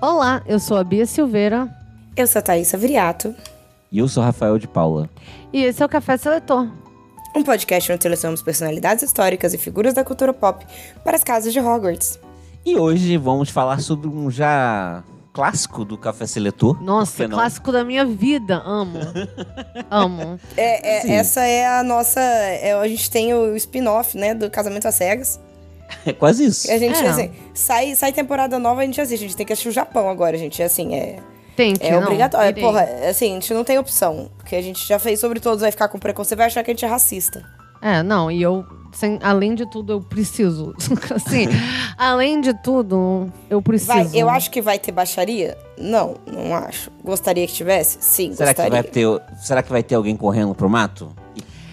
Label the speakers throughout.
Speaker 1: olá, eu sou a Bia Silveira
Speaker 2: Eu sou a Thaisa Viriato,
Speaker 3: E eu sou Rafael de Paula.
Speaker 1: e esse é o Café Seletor.
Speaker 2: um podcast onde selecionamos personalidades históricas e figuras da cultura pop para as casas de Hogwarts.
Speaker 3: E hoje vamos falar sobre um já clássico do Café Seletor. Por
Speaker 1: Nossa,
Speaker 3: que não?
Speaker 1: clássico da minha vida, amo. amo.
Speaker 2: É, é-
Speaker 3: Sim.
Speaker 2: essa é a nossa. é, a gente tem o spin-off, né? Do Casamento às Cegas.
Speaker 3: É quase isso.
Speaker 2: A gente,
Speaker 1: É.
Speaker 2: assim, sai, sai temporada nova, a gente assiste. A gente tem que assistir o Japão agora, gente. Assim, é,
Speaker 1: Tem que
Speaker 2: é
Speaker 1: não,
Speaker 2: obrigatório.
Speaker 1: irei.
Speaker 2: Porra, assim, a gente não tem opção. Porque a gente já fez sobre todos, vai ficar com preconceito, vai achar que a gente é racista.
Speaker 1: É, não, e eu, sem- além de tudo, eu preciso. assim, além de tudo, eu preciso.
Speaker 2: Vai, eu acho que vai ter baixaria? Não, não acho. Gostaria que tivesse? Sim,
Speaker 3: Será que,
Speaker 2: gostaria.
Speaker 3: vai ter, será que vai ter alguém correndo pro mato?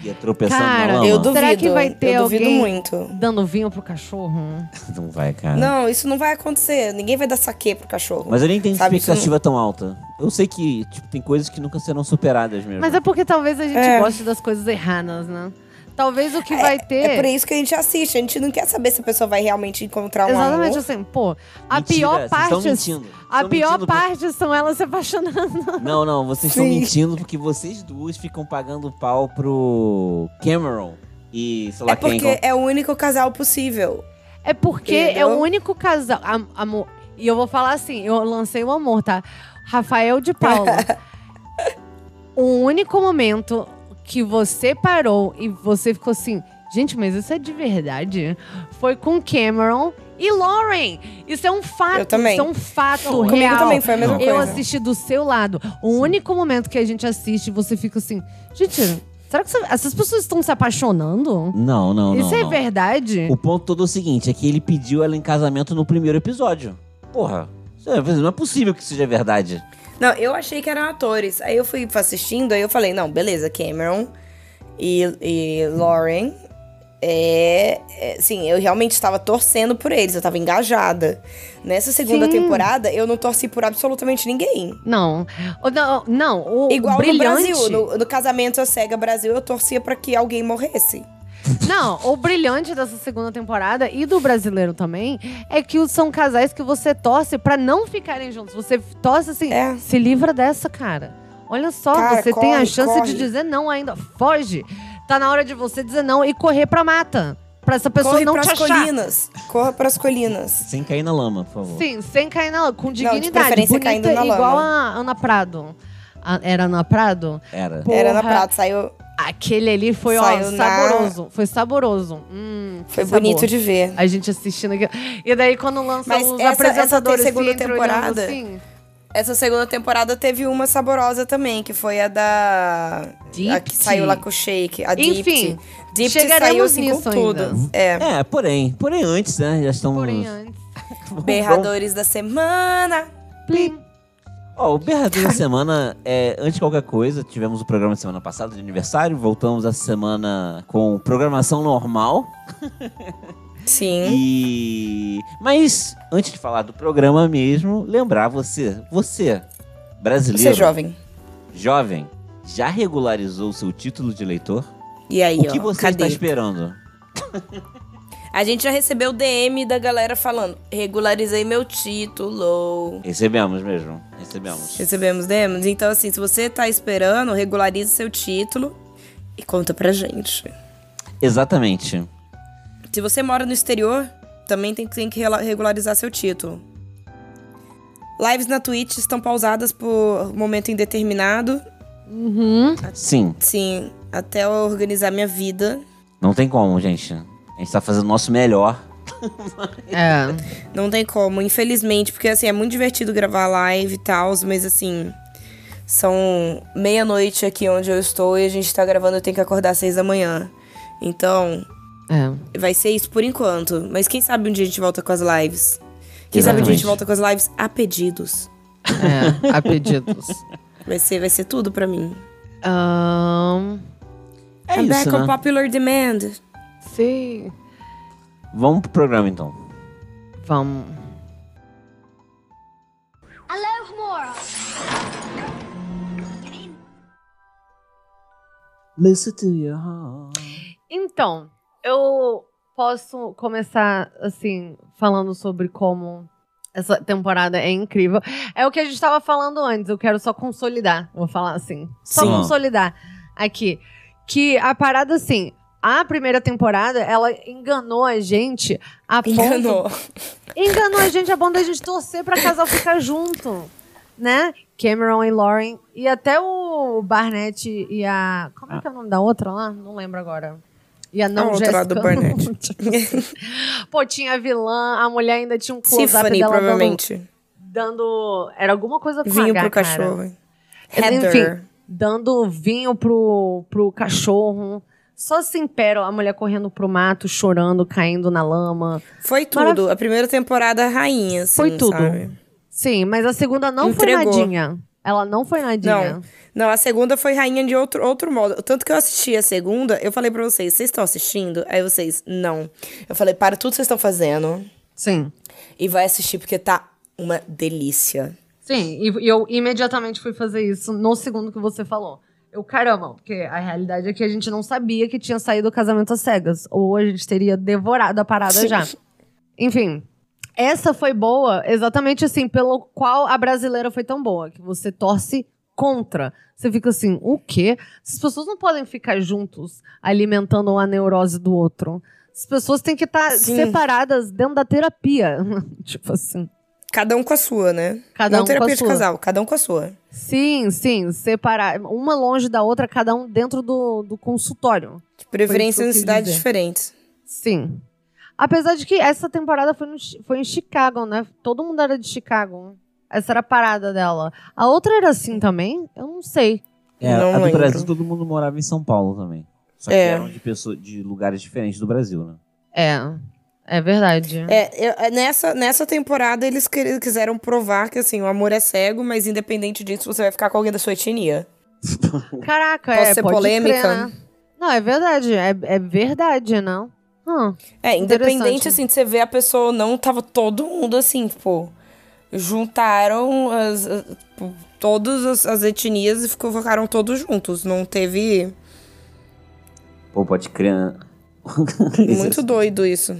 Speaker 3: E, e tropeçando
Speaker 1: Cara,
Speaker 3: na lama?
Speaker 2: Eu duvido.
Speaker 1: Será que vai ter
Speaker 2: eu duvido
Speaker 1: alguém-
Speaker 2: muito.
Speaker 1: Dando vinho pro cachorro.
Speaker 3: Não vai, cara.
Speaker 2: Não, isso não vai acontecer. Ninguém vai dar saque pro cachorro.
Speaker 3: É. Mas eu nem tenho
Speaker 2: Sabe,
Speaker 3: expectativa tão alta. Eu sei que tipo, tem coisas que nunca serão superadas mesmo.
Speaker 1: Mas é porque talvez a gente
Speaker 2: É.
Speaker 1: goste das coisas erradas, né? Talvez o que vai ter.
Speaker 2: É por isso que a gente assiste. A gente não quer saber se a pessoa vai realmente encontrar um
Speaker 1: Exatamente
Speaker 2: amor.
Speaker 1: assim, pô, a
Speaker 3: Mentira,
Speaker 1: pior
Speaker 3: vocês
Speaker 1: parte. assim,
Speaker 3: Estão mentindo.
Speaker 1: A
Speaker 3: Estão
Speaker 1: pior
Speaker 3: mentindo
Speaker 1: parte são elas se apaixonando.
Speaker 3: por- Não, não, vocês estão
Speaker 2: Sim.
Speaker 3: mentindo porque vocês duas ficam pagando pau pro Cameron e sei lá
Speaker 2: É
Speaker 3: quem. então.
Speaker 2: porque é o único casal possível.
Speaker 1: É porque é o
Speaker 2: Entendeu?
Speaker 1: único casal. am- Amor. E eu vou falar assim: eu lancei o amor, tá? Rafael de Paula. o único momento que você parou e você ficou assim. Gente, mas isso é de verdade? Foi com Cameron e Lauren. Isso é um fato.
Speaker 2: Eu também.
Speaker 1: Isso é um fato
Speaker 2: Comigo
Speaker 1: real.
Speaker 2: também foi a mesma
Speaker 3: Não. é.
Speaker 1: Eu
Speaker 2: coisa.
Speaker 1: assisti do seu lado. O único momento que a gente assiste, você fica assim, gente, será que isso- essas pessoas estão se apaixonando?
Speaker 3: Não, não, não.
Speaker 1: Isso é
Speaker 3: não.
Speaker 1: verdade?
Speaker 3: O ponto todo é o seguinte: é que ele pediu ela em casamento no primeiro episódio. Porra, isso é- não é possível que isso seja verdade.
Speaker 2: Não, eu achei que eram atores. Aí eu fui assistindo, aí eu falei, não, beleza, Cameron e, e Lauren. É, é, Sim, eu realmente estava torcendo por eles, eu estava engajada. Nessa segunda
Speaker 1: Sim.
Speaker 2: temporada, eu não torci por absolutamente ninguém.
Speaker 1: Não. O- Não, não, o
Speaker 2: Igual
Speaker 1: brilhante.
Speaker 2: no Brasil, no, no casamento à cega Brasil, eu torcia pra que alguém morresse.
Speaker 1: Não, o brilhante dessa segunda temporada e do brasileiro também é que os- são casais que você torce pra não ficarem juntos. Você torce assim,
Speaker 2: É.
Speaker 1: se livra dessa, cara. Olha só,
Speaker 2: Cara,
Speaker 1: você tem a
Speaker 2: corre,
Speaker 1: chance
Speaker 2: corre.
Speaker 1: de dizer não ainda. Foge. Tá na hora de você dizer não e correr pra mata. Pra essa pessoa
Speaker 2: Corre
Speaker 1: não
Speaker 2: pras
Speaker 1: te achar.
Speaker 2: colinas. Corra pras colinas.
Speaker 3: Sem cair na lama, por favor.
Speaker 1: Sim, sem cair na lama, com
Speaker 2: de
Speaker 1: dignidade.
Speaker 2: preferência
Speaker 1: bonita,
Speaker 2: caindo na lama.
Speaker 1: igual a Ana Prado. A- era Ana Prado?
Speaker 3: Era.
Speaker 1: Porra.
Speaker 2: Era na prata, saiu.
Speaker 1: Aquele ali foi, ó,
Speaker 2: Saiu na-
Speaker 1: saboroso. Foi saboroso. Hum,
Speaker 2: Foi
Speaker 1: sabor.
Speaker 2: bonito de ver.
Speaker 1: A gente assistindo aqui. E daí, quando lança
Speaker 2: Mas
Speaker 1: os
Speaker 2: essa- essa
Speaker 1: apresentadores
Speaker 2: segunda
Speaker 1: que entram olhando
Speaker 2: temporada-
Speaker 1: assim.
Speaker 2: Essa segunda temporada teve uma saborosa também, que foi a da. A
Speaker 1: Dipti.
Speaker 2: que saiu lá com o Shake. A
Speaker 1: Enfim,
Speaker 2: Dipti. Dipti saiu
Speaker 1: chegaremos
Speaker 2: assim com
Speaker 1: nisso
Speaker 2: tudo.
Speaker 1: ainda.
Speaker 2: É.
Speaker 3: É, porém, porém antes, né? Já estamos.
Speaker 1: Porém, antes.
Speaker 3: Uhum.
Speaker 2: Berradores da semana.
Speaker 1: Plim.
Speaker 3: Ó, o Berradinho da Semana, é, antes de qualquer coisa, tivemos o programa semana passada de aniversário, voltamos essa semana com programação normal.
Speaker 2: Sim.
Speaker 3: E. Mas, antes de falar do programa mesmo, lembrar você, você,
Speaker 2: Você é
Speaker 3: brasileiro,
Speaker 2: jovem.
Speaker 3: jovem, já regularizou seu título de eleitor?
Speaker 2: E aí,
Speaker 3: o que
Speaker 2: ó.
Speaker 3: você tá
Speaker 2: cadê?
Speaker 3: está esperando?
Speaker 2: A gente já recebeu DM da galera falando: regularizei meu título.
Speaker 3: Recebemos mesmo, recebemos.
Speaker 2: Recebemos demos? Então, assim, se você tá esperando, regularize seu título e conta pra gente.
Speaker 3: Exatamente.
Speaker 2: Se você mora no exterior, também tem, tem que rela- regularizar seu título. Lives na Twitch estão pausadas por momento indeterminado.
Speaker 1: Uhum.
Speaker 2: Tá.
Speaker 3: Sim,
Speaker 2: Sim, até eu organizar minha vida.
Speaker 3: não tem como, gente. A gente tá fazendo o nosso melhor.
Speaker 1: É.
Speaker 2: Não tem como, infelizmente, porque assim, é muito divertido gravar live e tal, mas assim. São meia-noite aqui onde eu estou e a gente tá gravando, eu tenho que acordar às seis da manhã. Então,
Speaker 1: é.
Speaker 2: vai ser isso por enquanto. Mas quem sabe um dia a gente volta com as lives. Quem sabe um dia a
Speaker 3: Exatamente.
Speaker 2: gente volta com as lives a pedidos.
Speaker 1: É. A pedidos.
Speaker 2: Vai ser, vai ser tudo pra mim.
Speaker 1: Ahn,
Speaker 3: É
Speaker 2: I'm back
Speaker 3: isso,
Speaker 2: on
Speaker 3: né?
Speaker 2: um popular demand.
Speaker 1: sim.
Speaker 3: Vamos pro programa, então.
Speaker 1: Vamos.
Speaker 3: Listen to your heart.
Speaker 1: Então, eu posso começar, assim, falando sobre como essa temporada é incrível. É o que a gente estava falando antes, eu quero só consolidar, vou falar assim. Só
Speaker 3: Sim.
Speaker 1: consolidar aqui. Que a parada, assim, a primeira temporada, ela enganou a gente a ponto
Speaker 2: Enganou.
Speaker 1: Enganou a gente a ponto da gente torcer pra casal ficar junto, né? Cameron e Lauren. E até o Barnett e a. Como é que é o nome da outra lá? Não lembro agora. E a não
Speaker 2: outra
Speaker 1: Jessica. tipo assim.
Speaker 2: lá um do Barnett.
Speaker 1: Pô, tinha a vilã, a mulher ainda tinha um close-up
Speaker 2: Tiffany,
Speaker 1: dela
Speaker 2: provavelmente.
Speaker 1: dando, dando. Era alguma coisa com
Speaker 2: Vinho
Speaker 1: H,
Speaker 2: pro
Speaker 1: cara.
Speaker 2: cachorro.
Speaker 1: Mas,
Speaker 2: Heather.
Speaker 1: Enfim, dando vinho pro, pro cachorro. Só sem pérola, a mulher correndo pro mato, chorando, caindo na lama.
Speaker 2: Foi tudo.
Speaker 1: Marav-
Speaker 2: A primeira temporada, rainha, assim,
Speaker 1: Foi tudo.
Speaker 2: sabe?
Speaker 1: Sim, mas a segunda não foi
Speaker 2: Entregou.
Speaker 1: nadinha. Ela não foi nadinha.
Speaker 2: Não. Não, a segunda foi rainha de outro, outro modo. Tanto que eu assisti a segunda, eu falei pra vocês, vocês estão assistindo? Aí vocês, não. Eu falei, para tudo que vocês estão fazendo
Speaker 1: Sim.
Speaker 2: e vai assistir, porque tá uma delícia.
Speaker 1: Sim, e e eu imediatamente fui fazer isso no segundo que você falou. Eu, caramba, porque a realidade é que a gente não sabia que tinha saído o casamento às cegas. Ou a gente teria devorado a parada
Speaker 2: Sim.
Speaker 1: já. Enfim, essa foi boa exatamente assim, pelo qual a brasileira foi tão boa, que você torce contra. Você fica assim, o quê? As pessoas não podem ficar juntos alimentando a neurose do outro. As pessoas têm que estar
Speaker 2: Sim.
Speaker 1: separadas dentro da terapia. tipo assim,
Speaker 2: Cada um com a sua, né?
Speaker 1: cada
Speaker 2: não
Speaker 1: um
Speaker 2: terapia
Speaker 1: com a
Speaker 2: de
Speaker 1: sua.
Speaker 2: casal, cada um com a sua.
Speaker 1: Sim, sim, separar. Uma longe da outra, cada um dentro do, do consultório.
Speaker 2: De preferência
Speaker 1: Foi
Speaker 2: em
Speaker 1: isso que eu quis
Speaker 2: cidades
Speaker 1: dizer.
Speaker 2: diferentes.
Speaker 1: Sim. Apesar de que essa temporada foi, no Chi- foi em Chicago, né? Todo mundo era de Chicago. Essa era a parada dela. A outra era assim também? Eu não sei.
Speaker 3: É,
Speaker 2: Não
Speaker 3: a do
Speaker 2: lembro.
Speaker 3: Brasil todo mundo morava em São Paulo também. Só que
Speaker 2: É.
Speaker 3: eram de, pessoa, de lugares diferentes do Brasil, né?
Speaker 1: É. É verdade.
Speaker 2: É, eu- é, nessa, nessa temporada eles quer- quiseram provar que, assim, o amor é cego, mas independente disso, você vai ficar com alguém da sua etnia.
Speaker 1: Caraca,
Speaker 2: Posso
Speaker 1: é.
Speaker 2: ser
Speaker 1: pode crer,
Speaker 2: polêmica?
Speaker 1: né? Não, é verdade. É, é verdade, não? Hum.
Speaker 2: É,
Speaker 1: Interessante.
Speaker 2: independente, assim, de você ver a pessoa ou não, tava todo mundo, assim, tipo... Juntaram as, as- tipo, todas as, as etnias e ficou- ficaram todos juntos. Não teve...
Speaker 3: Pô, pode crer. né?
Speaker 2: Muito doido isso.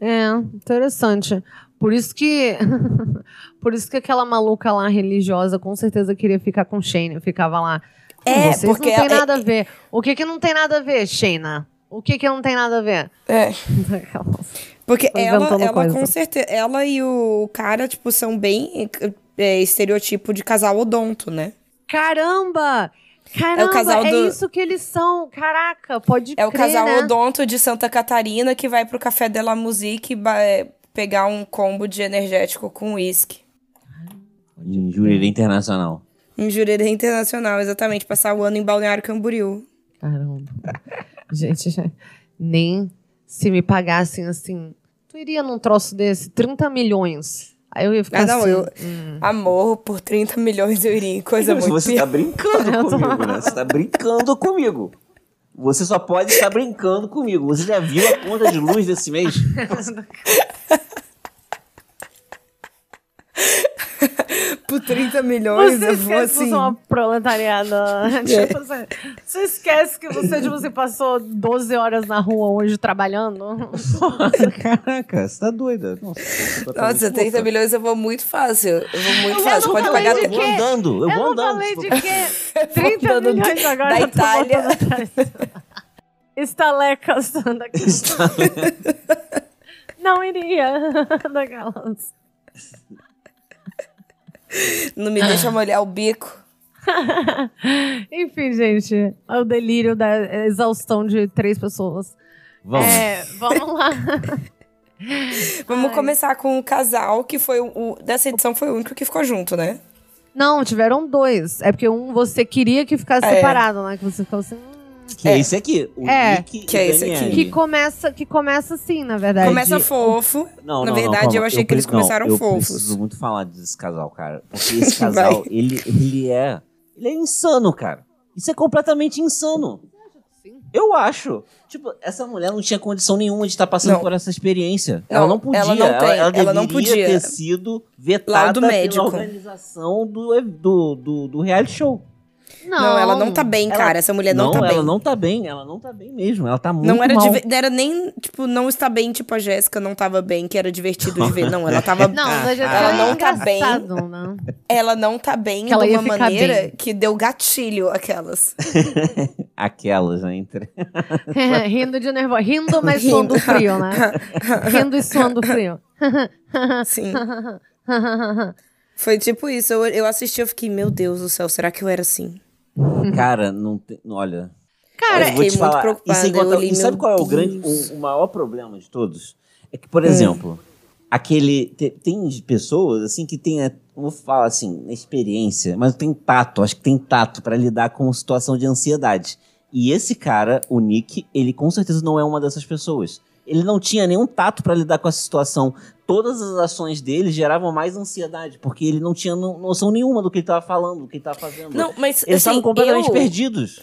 Speaker 1: É, interessante. Por isso que. por isso que aquela maluca lá religiosa com certeza queria ficar com Shane. Ficava lá.
Speaker 2: É,
Speaker 1: "Vocês
Speaker 2: porque
Speaker 1: Não tem
Speaker 2: ela-
Speaker 1: nada a ver. O que que não tem nada a ver, Shayna? O que que não tem nada a ver?
Speaker 2: É. Porque
Speaker 1: Tô
Speaker 2: ela,
Speaker 1: inventando
Speaker 2: ela
Speaker 1: coisa.
Speaker 2: com certeza... Ela e o cara, tipo, são bem... é, estereotipo de casal odonto, né?
Speaker 1: Caramba! Caramba, é,
Speaker 2: É o casal do-
Speaker 1: isso que eles são. Caraca, pode
Speaker 2: É o
Speaker 1: crer,
Speaker 2: casal
Speaker 1: né?
Speaker 2: odonto de Santa Catarina que vai pro Café de la Musique ba- é, pegar um combo de energético com uísque.
Speaker 3: Em Jurerê Internacional.
Speaker 2: Em Um Jurerê Internacional, exatamente. Passar o ano em Balneário Camboriú.
Speaker 1: Caramba. Gente, já- nem se me pagassem assim. Tu iria num troço desse? 30 milhões. Aí eu ia ficar
Speaker 2: Ah, não,
Speaker 1: assim.
Speaker 2: eu-
Speaker 1: hum.
Speaker 2: Amor, por 30 milhões eu iria em coisa é muito
Speaker 3: Uhum. Você tá
Speaker 2: pior.
Speaker 3: brincando comigo, né? Você tá brincando comigo. Você só pode estar brincando comigo. Você já viu a conta de luz desse mês?
Speaker 1: hum.
Speaker 2: Por 30 milhões
Speaker 1: Você
Speaker 2: eu
Speaker 1: esquece
Speaker 2: vou
Speaker 1: que você
Speaker 2: assim. É.
Speaker 1: é uma proletariada. Tipo assim, você esquece que você, tipo, você passou 12 horas na rua hoje trabalhando.
Speaker 3: Caraca, você tá doida. Nossa, tá
Speaker 2: Nossa, 30 milhões eu vou muito fácil. Eu vou muito
Speaker 1: Eu
Speaker 2: fácil.
Speaker 1: não
Speaker 2: Pode
Speaker 1: falei
Speaker 2: pagar
Speaker 1: de
Speaker 2: até.
Speaker 3: Eu
Speaker 1: quê?
Speaker 3: vou andando, eu,
Speaker 1: eu
Speaker 3: vou
Speaker 1: não
Speaker 3: andando.
Speaker 1: falei de
Speaker 3: tipo,
Speaker 1: quê? 30
Speaker 2: Voltando
Speaker 1: milhões
Speaker 2: do-
Speaker 1: agora.
Speaker 2: da
Speaker 1: eu tô
Speaker 2: Itália.
Speaker 1: voltando atrás. Estalecas daquelas. Não iria daquelas.
Speaker 2: Não me deixa molhar o bico.
Speaker 1: Enfim, gente, é o delírio da exaustão de três pessoas.
Speaker 3: Vamos.
Speaker 1: É, vamos lá.
Speaker 2: Vamos
Speaker 1: Ai.
Speaker 2: começar com o casal, que foi o. o- Dessa edição foi o único que ficou junto, né?
Speaker 1: Não, tiveram dois. É porque um você queria que ficasse
Speaker 2: É.
Speaker 1: separado, né? Que você ficou assim. hum.
Speaker 3: Que é esse aqui. O
Speaker 1: É,
Speaker 3: Nick
Speaker 2: que
Speaker 3: e
Speaker 2: é esse
Speaker 3: Daniele.
Speaker 2: aqui.
Speaker 1: Que começa, que começa assim, na verdade.
Speaker 2: Começa
Speaker 3: de-
Speaker 2: fofo.
Speaker 3: Não,
Speaker 2: Na
Speaker 3: não, não,
Speaker 2: verdade,
Speaker 3: calma.
Speaker 2: eu achei que eles
Speaker 3: pre- não,
Speaker 2: começaram fofos.
Speaker 3: Eu preciso muito falar desse casal, cara. Porque esse casal, ele, ele é... Ele é insano, cara. Isso é completamente insano. Eu acho. Tipo, essa mulher não tinha condição nenhuma de estar passando
Speaker 2: Não.
Speaker 3: por essa experiência.
Speaker 2: Não,
Speaker 3: ela não podia.
Speaker 2: ela não tem, ela não
Speaker 3: deveria
Speaker 2: podia.
Speaker 3: ter sido vetada
Speaker 2: Laudo médico.
Speaker 3: pela organização do, do, do, do reality show.
Speaker 1: Não,
Speaker 2: Não, ela não tá bem,
Speaker 3: Ela-
Speaker 2: cara. Essa mulher não, tá
Speaker 3: ela
Speaker 2: bem.
Speaker 3: não tá bem. Ela não tá bem mesmo. Ela tá muito
Speaker 2: Não era,
Speaker 3: mal.
Speaker 2: diver- não era nem, tipo, não está bem, tipo, a Jéssica não tava bem, que era divertido de ver. Não, ela tava.
Speaker 1: Não, mas já
Speaker 2: ela
Speaker 1: tá
Speaker 2: não tá bem.
Speaker 1: engraçado, né?
Speaker 2: Ela não tá bem
Speaker 1: Que ela
Speaker 2: de
Speaker 1: ia
Speaker 2: uma
Speaker 1: ficar
Speaker 2: maneira
Speaker 1: bem.
Speaker 2: que deu gatilho aquelas.
Speaker 3: Aquelas, né? Entre...
Speaker 1: Rindo de nervoso. Rindo, mas suando frio, né? Rindo e suando frio.
Speaker 2: Sim. Foi tipo isso. Eu, eu assisti, eu fiquei, meu Deus do céu, será que eu era assim?
Speaker 3: Cara, não tem... Olha...
Speaker 1: Cara,
Speaker 2: eu fiquei muito preocupada,
Speaker 3: isso enquanto-
Speaker 2: eu li,
Speaker 3: e sabe
Speaker 2: meu
Speaker 3: qual é o grande,
Speaker 2: Deus. Hum.
Speaker 3: o, o maior problema de todos? É que, por exemplo, aquele te- tem pessoas assim que tem, é, vou falar assim, experiência, mas tem tato, acho que tem tato pra lidar com situação de ansiedade. E esse cara, o Nick, ele com certeza não é uma dessas pessoas. Ele não tinha nenhum tato pra lidar com essa situação. Todas as ações dele geravam mais ansiedade, porque ele não tinha no- noção nenhuma do que ele tava falando, do que ele tava fazendo.
Speaker 2: Não, mas assim,
Speaker 3: Eles estavam completamente
Speaker 2: eu...
Speaker 3: perdidos.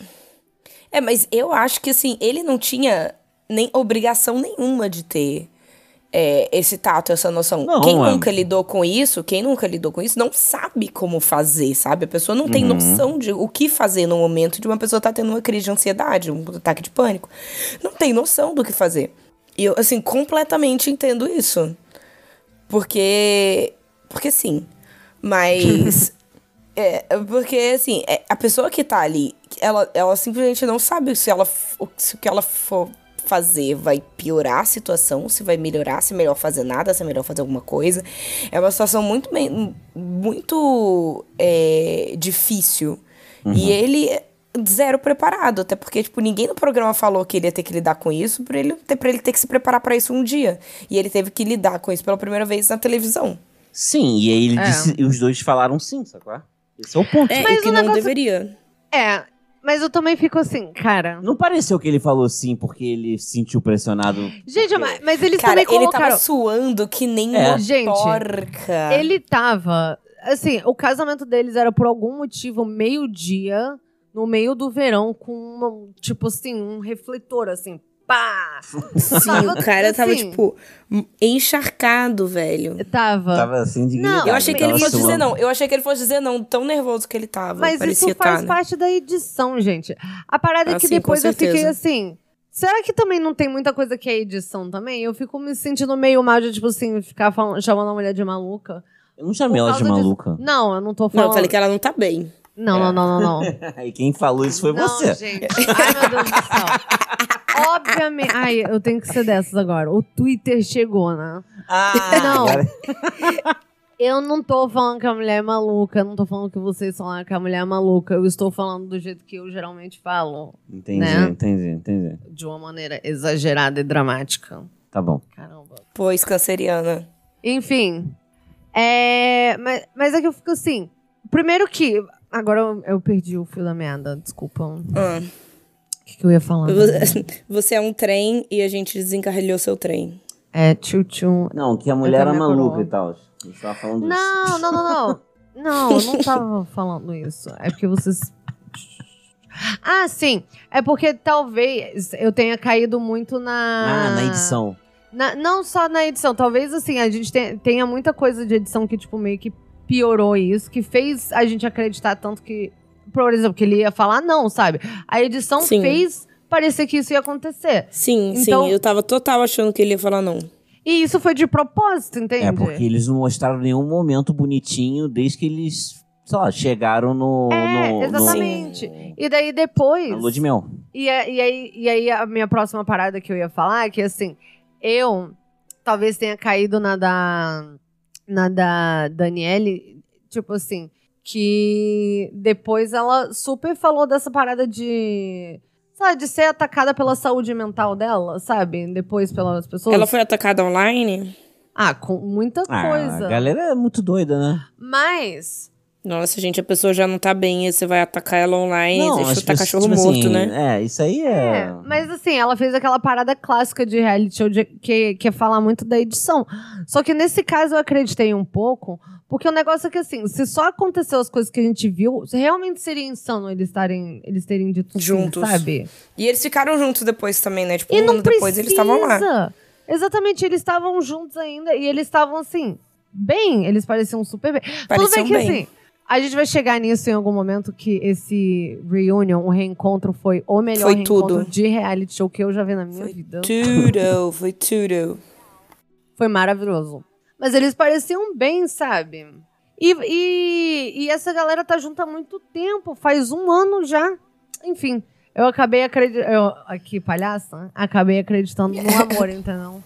Speaker 2: É, mas eu acho que assim, ele não tinha nem obrigação nenhuma de ter é, esse tato, essa noção.
Speaker 3: Não,
Speaker 2: quem
Speaker 3: é.
Speaker 2: nunca lidou com isso, quem nunca lidou com isso, não sabe como fazer, sabe? A pessoa não
Speaker 3: Uhum.
Speaker 2: tem noção de o que fazer no momento de uma pessoa tá tendo uma crise de ansiedade, um ataque de pânico. Não tem noção do que fazer. E eu, assim, completamente entendo isso. Porque. Porque sim. Mas. é, porque, assim, é, a pessoa que tá ali, ela, ela simplesmente não sabe se, ela, f- o- se o que ela for fazer vai piorar a situação, se vai melhorar, se é melhor fazer nada, se é melhor fazer alguma coisa. É uma situação muito, men- muito é, difícil. E ele é zero preparado, até porque tipo ninguém no programa falou que ele ia ter que lidar com isso, para ele ter para ele ter que se preparar pra isso um dia. E ele teve que lidar com isso pela primeira vez na televisão.
Speaker 3: Sim, e aí ele
Speaker 1: É.
Speaker 3: disse, e os dois falaram sim, sacou? Esse é o ponto.
Speaker 2: É,
Speaker 1: Mas
Speaker 2: e que
Speaker 1: o
Speaker 2: não
Speaker 1: negócio-
Speaker 2: deveria.
Speaker 1: É, mas eu também fico assim, cara.
Speaker 3: Não pareceu que ele falou sim porque ele se sentiu pressionado.
Speaker 1: Gente,
Speaker 3: porque-
Speaker 1: mas, mas eles
Speaker 2: Cara,
Speaker 1: também
Speaker 2: ele tava
Speaker 1: colocaram.
Speaker 2: suando que nem
Speaker 3: É.
Speaker 2: uma
Speaker 1: Gente,
Speaker 2: porca.
Speaker 1: Ele tava. Assim, o casamento deles era por algum motivo meio-dia, no meio do verão, com uma- tipo assim, um refletor, assim, pá!
Speaker 2: Sim,
Speaker 1: tava
Speaker 2: o cara tava
Speaker 1: assim.
Speaker 2: tipo encharcado, velho.
Speaker 1: Tava.
Speaker 3: Tava assim de
Speaker 1: Não,
Speaker 2: Eu achei que ele
Speaker 1: Tava
Speaker 2: fosse dizer
Speaker 1: suando.
Speaker 2: não. Eu achei que ele fosse dizer não, tão nervoso que ele tava.
Speaker 1: Mas
Speaker 2: Parecia
Speaker 1: isso faz
Speaker 2: tá, né?
Speaker 1: parte da edição, gente. A parada é
Speaker 2: Ah,
Speaker 1: que
Speaker 2: sim,
Speaker 1: depois
Speaker 2: com
Speaker 1: eu fiquei
Speaker 2: certeza.
Speaker 1: assim. Será que também não tem muita coisa que é edição também? Eu fico me sentindo meio mal de, tipo assim, ficar falando- chamando a mulher de maluca.
Speaker 3: Eu não chamei
Speaker 1: Por
Speaker 3: ela de
Speaker 1: causa disso.
Speaker 3: maluca.
Speaker 1: Não, eu não tô
Speaker 2: Não,
Speaker 1: falando.
Speaker 2: eu falei que ela não tá bem.
Speaker 1: não, não, não, não, não.
Speaker 3: E quem falou isso foi
Speaker 1: não,
Speaker 3: você.
Speaker 1: gente. Ai, meu Deus do céu. Obviamente. Ai, eu tenho que ser dessas agora. O Twitter chegou, né?
Speaker 3: Ah,
Speaker 1: Não.
Speaker 3: agora-
Speaker 1: Eu não tô falando que a mulher é maluca, eu não tô falando que vocês são que a mulher é maluca. Eu estou falando do jeito que eu geralmente falo.
Speaker 3: Entendi,
Speaker 1: Né?
Speaker 3: entendi, entendi.
Speaker 1: De uma maneira exagerada e dramática.
Speaker 3: Tá bom.
Speaker 1: Caramba.
Speaker 2: Pois, canceriana.
Speaker 1: Enfim. É, mas, mas é que eu fico assim. Primeiro que. Agora eu, eu perdi o fio da meada, desculpa. O
Speaker 2: Ah.
Speaker 3: Uhum.
Speaker 1: que, que eu ia falar?
Speaker 2: Vo- Você é um trem e a gente desencarrilhou seu trem.
Speaker 1: É, tchu-tchu.
Speaker 3: Não, que a mulher
Speaker 1: Eu
Speaker 3: era
Speaker 1: também
Speaker 3: maluca
Speaker 1: coroa.
Speaker 3: e tal. Você tava falando disso.
Speaker 1: Não, não, não, não. Não, eu não tava falando isso. É porque vocês. Ah, sim. É porque talvez eu tenha caído muito na.
Speaker 3: Ah, na edição.
Speaker 1: Na- não só na edição, talvez assim, a gente te- tenha muita coisa de edição que, tipo, meio que piorou isso, que fez a gente acreditar tanto que, por exemplo, que ele ia falar não, sabe? A edição
Speaker 2: Sim.
Speaker 1: fez parecer que isso ia acontecer.
Speaker 2: Sim,
Speaker 1: Então-
Speaker 2: sim. Eu tava total achando que ele ia falar não.
Speaker 1: E isso foi de propósito, entende?
Speaker 3: É porque eles não mostraram nenhum momento bonitinho desde que eles, sei lá, chegaram no.
Speaker 1: É,
Speaker 3: no- no-
Speaker 1: exatamente. E daí depois.
Speaker 3: Na lua de mel.
Speaker 1: E, é- e aí, e aí a minha próxima parada que eu ia falar é que, assim, eu talvez tenha caído na da, na da Daniele Tipo assim, que depois ela super falou dessa parada de. Sabe, de ser atacada pela saúde mental dela, sabe? Depois pelas pessoas.
Speaker 2: Ela foi atacada online?
Speaker 1: Ah, com muita
Speaker 3: Ah,
Speaker 1: coisa.
Speaker 3: a galera é muito doida, né?
Speaker 1: Mas.
Speaker 2: Nossa, gente, a pessoa já não tá bem, aí você vai atacar ela online,
Speaker 3: Não,
Speaker 2: você
Speaker 3: as
Speaker 2: chutar
Speaker 3: pessoas,
Speaker 2: cachorro
Speaker 3: tipo
Speaker 2: morto,
Speaker 3: assim,
Speaker 2: né?
Speaker 3: É, isso aí é.
Speaker 1: É, mas assim, ela fez aquela parada clássica de reality show de- que, que é falar muito da edição. Só que nesse caso eu acreditei um pouco, porque o negócio é que assim, se só aconteceu as coisas que a gente viu, realmente seria insano eles estarem eles terem dito sim,
Speaker 2: Juntos.
Speaker 1: sabe?
Speaker 2: E eles ficaram juntos depois também, né? Tipo,
Speaker 1: E
Speaker 2: um
Speaker 1: não
Speaker 2: ano depois eles estavam lá.
Speaker 1: precisa. Exatamente, eles estavam juntos ainda e eles estavam assim, bem, eles pareciam super bem. Tudo bem
Speaker 2: Pareciam
Speaker 1: que
Speaker 2: bem.
Speaker 1: assim, a gente vai chegar nisso em algum momento que esse reunion, o reencontro foi o melhor
Speaker 2: Foi
Speaker 1: reencontro
Speaker 2: tudo.
Speaker 1: de reality show que eu já vi na minha
Speaker 2: Foi
Speaker 1: vida.
Speaker 2: Tudo, foi tudo.
Speaker 1: Foi maravilhoso. Mas eles pareciam bem, sabe? E, e, e essa galera tá junto há muito tempo, faz um ano já. Enfim, eu acabei acreditando. Aqui, palhaça, né? acabei acreditando no amor, entendeu?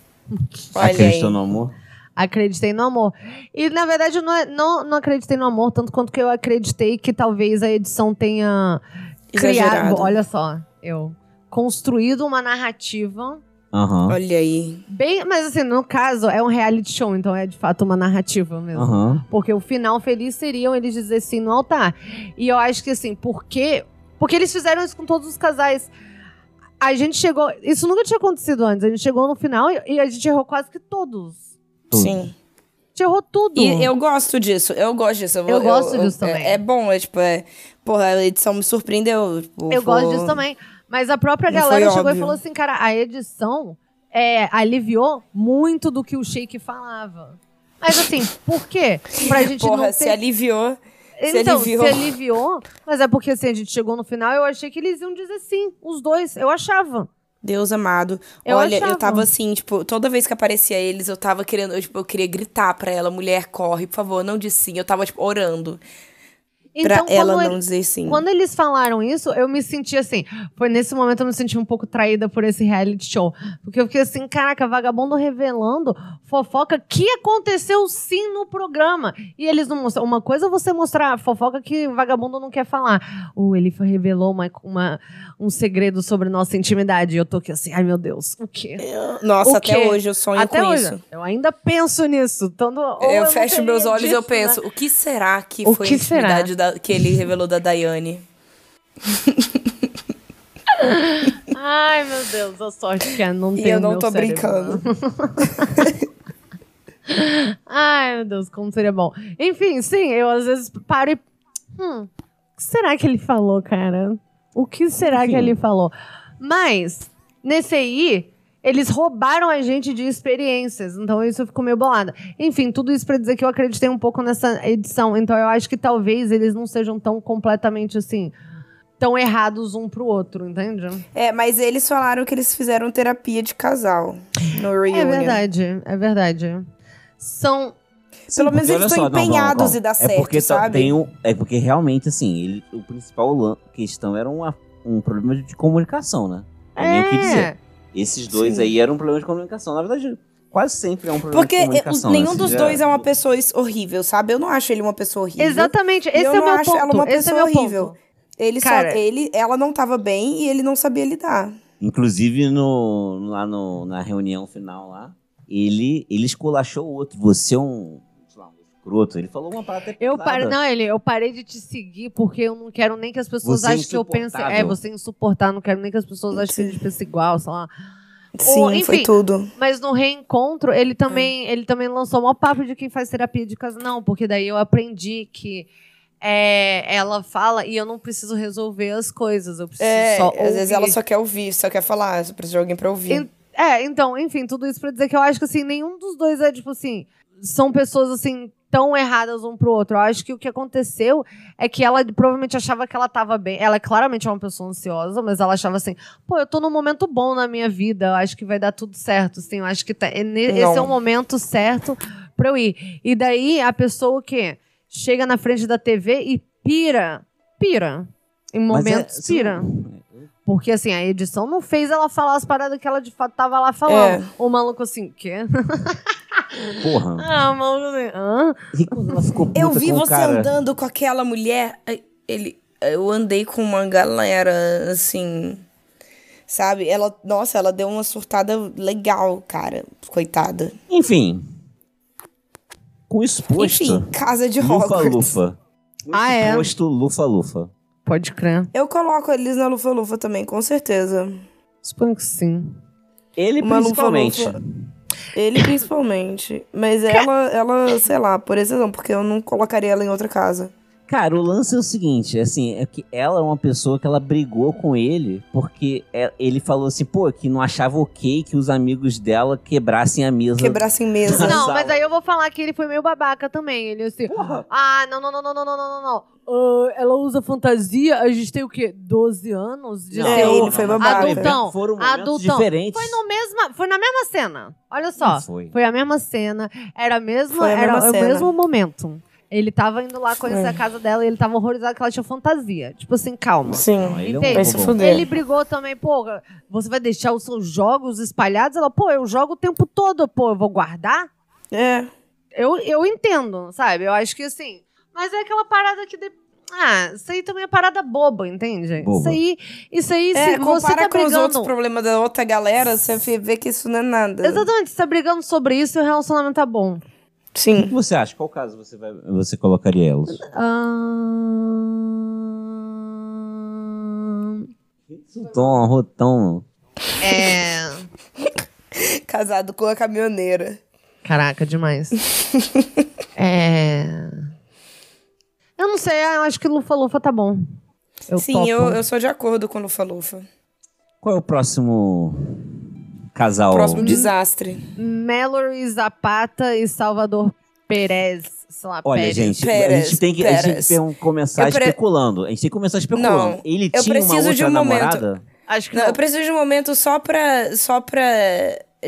Speaker 2: Olha aí.
Speaker 3: Acreditou no amor?
Speaker 1: Acreditei no amor. E, na verdade, eu não, é- não, não acreditei no amor, tanto quanto que eu acreditei que talvez a edição tenha criado.
Speaker 2: Exagerado.
Speaker 1: Olha só, eu. Construído uma narrativa
Speaker 3: Aham.
Speaker 2: Olha aí.
Speaker 1: bem. Mas, assim, no caso, é um reality show, então é de fato uma narrativa mesmo.
Speaker 3: Aham.
Speaker 1: Porque o final feliz seriam eles dizer sim no altar. E eu acho que assim, por quê? Porque eles fizeram isso com todos os casais. A gente chegou. Isso nunca tinha acontecido antes. A gente chegou no final e, e a gente errou quase que todos.
Speaker 3: Tudo.
Speaker 2: Sim.
Speaker 1: A gente errou tudo.
Speaker 2: E eu gosto disso, eu gosto disso. vou-
Speaker 1: Eu gosto disso
Speaker 2: é-
Speaker 1: também.
Speaker 2: É, bom, é tipo, é. Porra, a edição me surpreendeu. Tipo,
Speaker 1: Eu
Speaker 2: vou-
Speaker 1: gosto disso também. Mas a própria
Speaker 2: Não
Speaker 1: galera
Speaker 2: foi
Speaker 1: chegou e
Speaker 2: é óbvio.
Speaker 1: falou assim, cara, a edição é, aliviou muito do que o Shake falava. Mas assim, por quê? Pra gente
Speaker 2: Porra,
Speaker 1: não
Speaker 2: se
Speaker 1: ter
Speaker 2: aliviou. Se
Speaker 1: Então,
Speaker 2: aliviou.
Speaker 1: se aliviou. Mas é porque assim, a gente chegou no final, eu achei que eles iam dizer sim, os dois. Eu achava.
Speaker 2: Deus amado.
Speaker 1: Eu
Speaker 2: Olha,
Speaker 1: achava.
Speaker 2: eu tava assim, tipo, toda vez que aparecia eles, eu tava querendo, eu, tipo, eu queria gritar pra ela, mulher, corre, por favor, não diz sim. Eu tava, tipo, orando
Speaker 1: Então,
Speaker 2: pra ela
Speaker 1: quando,
Speaker 2: não
Speaker 1: ele-
Speaker 2: dizer sim.
Speaker 1: quando eles falaram isso, eu me senti assim. Foi nesse momento eu me senti um pouco traída por esse reality show. Porque eu fiquei assim, caraca, vagabundo revelando fofoca que aconteceu sim no programa. E eles não mostram. Uma coisa é você mostrar fofoca que o vagabundo não quer falar. Ou ele revelou uma, uma- um segredo sobre nossa intimidade. E eu tô aqui assim, ai meu Deus, o quê?
Speaker 2: Nossa,
Speaker 1: O
Speaker 2: até
Speaker 1: quê?
Speaker 2: hoje eu sonho
Speaker 1: Até
Speaker 2: com
Speaker 1: hoje.
Speaker 2: isso.
Speaker 1: Eu ainda penso nisso. Tanto, ou
Speaker 2: eu um
Speaker 1: não né?
Speaker 2: fecho
Speaker 1: teria
Speaker 2: meus olhos e
Speaker 1: dito,
Speaker 2: eu penso, o que será que
Speaker 1: O
Speaker 2: foi
Speaker 1: que
Speaker 2: a intimidade da- que ele revelou da Daiane?
Speaker 1: né? Ai, meu Deus, a sorte que é não
Speaker 2: E
Speaker 1: ter
Speaker 2: eu
Speaker 1: o
Speaker 2: não
Speaker 1: meu
Speaker 2: tô
Speaker 1: cérebro.
Speaker 2: brincando.
Speaker 1: Ai, meu Deus, como seria bom. Enfim, sim, eu às vezes paro e. Hum, o que será que ele falou, cara? O que será que ele falou? Mas, nesse aí, eles roubaram a gente de experiências. Então, isso eu fico meio bolada. Enfim, tudo isso pra dizer que eu acreditei um pouco nessa edição. Então, eu acho que talvez eles não sejam tão completamente assim. Tão errados um pro outro, entende?
Speaker 2: É, mas eles falaram que eles fizeram terapia de casal no reunion.
Speaker 1: É verdade, é verdade. São.
Speaker 2: Pelo menos
Speaker 3: Porque
Speaker 2: eles
Speaker 3: olha
Speaker 2: estão
Speaker 3: só, não, calma,
Speaker 2: empenhados
Speaker 3: calma.
Speaker 2: e dá certo,
Speaker 3: é porque só
Speaker 2: sabe?
Speaker 3: Tem um, é porque realmente, assim, ele, o principal lan- questão era uma- um problema de comunicação, né? Não tem nem o que dizer.
Speaker 1: É.
Speaker 3: Esses dois
Speaker 2: Sim.
Speaker 3: aí eram um problema de comunicação. Na verdade, quase sempre é um problema
Speaker 2: Porque
Speaker 3: de
Speaker 2: eu-
Speaker 3: comunicação. né?
Speaker 2: nenhum
Speaker 3: Assim,
Speaker 2: dos
Speaker 3: já-
Speaker 2: dois é uma pessoa is- horrível, sabe? Eu não acho ele uma pessoa horrível.
Speaker 1: Exatamente, esse é
Speaker 2: eu
Speaker 1: o
Speaker 2: não
Speaker 1: meu
Speaker 2: acho
Speaker 1: ponto.
Speaker 2: ela uma
Speaker 1: esse é
Speaker 2: pessoa
Speaker 1: meu
Speaker 2: horrível.
Speaker 1: ponto.
Speaker 2: Ele
Speaker 1: Cara.
Speaker 2: só ele, ela não tava bem e ele não sabia lidar.
Speaker 3: Inclusive, no, lá no- na reunião final lá, ele, ele esculachou o outro. Você é um, sei lá, um escroto. Ele falou uma parada até
Speaker 1: Eu
Speaker 3: pesada.
Speaker 1: parei, não, ele, eu parei de te seguir porque eu não quero nem que as pessoas
Speaker 3: Você é
Speaker 1: achem que eu pense.
Speaker 3: insuportável.
Speaker 1: É, você é insuportável, não quero nem que as pessoas achem que a gente pensa igual, sei lá.
Speaker 2: Sim,
Speaker 1: Ou,
Speaker 2: foi
Speaker 1: enfim,
Speaker 2: tudo.
Speaker 1: Mas no reencontro,
Speaker 2: É.
Speaker 1: ele também, ele também lançou o maior papo de quem faz terapia de casa. Não, porque daí eu aprendi que é, ela fala e eu não preciso resolver as coisas. Eu preciso
Speaker 2: É,
Speaker 1: só.
Speaker 2: às vezes
Speaker 1: ouvir.
Speaker 2: ela só quer ouvir, só quer falar, só precisa de alguém pra ouvir.
Speaker 1: É, então, enfim, tudo isso pra dizer que eu acho que, assim, nenhum dos dois é, tipo assim, são pessoas, assim, tão erradas um pro outro. Eu acho que o que aconteceu é que ela provavelmente achava que ela tava bem. Ela claramente é uma pessoa ansiosa, mas ela achava assim, pô, eu tô num momento bom na minha vida, eu acho que vai dar tudo certo, assim, eu acho que tá- é ne- esse é
Speaker 2: Não.
Speaker 1: o momento certo pra eu ir. E daí, a pessoa, o quê? Chega na frente da TV e pira, pira. Em
Speaker 3: Mas é-
Speaker 1: momentos,
Speaker 3: assim,
Speaker 1: pira. Porque, assim, a
Speaker 2: É.
Speaker 1: edição não fez ela falar as paradas que ela de fato tava lá falando. O maluco assim, quê?
Speaker 3: Porra.
Speaker 1: Ah, maluco. Hã?
Speaker 3: E quando ela ficou puta
Speaker 2: Eu vi
Speaker 3: com o
Speaker 2: você
Speaker 3: cara,
Speaker 2: andando com aquela mulher. Ai, Ele, eu andei com uma galera, assim. Sabe? Ela, nossa, ela deu uma surtada legal, cara. Coitada.
Speaker 3: Enfim. Com isso posto.
Speaker 2: Enfim, casa de
Speaker 3: lufa,
Speaker 2: Hogwarts.
Speaker 3: lufa.
Speaker 1: Ah, é?
Speaker 3: Posto, lufa, lufa.
Speaker 1: Pode crer.
Speaker 2: Eu coloco eles na Lufa Lufa também, com certeza.
Speaker 1: Suponho que sim.
Speaker 3: Ele
Speaker 2: Uma lufa,
Speaker 3: principalmente.
Speaker 2: lufa. Ele principalmente. Mas ela, ela, sei lá, por exceção, porque eu não colocaria ela em outra casa.
Speaker 3: Cara, o lance é o seguinte, assim, é que ela é uma pessoa que ela brigou com ele porque é- ele falou assim, pô, que não achava ok que os amigos dela quebrassem a mesa.
Speaker 2: Quebrassem mesa.
Speaker 1: Não,
Speaker 3: Sala.
Speaker 1: mas aí eu vou falar que ele foi meio babaca também. Ele assim,
Speaker 3: Porra.
Speaker 1: ah, não, não, não, não, não, não, não, não. Ah, ela usa fantasia, a gente tem o quê? 12 anos? De
Speaker 3: Não,
Speaker 1: ser
Speaker 2: É,
Speaker 1: o-
Speaker 2: ele foi babaca.
Speaker 1: Adultão,
Speaker 3: Foram momentos
Speaker 1: adultão.
Speaker 3: diferentes.
Speaker 1: Foi, no mesma, foi na mesma cena. Olha só.
Speaker 3: Não foi.
Speaker 1: Foi a mesma cena, era, a mesma,
Speaker 2: Foi a
Speaker 1: era
Speaker 2: mesma
Speaker 1: o
Speaker 2: cena. É.
Speaker 1: mesmo momento. Ele tava indo lá conhecer
Speaker 2: Foi.
Speaker 1: a casa dela e ele tava horrorizado que ela tinha fantasia. Tipo assim, calma.
Speaker 2: Sim.
Speaker 3: Não, ele é um
Speaker 1: Entende?
Speaker 2: Vai se
Speaker 3: bobão.
Speaker 2: fuder.
Speaker 1: Ele brigou também, pô, você vai deixar os seus jogos espalhados? Ela, pô, eu jogo o tempo todo, pô, eu vou guardar?
Speaker 2: É.
Speaker 1: Eu, eu entendo, sabe? Eu acho que assim. Mas é aquela parada que. de- Ah, isso aí também é parada boba, entende?
Speaker 3: Boba.
Speaker 1: Isso aí. Isso aí,
Speaker 2: É,
Speaker 1: se você
Speaker 2: compara
Speaker 1: tá
Speaker 2: com os outros
Speaker 1: brigando.
Speaker 2: problemas da outra galera, você vê que isso não é nada.
Speaker 1: Exatamente, você tá brigando sobre isso e o relacionamento tá bom.
Speaker 3: O
Speaker 2: Sim.
Speaker 3: que você acha? Qual caso você, vai, você colocaria elas?
Speaker 1: Ahn,
Speaker 3: Tom, Então, Rotão.
Speaker 1: É.
Speaker 2: Casado com a caminhoneira.
Speaker 1: Caraca, demais. é. Eu não sei, eu acho que Lufa Lufa tá bom. Eu
Speaker 2: Sim,
Speaker 1: topo.
Speaker 2: eu, eu sou de acordo com o Lufa Lufa.
Speaker 3: Qual é o próximo casal?
Speaker 2: Próximo desastre.
Speaker 1: Mallory Zapata e Salvador Perez. Sei lá,
Speaker 3: Olha,
Speaker 1: Pérez.
Speaker 3: gente, a
Speaker 2: Pérez,
Speaker 3: gente tem que, a gente tem que
Speaker 2: Pérez.
Speaker 3: ter um- começar
Speaker 2: Eu pre-
Speaker 3: especulando. A gente tem que começar especulando.
Speaker 2: Não,
Speaker 3: Ele
Speaker 2: eu
Speaker 3: tinha uma
Speaker 2: preciso
Speaker 3: outra
Speaker 2: de um momento.
Speaker 3: namorada?
Speaker 1: Acho que
Speaker 2: Não,
Speaker 1: não.
Speaker 2: eu preciso de um momento só pra, só pra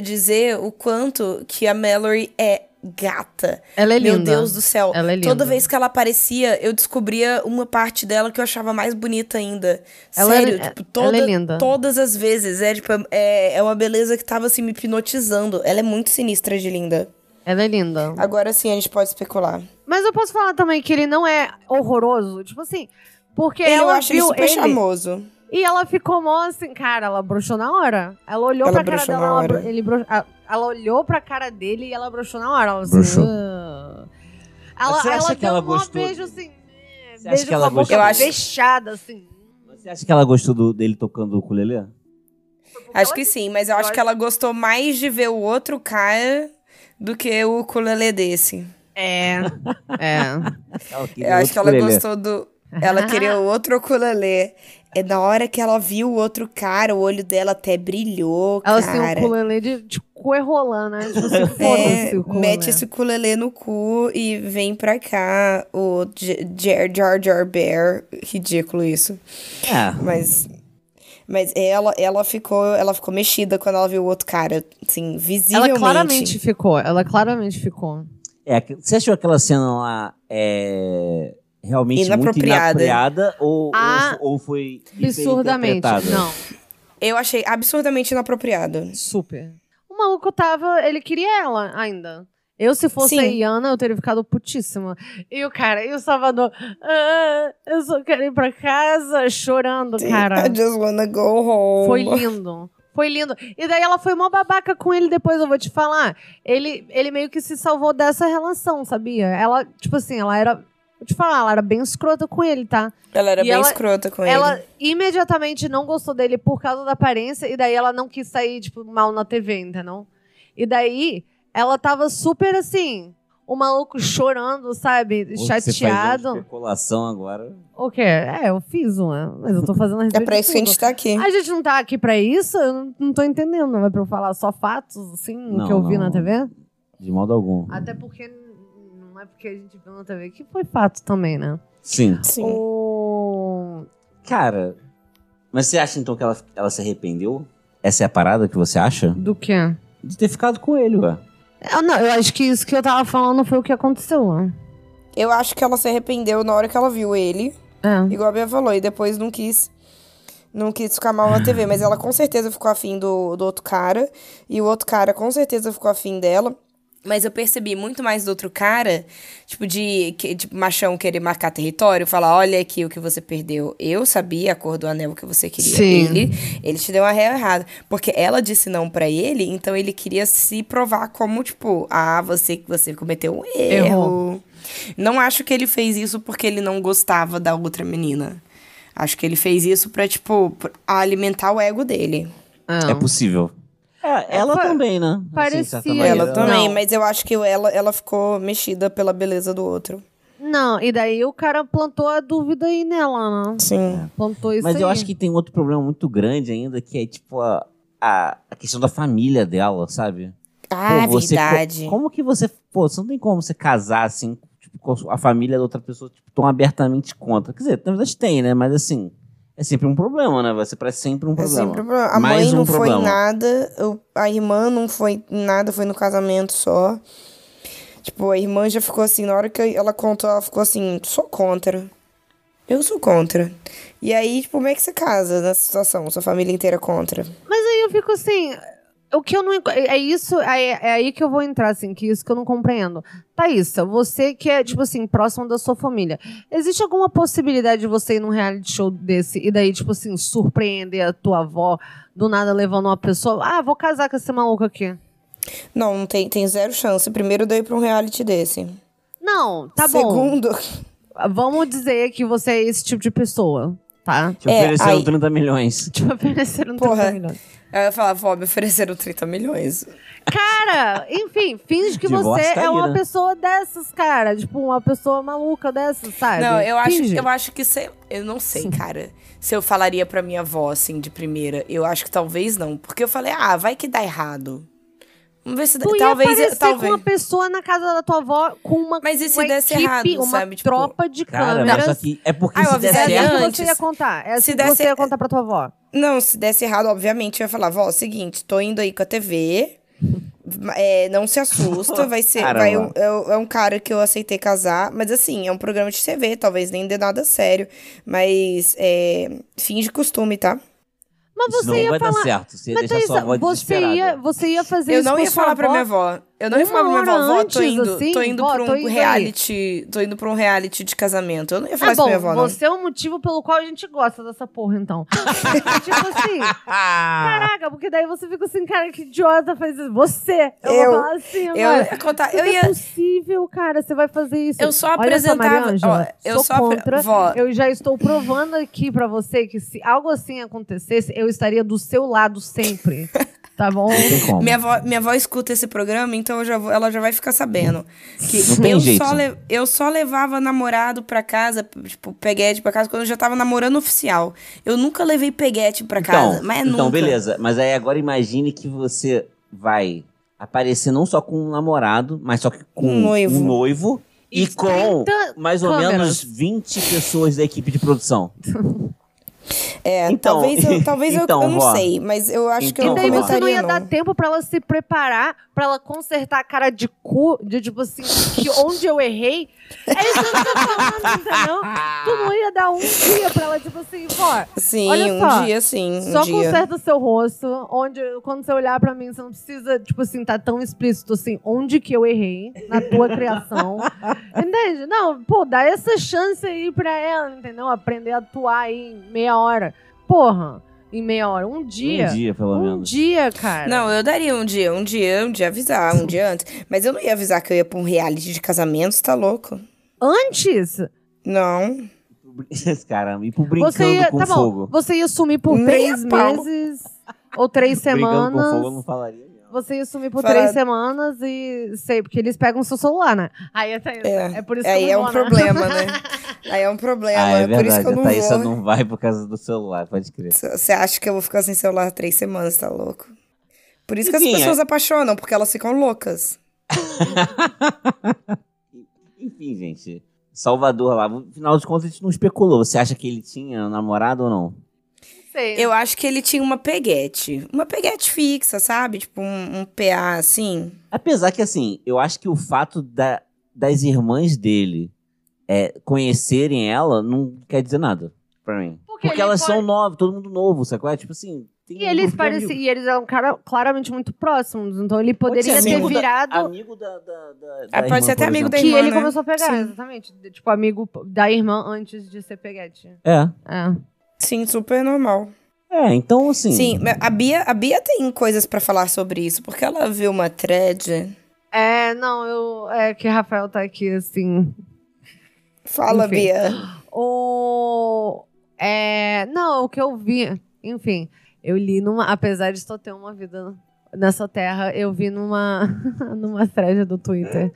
Speaker 2: dizer o quanto que a Mallory é gata.
Speaker 1: Ela é linda.
Speaker 2: Meu Deus do céu.
Speaker 1: Ela é linda.
Speaker 2: Toda vez que ela aparecia, eu descobria uma parte dela que eu achava mais bonita ainda.
Speaker 1: Ela é
Speaker 2: Sério,
Speaker 1: li- ela
Speaker 2: tipo,
Speaker 1: é
Speaker 2: toda-
Speaker 1: linda.
Speaker 2: todas as vezes. É, tipo, é, é uma beleza que tava assim, me hipnotizando. Ela é muito sinistra de linda.
Speaker 1: Ela é linda.
Speaker 2: Agora sim, a gente pode especular.
Speaker 1: Mas eu posso falar também que ele não é horroroso. Tipo assim, porque
Speaker 2: Ele, eu
Speaker 1: ela
Speaker 2: acho ele
Speaker 1: viu
Speaker 2: super charmoso.
Speaker 1: E ela ficou mó assim, cara, ela broxou na hora. Ela olhou pra cara
Speaker 2: Ela broxou
Speaker 1: dela,
Speaker 2: na
Speaker 1: ela,
Speaker 2: hora.
Speaker 1: bro- ele bro- a- ela olhou pra cara dele e ela broxou na hora. Ela assim,
Speaker 3: Broxou.
Speaker 1: "Ah". Ela,
Speaker 3: Você acha
Speaker 1: ela
Speaker 3: que
Speaker 1: deu
Speaker 3: ela
Speaker 1: um mó
Speaker 3: gostou
Speaker 1: beijo
Speaker 3: dele?
Speaker 1: assim, eh,
Speaker 3: Você acha
Speaker 1: beijo
Speaker 3: que
Speaker 1: com
Speaker 3: ela
Speaker 1: a boca
Speaker 2: gostou? Eu acho-
Speaker 1: fechada assim.
Speaker 3: Você acha que ela gostou do- dele tocando o ukulele?
Speaker 2: Acho que sim, mas eu acho que ela gostou mais de ver o outro cara do que o ukulele desse.
Speaker 1: É, é.
Speaker 3: Ela queria
Speaker 2: Eu acho
Speaker 3: outro
Speaker 2: que ela
Speaker 3: ukulele.
Speaker 2: gostou do. Ela queria o outro ukulele. É na hora que ela viu o outro cara, o olho dela até brilhou,
Speaker 1: Ela assim, o
Speaker 2: cara.
Speaker 1: ukulele de, de cué rolando, né? Tipo assim,
Speaker 2: É,
Speaker 1: foda-se o ukulele.
Speaker 2: mete esse ukulele no cu e vem pra cá, o J- Jar Jar Jar Bear. Ridículo isso.
Speaker 3: É.
Speaker 2: Mas, mas ela, ela, ficou, ela ficou mexida quando ela viu o outro cara, assim, visivelmente.
Speaker 1: Ela claramente ficou, ela claramente ficou.
Speaker 3: É, que- você achou aquela cena lá é, realmente
Speaker 2: Inapropriada.
Speaker 3: muito inapropriada ou, ou
Speaker 1: Ah,
Speaker 3: fo- ou, foi
Speaker 1: Absurdamente.
Speaker 3: hiperinterpretada?
Speaker 1: Não,
Speaker 2: Eu achei absurdamente inapropriado.
Speaker 1: super. O maluco tava. Ele queria ela ainda. Eu, se fosse
Speaker 2: Sim.
Speaker 1: a Iana, eu teria ficado putíssima. E o cara, e o Salvador, ah, eu só quero ir pra casa, chorando, cara.
Speaker 2: I just wanna go home.
Speaker 1: Foi lindo. Foi lindo. E daí ela foi mó babaca com ele depois, eu vou te falar. Ele, ele meio que se salvou dessa relação, sabia? Ela, tipo assim, ela era. Vou te falar, ela era bem escrota com ele, tá?
Speaker 2: Ela era
Speaker 1: E
Speaker 2: bem
Speaker 1: ela-
Speaker 2: escrota com
Speaker 1: Ela
Speaker 2: ele.
Speaker 1: imediatamente não gostou dele por causa da aparência, e daí ela não quis sair, tipo, mal na TV, entendeu? E daí, ela tava super assim, o maluco chorando, sabe?
Speaker 3: Ou Você faz uma
Speaker 1: Chateado.
Speaker 3: especulação agora.
Speaker 1: O quê? É, eu fiz uma, mas eu tô fazendo a
Speaker 2: É
Speaker 1: respeito
Speaker 2: pra
Speaker 1: de
Speaker 2: isso que a gente
Speaker 1: tudo.
Speaker 2: tá aqui.
Speaker 1: A gente não tá aqui pra isso? Eu não, não tô entendendo. Não é pra eu falar só fatos, assim,
Speaker 3: Não,
Speaker 1: que eu vi
Speaker 3: não.
Speaker 1: na TV?
Speaker 3: De modo algum.
Speaker 1: Até porque n- não é porque a gente viu na TV que foi fato também, né?
Speaker 3: Sim.
Speaker 2: Sim.
Speaker 1: O...
Speaker 3: Cara, mas você acha então que ela, ela se arrependeu? Essa é a parada que você acha?
Speaker 1: Do quê?
Speaker 3: De ter ficado com ele, ué.
Speaker 1: Eu, não, eu acho que isso que eu tava falando foi o que aconteceu. né?
Speaker 2: Eu acho que ela se arrependeu na hora que ela viu ele.
Speaker 1: É.
Speaker 2: Igual a Bia falou, e depois não quis. Não quis ficar mal na TV, mas ela com certeza ficou afim do, do outro cara. E o outro cara com certeza ficou afim dela. Mas eu percebi muito mais do outro cara, tipo, de, que- de machão querer marcar território, falar, olha aqui o que você perdeu. Eu sabia a cor do anel que você queria.
Speaker 1: Sim.
Speaker 2: Ele, ele te deu a réu errada. Porque ela disse não pra ele, então ele queria se provar como, tipo, ah, você, você cometeu um erro.
Speaker 1: Errou.
Speaker 2: Não acho que ele fez isso porque ele não gostava da outra menina. Acho que ele fez isso pra, tipo, pra alimentar o ego dele.
Speaker 1: Ah.
Speaker 3: É possível. É, ela
Speaker 1: pa-
Speaker 3: também, né? Assim, de
Speaker 1: parecia-
Speaker 3: certa maneira.
Speaker 2: Ela
Speaker 1: Não.
Speaker 2: também, mas eu acho que ela, ela ficou mexida pela beleza do outro.
Speaker 1: Não, e daí o cara plantou a dúvida aí nela, né?
Speaker 2: Sim.
Speaker 1: Plantou isso
Speaker 3: Mas eu
Speaker 1: aí.
Speaker 3: acho que tem outro problema muito grande ainda, que é tipo a, a, a questão da família dela, sabe?
Speaker 2: Ah,
Speaker 3: Pô, você co-
Speaker 2: verdade.
Speaker 3: como que você. Pô, você não tem como você casar assim, tipo, com a família da outra pessoa tipo, tão abertamente contra. Quer dizer, na verdade tem, né? Mas assim, é sempre um problema, né? Vai ser pra sempre um
Speaker 2: É
Speaker 3: problema.
Speaker 2: sempre um problema. A
Speaker 3: Mais
Speaker 2: mãe
Speaker 3: um
Speaker 2: não
Speaker 3: problema.
Speaker 2: foi nada, o- a irmã não foi nada, foi no casamento só. Tipo, a irmã já ficou assim, na hora que ela contou, ela ficou assim, sou contra. Eu sou contra. E aí, tipo, como é que você casa nessa situação? Sua família inteira é contra.
Speaker 1: Mas aí eu fico assim. O que eu não. enco- É isso. É, é aí que eu vou entrar, assim, que isso que eu não compreendo. Thaísa, você que é, tipo assim, próximo da sua família. Existe alguma possibilidade de você ir num reality show desse e daí, tipo assim, surpreender a tua avó do nada levando uma pessoa? Ah, vou casar com esse maluco aqui.
Speaker 2: Não, não tem, tem zero chance. Primeiro dei pra um reality desse.
Speaker 1: Não, tá bom.
Speaker 2: Segundo,
Speaker 1: Vamos dizer que você é esse tipo de pessoa, tá? Tipo,
Speaker 3: Te
Speaker 2: É,
Speaker 3: ofereceram
Speaker 2: aí-
Speaker 3: 30 milhões.
Speaker 1: Te ofereceram
Speaker 2: Porra.
Speaker 1: 30 milhões.
Speaker 2: eu ia falar, vó, me ofereceram 30 milhões.
Speaker 1: Cara, enfim, finge que
Speaker 3: Divórcio
Speaker 1: você
Speaker 3: tá aí,
Speaker 1: é uma
Speaker 3: né?
Speaker 1: pessoa dessas, cara. Tipo, uma pessoa maluca dessas, sabe?
Speaker 2: Não, eu acho,
Speaker 1: Finge.
Speaker 2: eu acho que se, eu não sei, cara. Se eu falaria pra minha avó assim de primeira, eu acho que talvez não, porque eu falei: "Ah, vai que dá errado". Vamos ver se dá,
Speaker 1: Tu ia
Speaker 2: talvez,
Speaker 1: aparecer
Speaker 2: talvez.
Speaker 1: com uma pessoa na casa da tua avó com uma,
Speaker 2: Mas e se
Speaker 1: uma
Speaker 2: desse
Speaker 1: equipe,
Speaker 2: errado,
Speaker 1: uma
Speaker 2: sabe? Tipo,
Speaker 1: tropa de
Speaker 3: Cara,
Speaker 1: câmeras.
Speaker 3: mas só que é porque
Speaker 2: Ah, eu
Speaker 3: se der
Speaker 1: É
Speaker 2: avisaria
Speaker 3: certo.
Speaker 1: assim que
Speaker 2: antes.
Speaker 1: você ia contar. É assim
Speaker 2: Se
Speaker 1: que
Speaker 2: desse-
Speaker 1: você ia contar pra tua avó.
Speaker 2: Não, se desse errado, obviamente, eu ia falar: "Vó, seguinte, tô indo aí com a TV. é, não se assusta, vai ser.
Speaker 3: Caramba.
Speaker 2: vai um- é, um- é um cara que eu aceitei casar, mas assim, é um programa de TV, talvez nem dê nada sério. Mas é, fim de costume, tá?
Speaker 1: Mas
Speaker 3: Isso
Speaker 1: você
Speaker 3: não
Speaker 1: ia
Speaker 3: vai
Speaker 1: falar.
Speaker 3: dar certo. Você ia
Speaker 1: mas
Speaker 3: deixar sua avó
Speaker 1: Thaisa, você
Speaker 3: desesperada.
Speaker 1: ia, você ia fazer
Speaker 2: Eu
Speaker 1: isso
Speaker 2: não
Speaker 1: com
Speaker 2: ia
Speaker 1: sua
Speaker 2: falar pra
Speaker 1: avó?
Speaker 2: minha avó. Eu não ia
Speaker 1: uma
Speaker 2: falar pra minha
Speaker 1: hora
Speaker 2: avó, vó, tô
Speaker 1: antes,
Speaker 2: indo, tô
Speaker 1: assim,
Speaker 2: indo
Speaker 1: vó,
Speaker 2: pra um
Speaker 1: tô indo aí."
Speaker 2: reality. Tô indo pra um reality de casamento. Eu não ia
Speaker 1: Ah,
Speaker 2: falar isso
Speaker 1: bom,
Speaker 2: pra minha avó, né?
Speaker 1: você é o motivo pelo qual a gente gosta dessa porra, então. tipo assim, caraca, porque daí você fica assim, cara, que idiota faz isso. Você! Eu,
Speaker 2: Eu-
Speaker 1: vou falar assim
Speaker 2: não. Eu
Speaker 1: agora.
Speaker 2: ia contar.
Speaker 1: Isso
Speaker 2: Eu
Speaker 1: não é
Speaker 2: ia.
Speaker 1: possível, cara, você vai fazer isso.
Speaker 2: Eu só
Speaker 1: Olha só, Maria
Speaker 2: apresentava.
Speaker 1: Ângela,
Speaker 2: ó, eu
Speaker 1: sou
Speaker 2: só. apre-
Speaker 1: contra.
Speaker 2: Vó,
Speaker 1: Eu já estou provando aqui pra você que se algo assim acontecesse, eu estaria do seu lado sempre. Tá bom?
Speaker 3: Não tem como.
Speaker 2: Minha avó, minha avó escuta esse programa, então eu já vou- ela já vai ficar sabendo. Que
Speaker 3: Não tem
Speaker 2: eu,
Speaker 3: jeito.
Speaker 2: Só le- eu só levava namorado pra casa, tipo, peguete pra casa, quando eu já tava namorando oficial. Eu nunca levei peguete pra casa,
Speaker 3: Então,
Speaker 2: mas é
Speaker 3: então
Speaker 2: nunca.
Speaker 3: beleza. Mas aí agora imagine que você vai aparecer não só com um namorado, mas só que com
Speaker 2: Um noivo.
Speaker 3: um noivo e com
Speaker 1: 30
Speaker 3: mais ou
Speaker 1: câmeras.
Speaker 3: menos 20 pessoas da equipe de produção.
Speaker 2: É,
Speaker 3: Então,
Speaker 2: talvez eu, talvez eu-
Speaker 3: então,
Speaker 2: eu, não
Speaker 3: vó.
Speaker 2: sei, mas eu acho que eu
Speaker 1: E
Speaker 2: não
Speaker 3: Então,
Speaker 1: daí você não
Speaker 2: comentaria,
Speaker 1: ia
Speaker 2: não.
Speaker 1: dar tempo pra ela se preparar, pra ela consertar a cara de cu, de tipo assim, que onde eu errei. É isso que eu tô falando, entendeu? Tu não ia dar um dia pra ela, tipo assim, pô,
Speaker 2: Sim,
Speaker 1: Olha
Speaker 2: um
Speaker 1: só,
Speaker 2: dia sim. Um
Speaker 1: só
Speaker 2: dia.
Speaker 1: conserta o seu rosto, onde, quando você olhar pra mim, você não precisa, tipo assim, tá tão explícito assim, onde que eu errei na tua criação. Entende? Não, pô, dá essa chance aí pra ela, entendeu? Aprender a atuar aí em meia hora. Porra, em meia hora, um dia.
Speaker 3: Um dia, pelo
Speaker 1: Um
Speaker 3: menos.
Speaker 1: dia, cara.
Speaker 2: Não, eu daria um dia, um dia, um dia avisar, um dia antes. Mas eu não ia avisar que eu ia pra um reality de casamento, você tá louco?
Speaker 1: Antes?
Speaker 2: Não.
Speaker 3: Caramba, e pro brincando
Speaker 1: ia,
Speaker 3: com
Speaker 1: tá
Speaker 3: fogo.
Speaker 1: Bom, você ia sumir por
Speaker 2: Nem
Speaker 1: três
Speaker 2: a pau.
Speaker 1: meses ou três
Speaker 3: Brincando com fogo, eu
Speaker 1: semanas.
Speaker 3: não falaria. não.
Speaker 1: Você ia sumir por
Speaker 2: Fala-
Speaker 1: três semanas e sei, porque eles pegam seu celular, né? Aí é, é, é por isso
Speaker 2: Aí
Speaker 1: que
Speaker 2: é
Speaker 1: eu
Speaker 2: um
Speaker 1: não vou, né?
Speaker 2: problema, né? Aí é um problema,
Speaker 3: Ah, é
Speaker 2: por isso que
Speaker 3: verdade.
Speaker 2: eu
Speaker 3: A
Speaker 2: não
Speaker 3: Thaísa
Speaker 2: vou. né?
Speaker 3: não vai por causa do celular, pode crer.
Speaker 2: Você acha que eu vou ficar sem celular três semanas, tá louco? Por isso que
Speaker 3: Enfim,
Speaker 2: as pessoas
Speaker 3: é-
Speaker 2: apaixonam, porque elas ficam loucas.
Speaker 3: Enfim, gente. Salvador lá. Afinal de contas, a gente não especulou. Você acha que ele tinha namorado ou não?
Speaker 1: Sei.
Speaker 2: Eu acho que ele tinha uma peguete. Uma peguete fixa, sabe? Tipo um, um PA assim.
Speaker 3: Apesar que, assim, eu acho que o fato da- das irmãs dele é, conhecerem ela não quer dizer nada pra mim.
Speaker 1: Porque ele
Speaker 3: Porque elas
Speaker 1: pode-
Speaker 3: são novas, todo mundo novo, sacou? É tipo assim, tem
Speaker 1: E eles
Speaker 3: muito amigo.
Speaker 1: pareciam, e eles eram cara- claramente muito próximos, então ele poderia
Speaker 2: ser
Speaker 1: ter
Speaker 2: amigo
Speaker 3: da-
Speaker 1: virado
Speaker 3: Amigo da. da, da- da
Speaker 2: Ah, pode
Speaker 3: irmã,
Speaker 2: ser até
Speaker 3: por
Speaker 2: amigo da
Speaker 3: exemplo.
Speaker 1: que
Speaker 2: irmã,
Speaker 1: ele
Speaker 2: né?
Speaker 1: começou a pegar,
Speaker 2: Sim.
Speaker 1: exatamente. De- Tipo, amigo da irmã antes de ser peguete.
Speaker 3: É.
Speaker 1: É.
Speaker 2: Sim, super normal.
Speaker 3: É, então assim.
Speaker 2: Sim, mas a Bia, a Bia tem coisas pra falar sobre isso, porque ela viu uma thread.
Speaker 1: É, não, eu. É que Rafael tá aqui, assim.
Speaker 2: Fala,
Speaker 1: Enfim.
Speaker 2: Bia.
Speaker 1: O. É. Não, o que eu vi. Enfim, eu li numa. Apesar de só ter uma vida nessa terra, eu vi numa. numa thread do Twitter.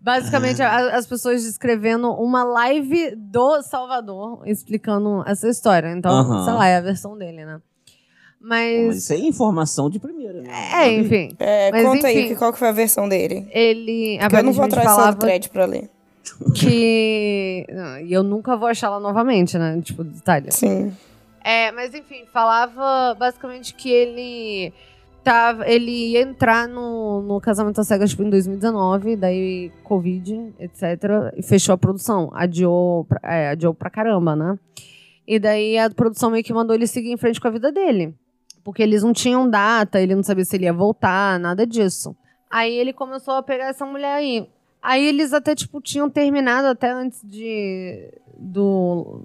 Speaker 1: Basicamente, a- as pessoas descrevendo uma live do Salvador explicando essa história. Então,
Speaker 3: Aham.
Speaker 1: sei lá, é a versão dele, né?
Speaker 3: Pô,
Speaker 1: Mas.
Speaker 3: mas isso é informação de primeira. Né?
Speaker 1: É, enfim.
Speaker 2: É,
Speaker 1: Mas,
Speaker 2: conta aí
Speaker 1: enfim.
Speaker 2: que- qual que foi a versão dele.
Speaker 1: Ele.
Speaker 2: Porque eu não vou
Speaker 1: aparentemente
Speaker 2: atrás dessa
Speaker 1: falava
Speaker 2: thread pra ler.
Speaker 1: que. E eu nunca vou achá-la novamente, né? Tipo, detalhe.
Speaker 2: Sim.
Speaker 1: É, mas enfim, falava basicamente que ele tava, ele ia entrar no, no casamento às cegas tipo, em 2019, daí Covid, etc. E fechou a produção. Adiou, pra- é, adiou pra caramba, né? E daí a produção meio que mandou ele seguir em frente com a vida dele. Porque eles não tinham data, ele não sabia se ele ia voltar, nada disso. Aí ele começou a pegar essa mulher aí. Aí eles até, tipo, tinham terminado até antes de. do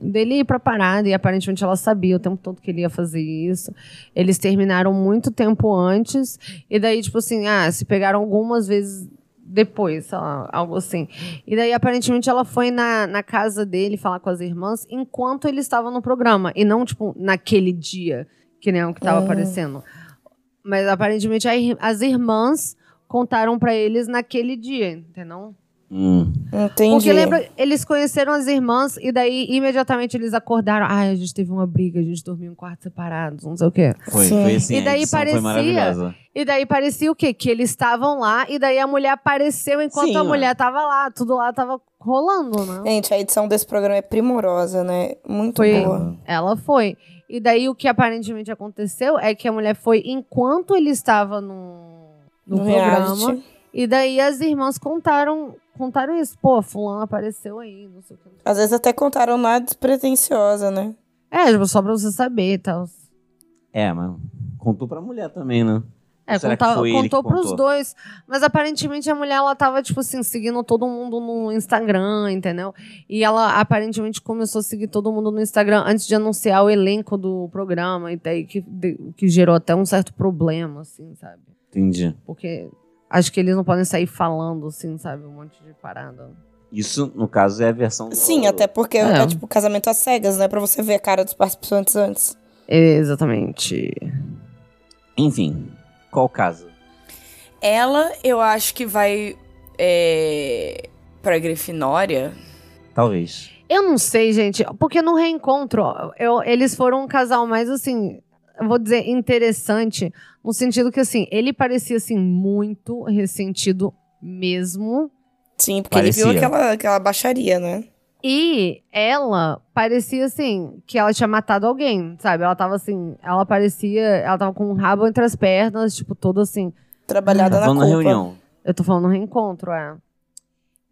Speaker 1: dele ir pra parada e aparentemente ela sabia o tempo todo que ele ia fazer isso. Eles terminaram muito tempo antes e daí tipo assim, ah, se pegaram algumas vezes depois, sei lá, algo assim. E daí aparentemente ela foi na, na casa dele falar com as irmãs enquanto ele estava no programa e não tipo naquele dia que nem é o que tava
Speaker 2: Hum.
Speaker 1: aparecendo. Mas aparentemente a ir- as irmãs contaram pra eles naquele dia, entendeu?
Speaker 3: Hum.
Speaker 2: Entendi.
Speaker 1: Porque lembra, eles conheceram as irmãs e daí imediatamente eles acordaram. Ai, a gente teve uma briga, a gente dormiu em quartos separados, não sei o quê.
Speaker 3: Foi,
Speaker 2: Sim.
Speaker 3: foi assim.
Speaker 1: E
Speaker 3: a
Speaker 1: daí
Speaker 3: edição
Speaker 1: parecia-
Speaker 3: Foi maravilhosa.
Speaker 1: E daí parecia o quê? Que eles estavam lá e daí a mulher apareceu enquanto
Speaker 3: Sim,
Speaker 1: a
Speaker 3: ué.
Speaker 1: mulher tava lá. Tudo lá tava rolando, né?
Speaker 2: Gente, a edição desse programa é primorosa, né? Muito
Speaker 1: Foi.
Speaker 2: boa.
Speaker 1: Ela foi. E daí o que aparentemente aconteceu é que a mulher foi enquanto ele estava no, no programa.
Speaker 2: reality.
Speaker 1: E daí as irmãs contaram, contaram isso. Pô, fulano apareceu aí, não sei o que.
Speaker 2: Às vezes até contaram nada despretensiosa, né?
Speaker 1: É, só pra você saber e tal.
Speaker 3: É, mas contou pra mulher também, né?
Speaker 1: É,
Speaker 3: Será que
Speaker 1: contava-
Speaker 3: foi ele que
Speaker 1: contou pros
Speaker 3: contou?
Speaker 1: dois. Mas aparentemente a mulher, ela tava, tipo assim, seguindo todo mundo no Instagram, entendeu? E ela aparentemente começou a seguir todo mundo no Instagram antes de anunciar o elenco do programa. E daí que, de- que gerou até um certo problema, assim, sabe?
Speaker 3: Entendi.
Speaker 1: Porque acho que eles não podem sair falando, assim, sabe? Um monte de parada.
Speaker 3: Isso, no caso, é a versão. do
Speaker 2: Sim,
Speaker 3: Salvador.
Speaker 2: até porque é,
Speaker 1: É.
Speaker 2: tipo casamento às cegas, né? Pra você ver a cara dos participantes antes.
Speaker 1: Exatamente.
Speaker 3: Enfim, qual caso?
Speaker 4: Ela, eu acho que vai é, pra Grifinória.
Speaker 3: Talvez.
Speaker 1: Eu não sei, gente, porque no reencontro, eu- eles foram um casal mais assim, eu vou dizer interessante, no sentido que assim, ele parecia assim muito ressentido mesmo,
Speaker 2: Sim, porque ele viu
Speaker 3: Parecia.
Speaker 2: aquela, aquela baixaria, né?
Speaker 1: e ela parecia assim que ela tinha matado alguém, sabe? Ela tava assim, ela parecia, ela tava com o rabo entre as pernas, tipo toda assim,
Speaker 2: Trabalhada na
Speaker 3: Vamos Tá na
Speaker 2: culpa.
Speaker 3: Uhum. reunião.
Speaker 1: Eu tô falando reencontro, é.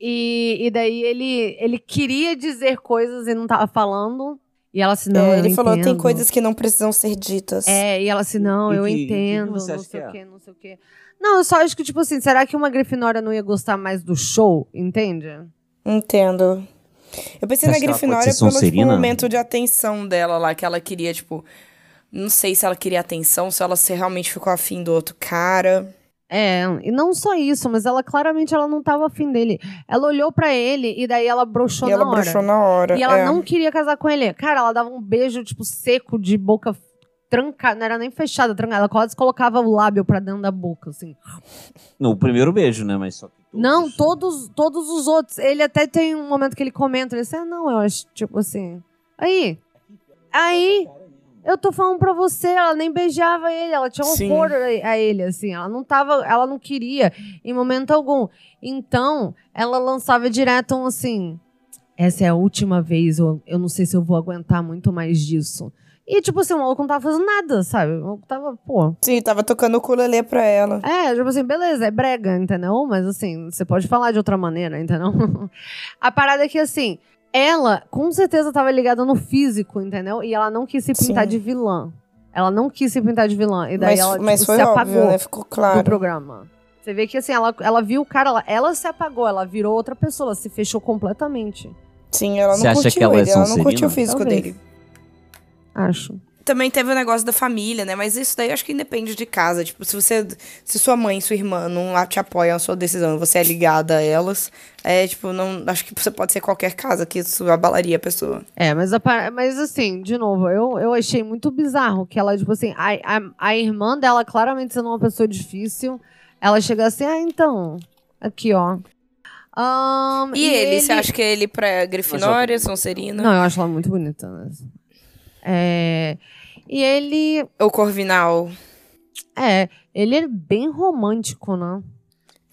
Speaker 1: E, e daí ele, ele queria dizer coisas e não tava falando. E ela assim, não,
Speaker 2: É,
Speaker 1: eu
Speaker 2: ele falou, tem
Speaker 1: entendo."
Speaker 2: coisas que não precisam ser ditas.
Speaker 1: É, e ela assim, não,
Speaker 3: E
Speaker 1: eu
Speaker 3: que- e que que
Speaker 1: entendo,
Speaker 3: você
Speaker 1: não
Speaker 3: acha
Speaker 1: sei
Speaker 3: que
Speaker 1: o
Speaker 3: é?
Speaker 1: quê, não sei o quê. Não, eu só acho que, tipo assim, será que uma Grifinória não ia gostar mais do show, entende?
Speaker 2: Entendo. Eu pensei
Speaker 3: Você
Speaker 2: na
Speaker 3: acha que ela pode
Speaker 2: Grifinória
Speaker 3: ser
Speaker 2: pelo tipo,
Speaker 3: Sonserina?
Speaker 2: momento de atenção.
Speaker 4: Atenção dela lá, que ela queria, tipo. Não sei se ela queria atenção, se ela se realmente ficou afim do outro cara.
Speaker 1: É, e não só isso, mas ela claramente ela não tava afim dele. Ela olhou pra ele e daí ela broxou
Speaker 2: E ela
Speaker 1: na hora.
Speaker 2: broxou na hora.
Speaker 1: E ela
Speaker 2: é.
Speaker 1: não queria casar com ele. Cara, ela dava um beijo, tipo, seco, de boca trancada. Não era nem fechada, trancada. Ela quase colocava o lábio pra dentro da boca, assim.
Speaker 3: No primeiro beijo, né? Mas só que. todos-
Speaker 1: Não, todos, todos os outros. Ele até tem um momento que ele comenta, ele disse, ah, não, eu acho, tipo assim... Aí, aí, eu tô falando pra você, ela nem beijava ele, ela tinha um
Speaker 4: Sim.
Speaker 1: horror a, a ele, assim. Ela não tava, ela não queria em momento algum. Então, ela lançava direto um assim... Essa é a última vez, eu, eu não sei se eu vou aguentar muito mais disso. E, tipo assim, o maluco não tava fazendo nada, sabe? O maluco tava, pô...
Speaker 2: Sim, tava tocando o culelê pra ela.
Speaker 1: É, tipo assim, beleza, é brega, entendeu? Mas assim, você pode falar de outra maneira, entendeu? A parada é que, assim, ela com certeza tava ligada no físico, entendeu? E ela não quis se pintar
Speaker 2: Sim.
Speaker 1: de vilã. Ela não quis se pintar de vilã. E daí
Speaker 5: Mas,
Speaker 1: ela tipo,
Speaker 5: mas foi
Speaker 1: se
Speaker 5: óbvio,
Speaker 1: apagou
Speaker 5: né? Ficou
Speaker 1: do
Speaker 5: claro.
Speaker 1: programa. Você vê que assim, ela, ela viu o cara, ela, ela se apagou, ela virou outra pessoa, ela se fechou completamente.
Speaker 5: Sim, ela não
Speaker 3: Você acha
Speaker 5: curtiu
Speaker 3: que ela é
Speaker 5: ele, ela não
Speaker 3: Sonserina?
Speaker 5: curtiu o físico
Speaker 1: Talvez.
Speaker 5: dele.
Speaker 1: Acho.
Speaker 2: Também teve o negócio da família, né? Mas isso daí eu acho que independe de casa. Tipo, se você. Se sua mãe e sua irmã não a- te apoiam na sua decisão, você é ligada a elas, é tipo, não. Acho que você pode ser qualquer casa que isso abalaria a pessoa.
Speaker 1: É, mas, a par- mas assim, de novo, eu, eu achei muito bizarro que ela, tipo assim, a, a, a irmã dela, claramente sendo uma pessoa difícil, ela chega assim, ah, então, aqui, ó. Ahn,
Speaker 2: E, ele, você acha que ele pra Grifinória, Sonserina?
Speaker 1: Não, eu acho ela muito bonita. Né? É... E ele...
Speaker 2: Ou Corvinal?
Speaker 1: É, ele é bem romântico, né?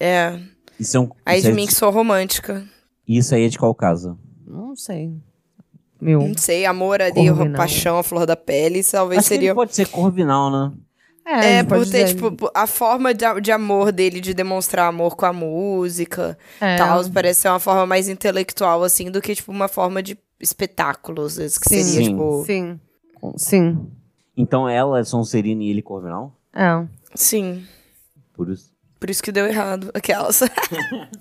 Speaker 2: É.
Speaker 3: Isso, é um,
Speaker 2: A
Speaker 3: isso, é
Speaker 2: Yasmin que
Speaker 3: de-
Speaker 2: sou romântica.
Speaker 3: isso aí é de qual caso?
Speaker 1: Não sei. Meu...
Speaker 2: Não sei, amor ali,
Speaker 1: Corvinal.
Speaker 2: paixão, a flor da pele, talvez
Speaker 3: Hum? Acho que
Speaker 2: seria.
Speaker 3: ele pode ser corvinal, né?
Speaker 1: a
Speaker 2: É,
Speaker 1: gente
Speaker 2: por
Speaker 1: pode
Speaker 2: ter,
Speaker 1: dizer-
Speaker 2: tipo, po- a forma de, a- de amor dele, de demonstrar amor com a música
Speaker 1: é,
Speaker 2: tal, parece ser uma forma mais intelectual, assim, do que, tipo, uma forma de espetáculo, às vezes, que
Speaker 1: Sim.
Speaker 2: seria,
Speaker 3: Sim.
Speaker 2: tipo...
Speaker 1: Sim. Sim.
Speaker 3: Então ela é Sonserina e ele corvinal?
Speaker 1: É.
Speaker 2: Sim,
Speaker 3: Por isso.
Speaker 2: por isso que deu errado, aquelas.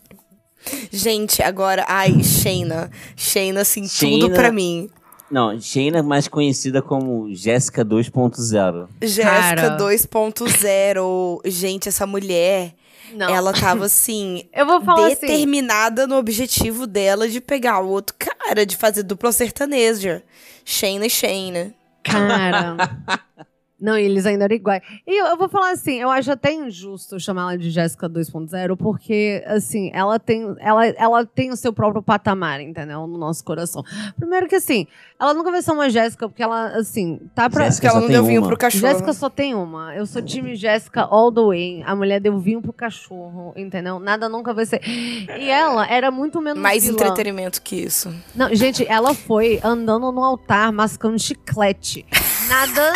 Speaker 2: Gente, agora, ai, Sheina. Sheina, assim, tudo
Speaker 3: Sheina.
Speaker 2: pra mim.
Speaker 3: Não, Shayna é mais conhecida como Jéssica 2.0.
Speaker 2: Jéssica
Speaker 1: Cara.
Speaker 2: 2.0. Gente, essa mulher,
Speaker 1: Não.
Speaker 2: ela tava, assim,
Speaker 1: Eu vou falar assim...
Speaker 2: determinada no objetivo dela de pegar o outro cara, de fazer dupla sertaneja. Shayna e Shayna.
Speaker 1: Cara... Não, e eles ainda eram iguais. E eu, eu vou falar assim, eu acho até injusto chamar ela de Jéssica 2.0, porque, assim, ela tem, ela, ela tem o seu próprio patamar, entendeu? No nosso coração. Primeiro que, assim, ela nunca vai ser uma Jéssica, porque ela, assim, tá pra...
Speaker 3: Jéssica
Speaker 2: Porque ela
Speaker 3: só
Speaker 2: não
Speaker 3: tem
Speaker 2: deu vinho
Speaker 3: uma.
Speaker 2: pro é cachorro. né?
Speaker 1: Jéssica só tem uma. Eu sou time Jéssica all the way. A mulher deu vinho pro cachorro, entendeu? Nada nunca vai ser. E ela era muito menos
Speaker 2: Mais
Speaker 1: vilã.
Speaker 2: entretenimento que isso.
Speaker 1: Não, gente, ela foi andando no altar, mascando chiclete. Nada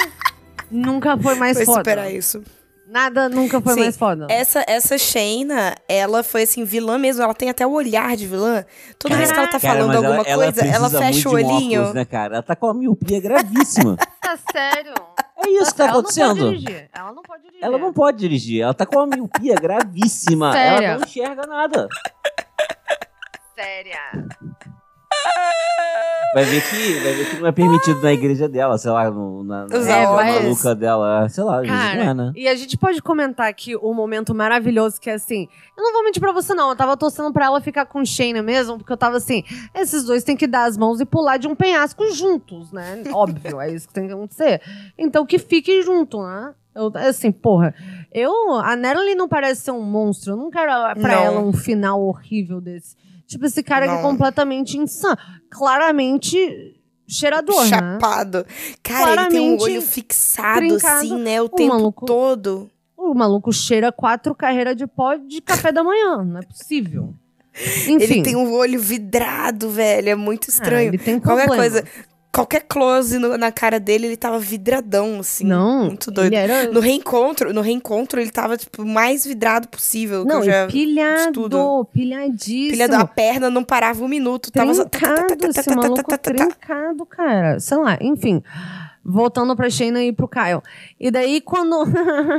Speaker 1: nunca foi mais
Speaker 2: Foi
Speaker 1: foda.
Speaker 2: superar isso.
Speaker 1: Nada nunca foi
Speaker 2: Sim,
Speaker 1: mais foda.
Speaker 3: É
Speaker 2: Essa, essa Shayna, ela foi assim, vilã mesmo. Ela tem até o olhar de vilã. Toda vez que ela tá falando
Speaker 3: mas
Speaker 2: alguma coisa, ela,
Speaker 3: precisa
Speaker 2: fecha o
Speaker 3: muito de um
Speaker 2: olhinho.
Speaker 3: óculos, né, cara? Ela tá com uma miopia gravíssima.
Speaker 1: Tá sério?
Speaker 3: é isso que tá
Speaker 1: Ela não
Speaker 3: acontecendo.
Speaker 1: pode dirigir. Ela não pode dirigir.
Speaker 3: Ela não pode dirigir. Ela tá com uma miopia gravíssima.
Speaker 1: Sério?
Speaker 3: Ela não enxerga nada.
Speaker 1: Séria.
Speaker 3: Vai ver que, vai ver que não é permitido na igreja dela, sei lá, no, na, na
Speaker 2: Os
Speaker 3: igreja
Speaker 2: alvos.
Speaker 3: maluca dela. Sei lá, às vezes não
Speaker 1: Cara,
Speaker 3: é, né?
Speaker 1: e a gente pode comentar aqui o momento maravilhoso que é assim. Eu não vou mentir pra você, não. Eu tava torcendo pra ela ficar com Shayna mesmo, porque eu tava assim: esses dois têm que dar as mãos e pular de um penhasco juntos, né? Óbvio, é isso que tem que acontecer. Então que fiquem junto, né? Eu, assim, porra, eu. A Natalie não parece ser um monstro. Eu não quero pra
Speaker 2: Não.
Speaker 1: ela um final horrível desse. Tipo, esse cara que é
Speaker 2: Não.
Speaker 1: completamente insano. Claramente cheirador, né?
Speaker 2: Chapado. Cara, ele tem um
Speaker 1: Claramente
Speaker 2: olho fixado,
Speaker 1: trincado.
Speaker 2: assim, né? O,
Speaker 1: O
Speaker 2: tempo
Speaker 1: maluco-
Speaker 2: todo.
Speaker 1: O maluco cheira quatro carreiras de pó de café da manhã. Não é possível. Enfim.
Speaker 2: Ele tem um olho vidrado, velho. É muito
Speaker 1: Ah,
Speaker 2: estranho.
Speaker 1: ele tem
Speaker 2: Qualquer
Speaker 1: problema.
Speaker 2: coisa, assim, qualquer close no- na cara dele, ele tava vidradão, assim.
Speaker 1: Não.
Speaker 2: Muito doido.
Speaker 1: Ele é era...
Speaker 2: No reencontro, no reencontro, ele tava, tipo, mais vidrado possível.
Speaker 1: Não,
Speaker 2: que eu já...
Speaker 1: e pilhado.
Speaker 2: estudo.
Speaker 1: Pilhadíssimo.
Speaker 2: Pilha da perna não parava um minuto. Tava só...
Speaker 1: Trincado, esse maluco trincado, cara. Sei lá, enfim. Voltando pra Shayna e pro Kyle. E daí, quando...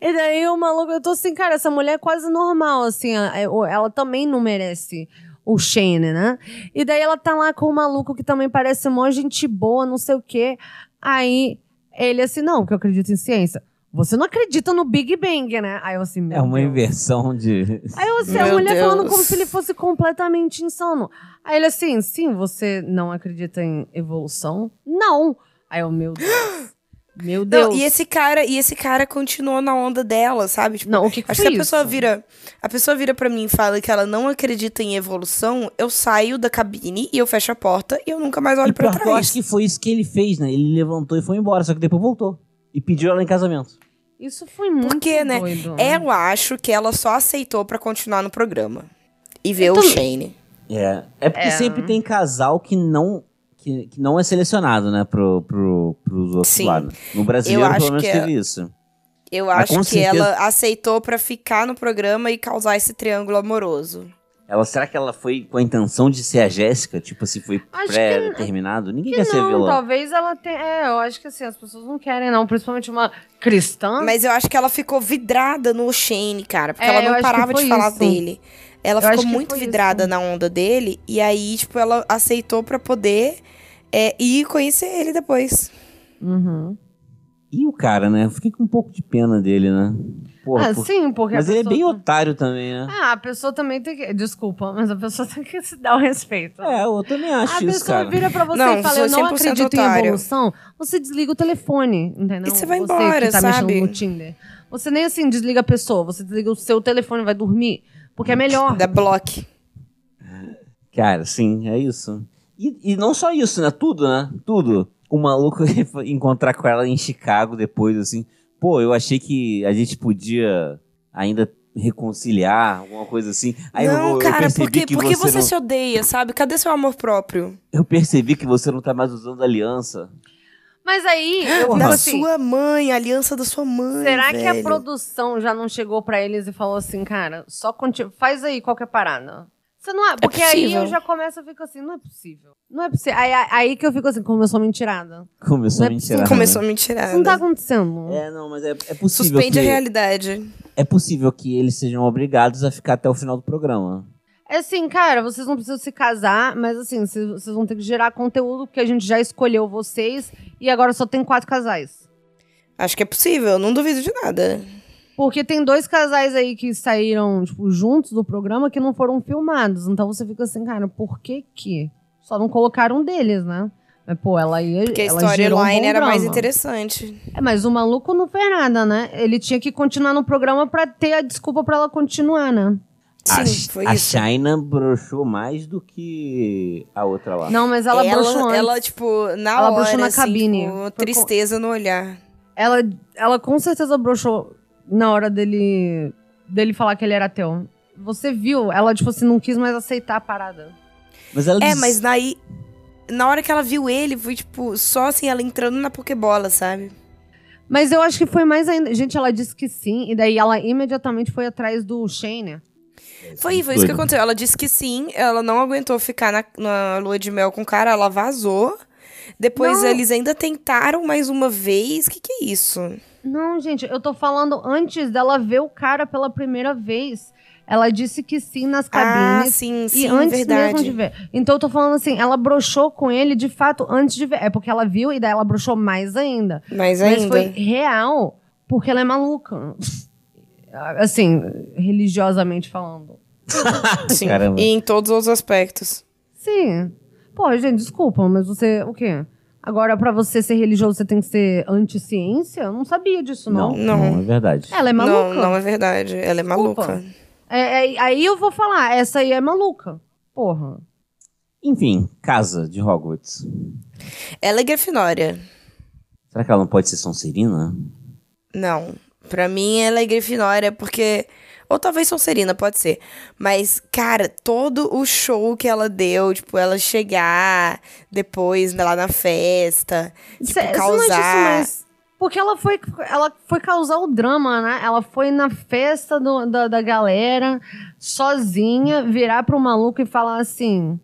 Speaker 1: e daí, o maluco... Eu tô assim, cara, essa mulher é quase normal, assim. a- Ela também não merece o Shayna, né? E daí, ela tá lá com o maluco que também parece uma gente boa, não sei o quê. Aí, ele assim, não, que eu acredito em ciência. Você não acredita no Big Bang, né? Aí eu assim, meu
Speaker 3: É uma
Speaker 1: Deus.
Speaker 3: inversão de.
Speaker 1: Aí eu assim, a
Speaker 2: Meu
Speaker 1: mulher falando
Speaker 2: Deus.
Speaker 1: como se ele fosse completamente insano. Aí ele assim, sim, você não acredita em evolução? Não. Aí eu, meu Deus. Meu Deus.
Speaker 2: Não, e esse cara, e esse cara continuou na onda dela, sabe? Tipo,
Speaker 1: Não, o que, que
Speaker 2: Acho
Speaker 1: foi
Speaker 2: que a
Speaker 1: isso?
Speaker 2: pessoa vira, a pessoa vira para mim e fala que ela não acredita em evolução, eu saio da cabine e eu fecho a porta e eu nunca mais olho
Speaker 3: E
Speaker 2: pra
Speaker 3: pior que eu
Speaker 2: trás.
Speaker 3: acho que foi isso que ele fez, né? Ele levantou e foi embora, só que depois voltou. E pediu ela em casamento.
Speaker 1: Isso foi muito
Speaker 2: Porque, né,
Speaker 1: doido.
Speaker 2: Eu acho que ela só aceitou pra continuar no programa e ver o
Speaker 1: Então-
Speaker 2: Shane.
Speaker 3: É. É porque sempre tem casal que não. Que, que não é selecionado, né, pro, pro, pros outros
Speaker 2: Sim.
Speaker 3: lados. No brasileiro,
Speaker 2: acho
Speaker 3: pelo menos,
Speaker 2: que é-
Speaker 3: teve isso.
Speaker 2: Eu
Speaker 3: Ah,
Speaker 2: acho
Speaker 3: com
Speaker 2: que
Speaker 3: certeza.
Speaker 2: ela aceitou pra ficar no programa e causar esse triângulo amoroso.
Speaker 3: Ela, será que ela foi com a intenção de ser a Jéssica? Tipo, se foi
Speaker 1: Acho que-
Speaker 3: pré-determinado? Ninguém
Speaker 1: Que
Speaker 3: quer ser
Speaker 1: não,
Speaker 3: vilã.
Speaker 1: talvez ela tenha. É, eu acho que assim, as pessoas não querem, não. Principalmente uma cristã.
Speaker 2: Mas eu acho que ela ficou vidrada no Shane, cara. Porque
Speaker 1: É,
Speaker 2: ela
Speaker 1: eu
Speaker 2: não
Speaker 1: acho que
Speaker 2: parava
Speaker 1: foi
Speaker 2: de falar
Speaker 1: isso.
Speaker 2: dele. Ela
Speaker 1: Eu acho
Speaker 2: ficou
Speaker 1: que
Speaker 2: muito
Speaker 1: foi isso.
Speaker 2: vidrada na onda dele. E aí, tipo, ela aceitou pra poder é, ir conhecer ele depois.
Speaker 1: Uhum.
Speaker 3: E o cara, né? Eu fiquei com um pouco de pena dele, né? Porra,
Speaker 1: ah,
Speaker 3: por-
Speaker 1: sim, porque. a
Speaker 3: Mas ele é
Speaker 1: pessoa- tá
Speaker 3: bem otário também, né?
Speaker 1: Ah, a pessoa também tem que. Desculpa, mas a pessoa tem que se dar o respeito.
Speaker 3: É, eu também
Speaker 1: Ah. A
Speaker 3: acho isso,
Speaker 1: pessoa
Speaker 3: cara.
Speaker 1: vira pra você
Speaker 2: Não,
Speaker 1: e fala, eu
Speaker 2: sou
Speaker 1: não
Speaker 2: 100%
Speaker 1: acredito em
Speaker 2: otário.
Speaker 1: evolução. Você desliga o telefone, entendeu?
Speaker 2: E você vai
Speaker 1: que
Speaker 2: embora,
Speaker 1: tá
Speaker 2: sabe?
Speaker 1: mexendo no Tinder. Você nem assim desliga a pessoa, você desliga o seu telefone e vai dormir. Porque é melhor.
Speaker 2: Da Block.
Speaker 3: Cara, sim, é isso. E, e não só isso, né? Tudo, né? Tudo. O maluco ele foi encontrar com ela em Chicago depois, assim. Pô, eu achei que a gente podia ainda reconciliar, alguma coisa assim. Aí eu-
Speaker 2: não,
Speaker 3: eu,
Speaker 2: cara,
Speaker 3: percebi
Speaker 2: porque,
Speaker 3: que
Speaker 2: porque você,
Speaker 3: não,
Speaker 2: se odeia, sabe? Cadê seu amor próprio?
Speaker 3: Eu percebi que você não tá mais usando aliança.
Speaker 1: Mas aí, eu fico
Speaker 3: Porra.
Speaker 2: Da
Speaker 1: assim,
Speaker 2: sua mãe, a aliança da sua mãe.
Speaker 1: será que a
Speaker 2: velho.
Speaker 1: produção já não chegou pra eles e falou assim, cara, só conti- faz aí qualquer parada. Você não é, porque aí
Speaker 2: possível.
Speaker 1: eu já começo a ficar assim, não é possível. Não é possível. Aí, aí que eu fico assim, como eu sou mentirada.
Speaker 3: Começou
Speaker 1: Não
Speaker 3: a
Speaker 1: é
Speaker 3: mentir.
Speaker 2: Começou
Speaker 3: né?
Speaker 2: a me tirar.
Speaker 1: Isso não tá acontecendo.
Speaker 3: É, não, mas é, é possível.
Speaker 2: Suspende
Speaker 3: que,
Speaker 2: a realidade.
Speaker 3: É possível que eles sejam obrigados a ficar até o final do programa.
Speaker 1: É assim, cara, vocês não precisam se casar, mas assim, vocês vocês vão ter que gerar conteúdo, porque a gente já escolheu vocês e agora só tem quatro casais.
Speaker 2: Acho que é possível, não duvido de nada.
Speaker 1: Porque tem dois casais aí que saíram, tipo, juntos do programa que não foram filmados. Então você fica assim, cara, por que que? Só não colocaram um deles, né? Mas, pô, ela ia.
Speaker 2: Porque a
Speaker 1: ela gerou um
Speaker 2: storyline
Speaker 1: bom
Speaker 2: era mais
Speaker 1: drama.
Speaker 2: interessante.
Speaker 1: É, mas o maluco não fez nada, né? Ele tinha que continuar no programa pra ter a desculpa pra ela continuar, né?
Speaker 3: a,
Speaker 2: Sim, foi
Speaker 3: a
Speaker 2: isso.
Speaker 3: China broxou mais do que a outra lá.
Speaker 1: Não, mas ela, broxou antes.
Speaker 2: ela, tipo, na
Speaker 1: Ela
Speaker 2: hora,
Speaker 1: broxou na
Speaker 2: assim,
Speaker 1: cabine.
Speaker 2: tipo,
Speaker 1: Foi com-
Speaker 2: tristeza no olhar.
Speaker 1: Ela, ela com certeza broxou na hora dele, dele falar que ele era ateu. Você viu? Ela, tipo assim, não quis mais aceitar a parada.
Speaker 3: Mas ela
Speaker 2: É,
Speaker 3: disse-
Speaker 2: mas daí, na hora que ela viu ele, foi, tipo, só assim, ela entrando na Pokébola, sabe?
Speaker 1: Mas eu acho que foi mais ainda. Gente, ela disse que sim, e daí ela imediatamente foi atrás do Shane. né?
Speaker 2: Foi, foi isso que
Speaker 3: Doido.
Speaker 2: aconteceu. Ela disse que sim, ela não aguentou ficar na, na lua de mel com o cara, ela vazou. Depois
Speaker 1: Não.
Speaker 2: eles ainda tentaram mais uma vez. Que que é isso?
Speaker 1: Não, gente, eu tô falando antes dela ver o cara pela primeira vez. Ela disse que sim nas
Speaker 2: Ah,
Speaker 1: cabines.
Speaker 2: sim,
Speaker 1: E
Speaker 2: sim,
Speaker 1: antes
Speaker 2: verdade.
Speaker 1: mesmo de ver. Então eu tô falando assim, ela broxou com ele de fato antes de ver. É porque ela viu e daí ela broxou mais ainda.
Speaker 2: Mas
Speaker 1: Mas
Speaker 2: ainda.
Speaker 1: foi real, porque ela é maluca. Assim, religiosamente falando.
Speaker 2: Sim.
Speaker 3: Caramba.
Speaker 2: E em todos os aspectos.
Speaker 1: Sim. Pô, gente, desculpa, mas você. O quê? Agora, pra você ser religioso, você tem que ser anti-ciência? Eu não sabia disso, não.
Speaker 3: Não, não, é verdade.
Speaker 1: Ela é
Speaker 2: Não,
Speaker 1: maluca.
Speaker 2: não é verdade. Ela é
Speaker 1: Desculpa.
Speaker 2: maluca.
Speaker 1: É, é, aí eu vou falar, essa aí é maluca. Porra.
Speaker 3: Enfim, casa de Hogwarts.
Speaker 2: Ela é Grifinória.
Speaker 3: Será que ela não pode ser Sonserina?
Speaker 2: Não. Pra mim, ela é Grifinória, porque. Ou talvez Sonserina, pode ser. Mas, cara, todo o show que ela deu, tipo, ela chegar depois lá na festa, tipo,
Speaker 1: Cê- cê não disse,
Speaker 2: causar.
Speaker 1: mas- Porque ela foi, ela foi causar o drama, né? Ela foi na festa do- da, da galera, sozinha, virar pro maluco e falar assim: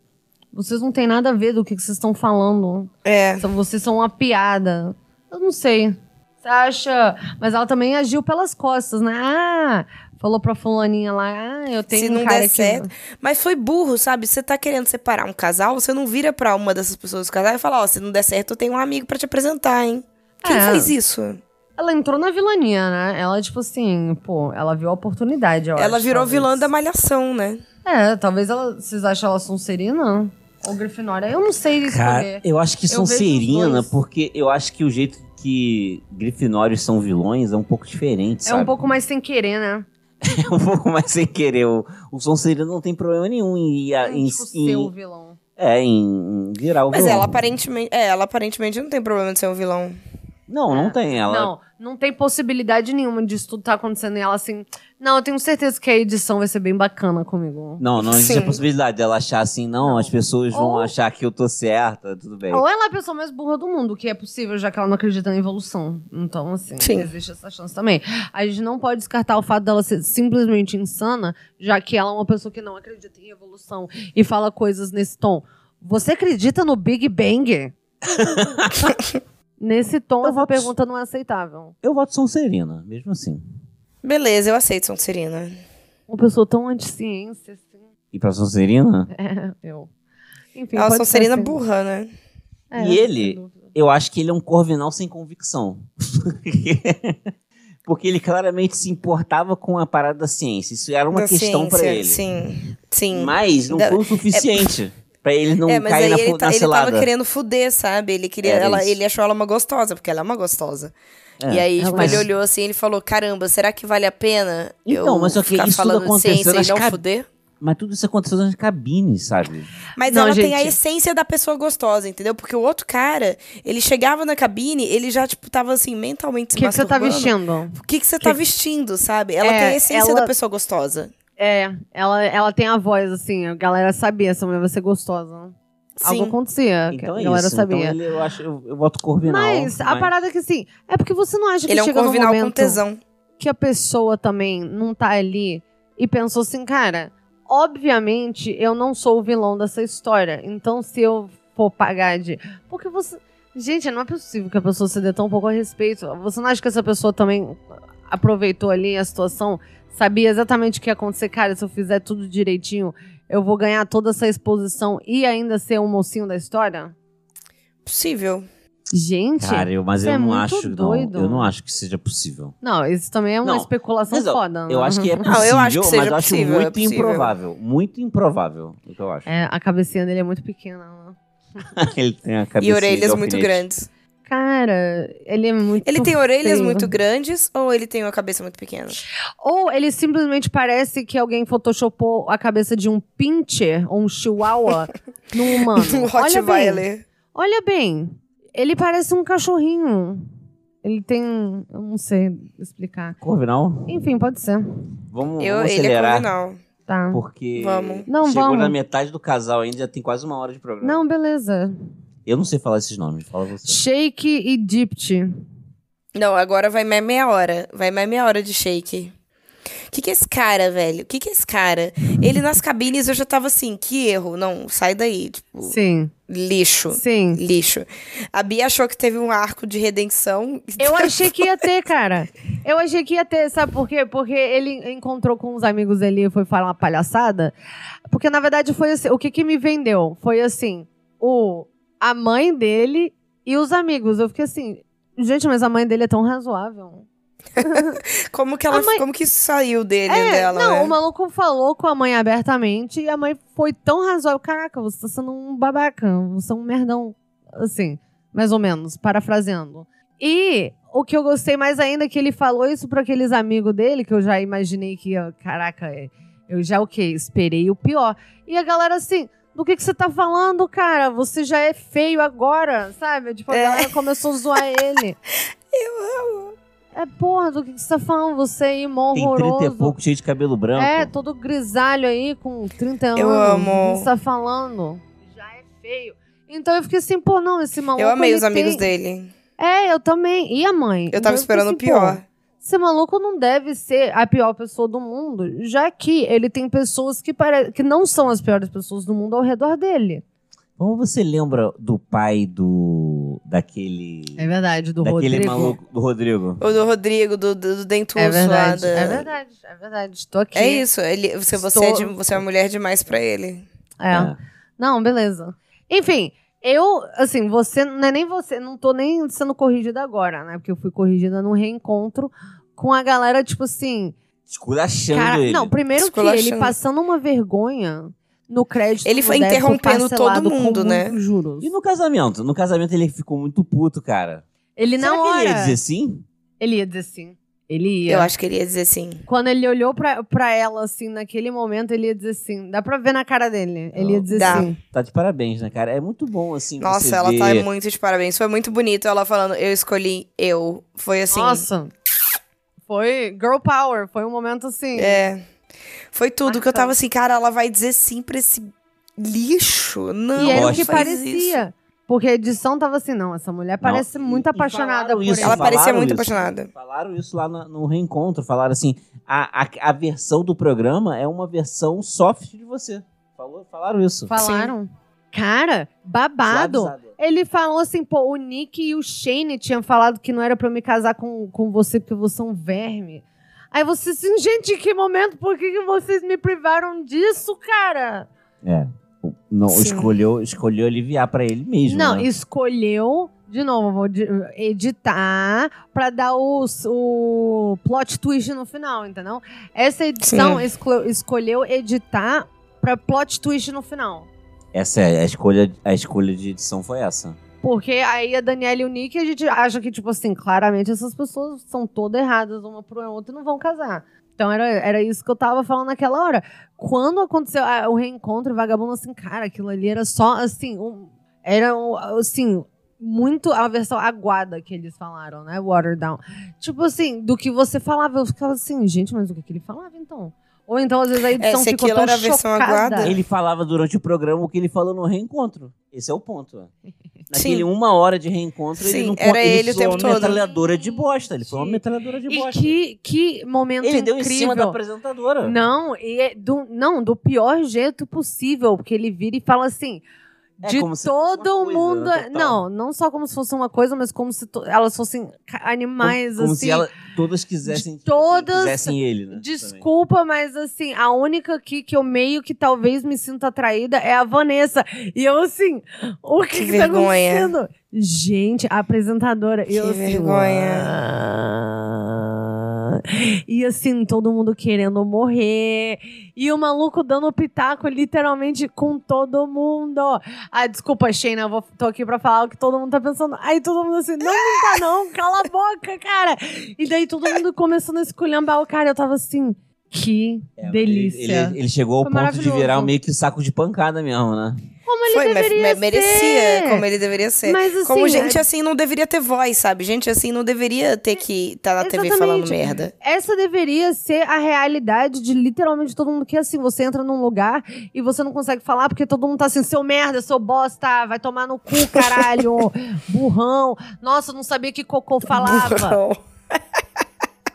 Speaker 1: vocês não têm nada a ver do que que vocês estão falando.
Speaker 2: É.
Speaker 1: São- Vocês são uma piada. Eu não sei. Você acha. Mas ela também agiu pelas costas, né? Ah, falou pra fulaninha lá: ah, eu tenho
Speaker 2: Se
Speaker 1: um
Speaker 2: não
Speaker 1: cara
Speaker 2: der
Speaker 1: que-
Speaker 2: certo. Mas foi burro, sabe? Você tá querendo separar um casal, você não vira pra uma dessas pessoas do casal e fala: Ó, se não der certo, eu tenho um amigo pra te apresentar, hein? Quem
Speaker 1: É.
Speaker 2: fez isso?
Speaker 1: Ela entrou na vilania, né? Ela, tipo assim, pô, ela viu a oportunidade. eu
Speaker 2: Ela
Speaker 1: acho,
Speaker 2: virou
Speaker 1: talvez.
Speaker 2: vilã da malhação, né?
Speaker 1: É, talvez ela, vocês acham ela Sonserina ou Grifinória. Eu não sei escolher. É
Speaker 3: Cara, eu acho que
Speaker 1: Eu vejo os
Speaker 3: Sonserina,
Speaker 1: dois.
Speaker 3: porque eu acho que o jeito que Grifinórios são vilões é um pouco diferente,
Speaker 1: É
Speaker 3: sabe?
Speaker 1: um pouco mais sem querer, né?
Speaker 3: É um pouco mais sem querer. O, o Sonserina não tem problema nenhum em, É, em,
Speaker 1: Tem, tipo,
Speaker 3: em-
Speaker 1: ser o vilão.
Speaker 3: é, em, em virar o
Speaker 2: Mas
Speaker 3: vilão.
Speaker 2: ela aparentemente, é, ela aparentemente não tem problema de ser um vilão.
Speaker 3: Não, não tem. Ela
Speaker 1: Ah, Não, não tem possibilidade nenhuma disso tudo tá acontecendo e ela assim, Não, eu tenho certeza que a edição vai ser bem bacana comigo.
Speaker 3: Não, não existe a
Speaker 2: Sim.
Speaker 3: possibilidade dela achar assim, não, as pessoas vão
Speaker 1: Ou-
Speaker 3: achar que eu tô certa, tudo bem.
Speaker 1: Ou ela é a pessoa mais burra do mundo, o que é possível, já que ela não acredita na evolução. Então, assim,
Speaker 2: Sim.
Speaker 1: existe essa chance também. A gente não pode descartar o fato dela ser simplesmente insana, já que ela é uma pessoa que não acredita em evolução e fala coisas nesse tom. Você acredita no Big Bang? nesse tom,
Speaker 3: Eu
Speaker 1: essa
Speaker 3: vou te-
Speaker 1: pergunta não é aceitável.
Speaker 3: Eu voto Sonserina, mesmo assim.
Speaker 2: Beleza, eu aceito Sonserina.
Speaker 1: Uma pessoa tão anti-ciência, assim.
Speaker 3: E pra Sonserina,
Speaker 1: É, eu. Enfim,
Speaker 2: Ela é
Speaker 1: pode ser
Speaker 2: Sonserina
Speaker 1: assim.
Speaker 2: burra, né?
Speaker 1: É,
Speaker 3: E ele?
Speaker 1: sem dúvida.
Speaker 3: eu acho que ele é um corvinal sem convicção. Porque ele claramente se importava com a parada da ciência. Isso era uma
Speaker 2: Da
Speaker 3: questão pra
Speaker 2: ciência,
Speaker 3: ele.
Speaker 2: Então, assim, Sim, sim.
Speaker 3: Mas não
Speaker 2: Da-
Speaker 3: foi o suficiente pra ele não
Speaker 2: é, mas
Speaker 3: cair
Speaker 2: aí
Speaker 3: na,
Speaker 2: ele,
Speaker 3: fu-
Speaker 2: tá-
Speaker 3: na
Speaker 2: ele
Speaker 3: selada.
Speaker 2: tava querendo fuder, sabe? Ele queria,
Speaker 3: Era
Speaker 2: ela,
Speaker 3: isso.
Speaker 2: ele achou ela uma gostosa, porque ela é uma gostosa.
Speaker 3: É.
Speaker 2: E aí,
Speaker 1: Ela
Speaker 2: tipo,
Speaker 1: é.
Speaker 2: ele olhou assim, ele falou: "Caramba, será que vale a pena
Speaker 3: Então,
Speaker 2: eu
Speaker 3: mas só que
Speaker 2: ficar
Speaker 3: isso tudo
Speaker 2: falando
Speaker 3: aconteceu
Speaker 2: ciência
Speaker 3: nas
Speaker 2: e não
Speaker 3: cab-
Speaker 2: fuder?"
Speaker 3: Mas tudo isso aconteceu nas cabines, sabe?
Speaker 2: Mas
Speaker 1: Não,
Speaker 2: ela tem a
Speaker 1: gente.
Speaker 2: essência da pessoa gostosa, entendeu? Porque o outro cara, ele chegava na cabine, ele já tipo tava assim mentalmente
Speaker 1: O
Speaker 2: se
Speaker 1: que, que você tá
Speaker 2: masturbando.
Speaker 1: vestindo?
Speaker 2: O que que você tá vestindo, sabe? Ela
Speaker 1: É,
Speaker 2: tem a essência
Speaker 1: ela-
Speaker 2: da pessoa gostosa.
Speaker 1: É, ela, ela tem a voz, assim, a galera sabia, essa mulher vai ser gostosa.
Speaker 2: Sim.
Speaker 1: Algo acontecia, que
Speaker 3: Então
Speaker 1: a
Speaker 3: é
Speaker 1: galera
Speaker 3: isso.
Speaker 1: sabia.
Speaker 3: Então ele, eu acho, eu, eu voto corvinal.
Speaker 1: mas, a parada é que assim, é porque você não acha que
Speaker 2: Ele é um
Speaker 1: chega num
Speaker 2: corvinal com
Speaker 1: momento
Speaker 2: tesão.
Speaker 1: que a pessoa também não tá ali e pensou assim, cara, obviamente eu não sou o vilão dessa história. Então se eu for pagar de. Porque você. Gente, não é possível que a pessoa se dê tão pouco a respeito. Você não acha que essa pessoa também aproveitou ali a situação? Sabia exatamente o que ia acontecer, cara, se eu fizer tudo direitinho, eu vou ganhar toda essa exposição e ainda ser um mocinho da história?
Speaker 2: Possível.
Speaker 1: Gente.
Speaker 3: Cara, eu, mas
Speaker 1: isso
Speaker 3: eu
Speaker 1: é
Speaker 3: não
Speaker 1: muito
Speaker 3: acho,
Speaker 1: doido.
Speaker 3: não. Eu não acho que seja possível.
Speaker 1: Não, isso também é uma
Speaker 3: Não,
Speaker 1: especulação
Speaker 3: mas, ó,
Speaker 1: foda.
Speaker 3: Eu
Speaker 1: né?
Speaker 3: acho que é
Speaker 1: Uhum.
Speaker 3: possível,
Speaker 2: Não, eu acho que
Speaker 3: mas
Speaker 2: seja
Speaker 3: eu acho
Speaker 2: possível, é
Speaker 3: muito
Speaker 2: possível.
Speaker 3: improvável. Muito improvável, é o que eu acho.
Speaker 1: É, a cabecinha dele é muito pequena. né?
Speaker 3: Ele tem a cabeça
Speaker 2: e orelhas muito grandes.
Speaker 1: Cara, ele é muito.
Speaker 2: Ele tem orelhas
Speaker 1: feio.
Speaker 2: muito grandes ou ele tem uma cabeça muito pequena?
Speaker 1: Ou ele simplesmente parece que alguém photoshopou a cabeça de um pincher ou um chihuahua num humano.
Speaker 2: Um
Speaker 1: olha bem,
Speaker 2: Rottweiler.
Speaker 1: olha bem. Ele parece um cachorrinho. Ele tem. Eu não sei explicar.
Speaker 3: Corvinal,
Speaker 1: Enfim, pode ser.
Speaker 3: vamos,
Speaker 2: Eu,
Speaker 3: vamos
Speaker 2: ele é
Speaker 3: acelerar.
Speaker 2: corvinal.
Speaker 1: Tá.
Speaker 3: porque
Speaker 2: Vamos.
Speaker 1: Não,
Speaker 3: chegou
Speaker 1: vamos.
Speaker 3: na metade do casal ainda, já tem quase uma hora de programa.
Speaker 1: Não, beleza.
Speaker 3: Eu não sei falar esses nomes, fala você.
Speaker 1: Shake Egypt.
Speaker 2: Não, agora vai mais meia hora. Vai mais meia hora de shake. O que, que é esse cara, velho? O que, que é esse cara? Ele nas cabines eu já tava assim, que erro. Não, sai daí. Tipo,
Speaker 1: Sim,
Speaker 2: lixo.
Speaker 1: sim.
Speaker 2: Lixo. A Bia achou que teve um arco de redenção.
Speaker 1: Eu achei que ia ter, cara. Eu achei que ia ter, sabe por quê? Porque ele encontrou com uns amigos ali e foi falar uma palhaçada. Porque, na verdade, foi assim, o que, que me vendeu? Foi assim, o, a mãe dele e os amigos. Eu fiquei assim, gente, mas a mãe dele é tão razoável.
Speaker 2: Como que ela.
Speaker 1: A mãe-
Speaker 2: Como que isso saiu dele
Speaker 1: Ah, É,
Speaker 2: dela?
Speaker 1: não,
Speaker 2: né?
Speaker 1: o maluco falou com a mãe abertamente e a mãe foi tão razoável. Caraca, você tá sendo um babaca, você é um merdão. Assim, mais ou menos, parafraseando. E o que eu gostei mais ainda é que ele falou isso pra aqueles amigos dele, que eu já imaginei que, ó, caraca, é, eu já o quê? Esperei o pior. E a galera assim. Do que, que você tá falando, cara? Você já é feio agora, sabe? Tipo, a galera começou a zoar ele. Eu amo. É, porra, do que, que você tá falando? Você aí, mó
Speaker 3: Tem 30 e
Speaker 1: horroroso.
Speaker 3: pouco, cheio de cabelo branco.
Speaker 1: É, todo grisalho aí, com 30 anos.
Speaker 2: Eu amo.
Speaker 1: Você tá falando. Já é feio. Então eu fiquei assim, pô, não, esse maluco.
Speaker 2: eu amei
Speaker 1: ele
Speaker 2: os amigos
Speaker 1: tem-
Speaker 2: dele.
Speaker 1: É, eu também. E a mãe?
Speaker 2: Eu tava
Speaker 1: Então
Speaker 2: esperando o
Speaker 1: fiquei assim,
Speaker 2: pior.
Speaker 1: pô, Esse maluco não deve ser a pior pessoa do mundo, já que ele tem pessoas que, pare... que não são as piores pessoas do mundo ao redor dele.
Speaker 3: Como você lembra do pai do. daquele.
Speaker 1: É verdade, do
Speaker 3: daquele maluco, do Rodrigo?
Speaker 2: O do Rodrigo, do, do, do dentuço
Speaker 1: É
Speaker 2: lá
Speaker 1: verdade,
Speaker 2: da-
Speaker 1: é verdade, é verdade. Tô aqui.
Speaker 2: É isso. Ele, você, você, é de-
Speaker 1: Estou-
Speaker 2: você é uma mulher demais pra ele.
Speaker 1: É. Não, beleza. Enfim, eu, assim, você, não é nem você, não tô nem sendo corrigida agora, né? Porque eu fui corrigida num reencontro com a galera, tipo assim.
Speaker 3: Esculachando
Speaker 1: Cara,
Speaker 3: ele.
Speaker 1: não, primeiro que
Speaker 2: Esculachando.
Speaker 1: ele passando uma vergonha no crédito.
Speaker 2: Ele foi
Speaker 1: do débito
Speaker 2: interrompendo todo
Speaker 1: parcelado com
Speaker 2: mundo, né?
Speaker 1: muitos Juros.
Speaker 3: E no casamento? No casamento ele ficou muito puto, cara.
Speaker 1: Ele
Speaker 3: Será
Speaker 1: na
Speaker 3: que
Speaker 1: hora.
Speaker 3: ele ia dizer assim? sim?
Speaker 1: ele ia dizer sim. Ele ia.
Speaker 2: Eu acho que ele ia dizer assim, sim.
Speaker 1: Quando ele olhou pra, pra ela, assim, naquele momento, ele ia dizer sim. Dá pra ver na cara dele. Ele ia dizer
Speaker 2: Dá.
Speaker 1: sim.
Speaker 3: Tá de parabéns, né, cara? É muito bom, assim, você
Speaker 2: Nossa, ela
Speaker 3: ver...
Speaker 2: tá muito de parabéns. Foi muito bonito ela falando, eu escolhi eu. Foi assim.
Speaker 1: Nossa. Foi girl power, foi um momento assim.
Speaker 2: É. Foi tudo que eu tava assim, cara, ela vai dizer sim pra esse lixo. Não,
Speaker 1: e era o
Speaker 2: não
Speaker 1: que
Speaker 2: faz isso.
Speaker 1: parecia. Porque a edição tava assim, não, essa mulher parece muito
Speaker 3: E- e
Speaker 1: apaixonada
Speaker 3: falaram
Speaker 1: por
Speaker 3: isso,
Speaker 1: ele.
Speaker 2: Ela parecia
Speaker 3: falaram
Speaker 2: muito
Speaker 3: isso.
Speaker 2: apaixonada.
Speaker 3: Falaram isso lá na- no, reencontro. Falaram assim: a, a, a versão do programa é uma versão soft de você. Falou, falaram isso.
Speaker 1: Falaram. Cara, babado.
Speaker 3: Suavizado.
Speaker 1: Ele falou assim, pô, o Nick e o Shane tinham falado que não era pra eu me casar com, com você porque você é um verme. Aí você assim, gente, em que momento? Por que, que vocês me privaram disso, cara?
Speaker 3: É. O- Não,
Speaker 2: Sim.
Speaker 3: escolheu, escolheu aliviar pra ele mesmo.
Speaker 1: não,
Speaker 3: né?
Speaker 1: escolheu, de novo, eu vou de- editar pra dar o, o plot twist no final, entendeu? Essa edição esclo- escolheu editar pra plot twist no final.
Speaker 3: Essa é a escolha, a escolha de edição foi essa.
Speaker 1: Porque aí a Daniela e o Nick, a gente acha que, tipo assim, claramente essas pessoas são todas erradas uma pro outra e não vão casar. Então era, era isso que eu tava falando naquela hora. Quando aconteceu ah, o reencontro, o vagabundo, assim, cara, aquilo ali era só, assim, um- era, um, assim, muito a versão aguada que eles falaram, né? Water down. Tipo assim, do que você falava, eu ficava assim, gente, mas o que, que ele falava então? Ou então, às vezes, a edição
Speaker 2: se
Speaker 1: ficou
Speaker 2: aquilo
Speaker 1: tão
Speaker 2: era a versão
Speaker 1: chocada.
Speaker 2: aguada.
Speaker 3: Ele falava durante o programa o que ele falou no reencontro. Esse é o ponto. ó. Naquele uma hora de reencontro, ele
Speaker 2: Sim,
Speaker 3: não
Speaker 2: era ele o
Speaker 3: soou
Speaker 2: tempo
Speaker 3: uma
Speaker 2: todo.
Speaker 3: metralhadora de bosta. Ele foi uma metralhadora de
Speaker 1: E
Speaker 3: bosta.
Speaker 1: que, que momento
Speaker 3: Ele
Speaker 1: incrível.
Speaker 3: deu em cima da apresentadora.
Speaker 1: Não, e é do, não, do pior jeito possível, porque ele vira e fala assim.
Speaker 3: É
Speaker 1: De
Speaker 3: como se fosse uma
Speaker 1: todo
Speaker 3: coisa,
Speaker 1: mundo. é,
Speaker 3: né,
Speaker 1: não,
Speaker 3: total.
Speaker 1: não só como se fosse uma coisa, mas como se to- elas fossem ca-
Speaker 3: Como-
Speaker 1: animais,
Speaker 3: como
Speaker 1: assim.
Speaker 3: se ela, todas quisessem,
Speaker 1: de todas-
Speaker 3: quisessem ele, né?
Speaker 1: Desculpa, mas assim, a única aqui que eu meio que talvez me sinta atraída é a Vanessa. E eu assim, o que,
Speaker 2: Que
Speaker 1: que tá
Speaker 2: vergonha.
Speaker 1: acontecendo? Gente, a apresentadora.
Speaker 2: Que
Speaker 1: eu, assim,
Speaker 2: vergonha.
Speaker 1: "Uau." "Ah". E assim, todo mundo querendo morrer. E o maluco dando pitaco literalmente com todo mundo. Ah, desculpa, Shayna, eu vou, tô aqui pra falar o que todo mundo tá pensando. Aí todo mundo assim, não, não tá não, cala a boca, cara. E daí todo mundo começando a esculhambar o cara. Eu tava assim, que
Speaker 3: É,
Speaker 1: delícia.
Speaker 3: Ele, ele- ele chegou ao
Speaker 1: Foi
Speaker 3: ponto de virar
Speaker 1: maravilhoso.
Speaker 3: meio que saco de pancada mesmo, né?
Speaker 1: Como ele
Speaker 2: Foi, mas-
Speaker 1: deveria
Speaker 2: mas merecia,
Speaker 1: ser.
Speaker 2: como ele deveria ser.
Speaker 1: Mas assim,
Speaker 2: como gente
Speaker 1: é-
Speaker 2: assim não deveria ter voz, sabe? Gente assim não deveria ter que estar na TV falando
Speaker 1: Exatamente.
Speaker 2: merda.
Speaker 1: essa deveria ser a realidade de literalmente todo mundo que é assim, você entra num lugar e você não consegue falar porque todo mundo tá assim, seu merda, seu bosta, vai tomar no cu, caralho, burrão. Nossa, eu não sabia que cocô falava.
Speaker 2: Burrão.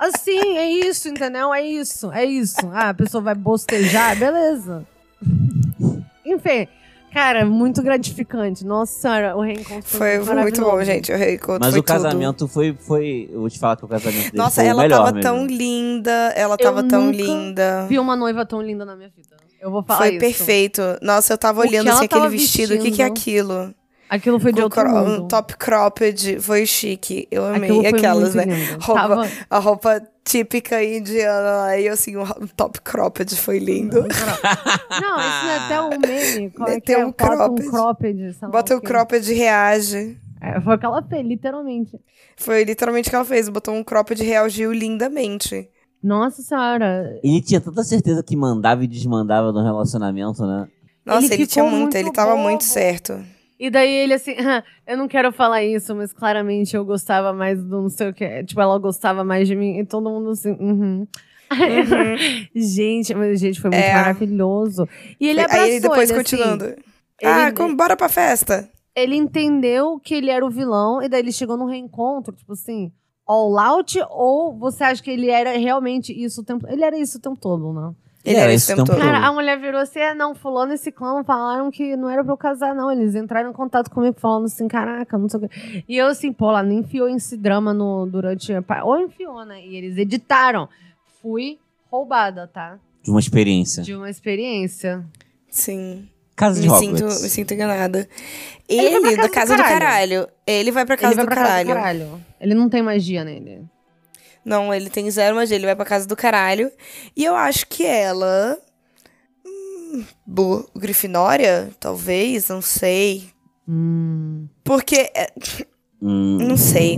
Speaker 1: Assim, é isso, entendeu? É isso, é isso. Ah, a pessoa vai bostejar, beleza. Enfim, cara, muito gratificante. Nossa senhora, o reencontro
Speaker 2: Foi, foi muito bom,
Speaker 1: maravilhoso.
Speaker 2: gente. O reencontro
Speaker 3: Mas
Speaker 2: foi
Speaker 3: o casamento foi, foi. Eu vou te falar que o casamento dele
Speaker 2: tudo. Nossa,
Speaker 3: foi o
Speaker 2: ela
Speaker 3: melhor
Speaker 2: tava
Speaker 3: mesmo.
Speaker 2: tão linda, ela tava tão
Speaker 1: nunca
Speaker 2: linda.
Speaker 1: Vi uma noiva tão linda na minha vida. Eu vou falar
Speaker 2: Foi
Speaker 1: isso.
Speaker 2: perfeito. Nossa, eu tava
Speaker 1: O que
Speaker 2: olhando
Speaker 1: ela
Speaker 2: assim aquele
Speaker 1: tava
Speaker 2: vestido, o que que é
Speaker 1: vestindo?
Speaker 2: aquilo?
Speaker 1: Aquilo foi de
Speaker 2: Com
Speaker 1: outro
Speaker 2: cro-
Speaker 1: mundo.
Speaker 2: Um top cropped, foi chique. Eu amei
Speaker 1: Aquilo foi
Speaker 2: aquelas, né?
Speaker 1: muito lindo.
Speaker 2: Roupa,
Speaker 1: Tava-
Speaker 2: A roupa típica indiana lá, e assim, um ro- top cropped foi lindo.
Speaker 1: Não, isso é até um meme. Qual é que
Speaker 2: Meteu
Speaker 1: é?
Speaker 2: um
Speaker 1: Bota
Speaker 2: cropped.
Speaker 1: um cropped. sei lá
Speaker 2: Bota o
Speaker 1: quê.
Speaker 2: cropped reage.
Speaker 1: É, foi o que ela fez, literalmente.
Speaker 2: Foi literalmente o que ela fez, botou um cropped reagiu lindamente.
Speaker 1: Nossa senhora.
Speaker 3: Ele tinha tanta certeza que mandava e desmandava no relacionamento, né?
Speaker 2: Nossa, ele,
Speaker 1: Ele
Speaker 2: tinha
Speaker 1: ficou
Speaker 2: muito,
Speaker 1: muito
Speaker 2: ele tava
Speaker 1: bobo.
Speaker 2: muito certo.
Speaker 1: E daí ele assim, "Ah, eu não quero falar isso, mas claramente eu gostava mais do não sei o que. Tipo, ela gostava mais de mim. E todo mundo assim, uhum. gente, mas gente, foi muito
Speaker 2: É.
Speaker 1: maravilhoso. E ele abraçou
Speaker 2: Aí ele depois
Speaker 1: ele, assim,
Speaker 2: continuando.
Speaker 1: ele-
Speaker 2: ah, como, bora pra festa.
Speaker 1: ele entendeu que ele era o vilão, e daí ele chegou no reencontro, tipo assim, all out, ou você acha que ele era realmente isso o tempo Ele era isso o tempo todo, né?
Speaker 2: Ele
Speaker 3: É,
Speaker 2: era
Speaker 3: esse
Speaker 2: esse tempo
Speaker 3: tempo
Speaker 2: todo.
Speaker 3: todo.
Speaker 1: Cara, a mulher virou assim, é, não, fulano e ciclano falaram que não era pra eu casar, não. Eles entraram em contato comigo falando assim, caraca, não sei o que. E eu assim, pô, ela nem enfiou esse drama no, durante... a pa- Ou enfiou, né? E eles editaram. Fui roubada, tá?
Speaker 3: De uma experiência.
Speaker 1: De uma experiência.
Speaker 2: Sim.
Speaker 3: Casa de
Speaker 2: Me
Speaker 3: Hogwarts.
Speaker 2: sinto, me sinto enganada.
Speaker 1: Ele
Speaker 2: Ele,
Speaker 1: vai pra
Speaker 2: da casa
Speaker 1: casa do
Speaker 2: do caralho. Ele vai pra casa,
Speaker 1: ele vai
Speaker 2: do,
Speaker 1: pra
Speaker 2: caralho.
Speaker 1: casa do caralho. Ele não tem magia nele.
Speaker 2: Não, ele tem zero magia, ele vai pra casa do caralho. E eu acho que ela. hum, Bo... Grifinória? Talvez, não sei.
Speaker 1: Hum...
Speaker 2: Porque. é,
Speaker 3: Hum,
Speaker 2: Não sei.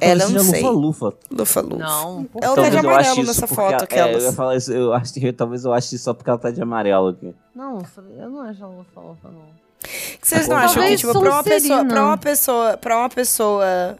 Speaker 2: ela
Speaker 3: talvez
Speaker 2: eu não
Speaker 3: seja
Speaker 2: sei.
Speaker 3: lufa-lufa.
Speaker 2: Lufa Lufa.
Speaker 1: Não, Hum, por
Speaker 2: Ela tá
Speaker 3: Talvez
Speaker 2: de
Speaker 3: eu
Speaker 2: amarelo
Speaker 3: ache isso
Speaker 2: nessa
Speaker 3: porque
Speaker 2: foto,
Speaker 3: ela- É, eu
Speaker 2: aquelas.
Speaker 3: ia falar isso, eu acho que talvez eu ache isso só porque ela tá de amarelo aqui.
Speaker 1: Não, eu não acho ela fofa, não.
Speaker 2: Que Vocês não
Speaker 3: Talvez
Speaker 1: um
Speaker 2: acham que, tipo, pra uma,
Speaker 1: Sonserina.
Speaker 2: pessoa, pra uma pessoa. Pra uma pessoa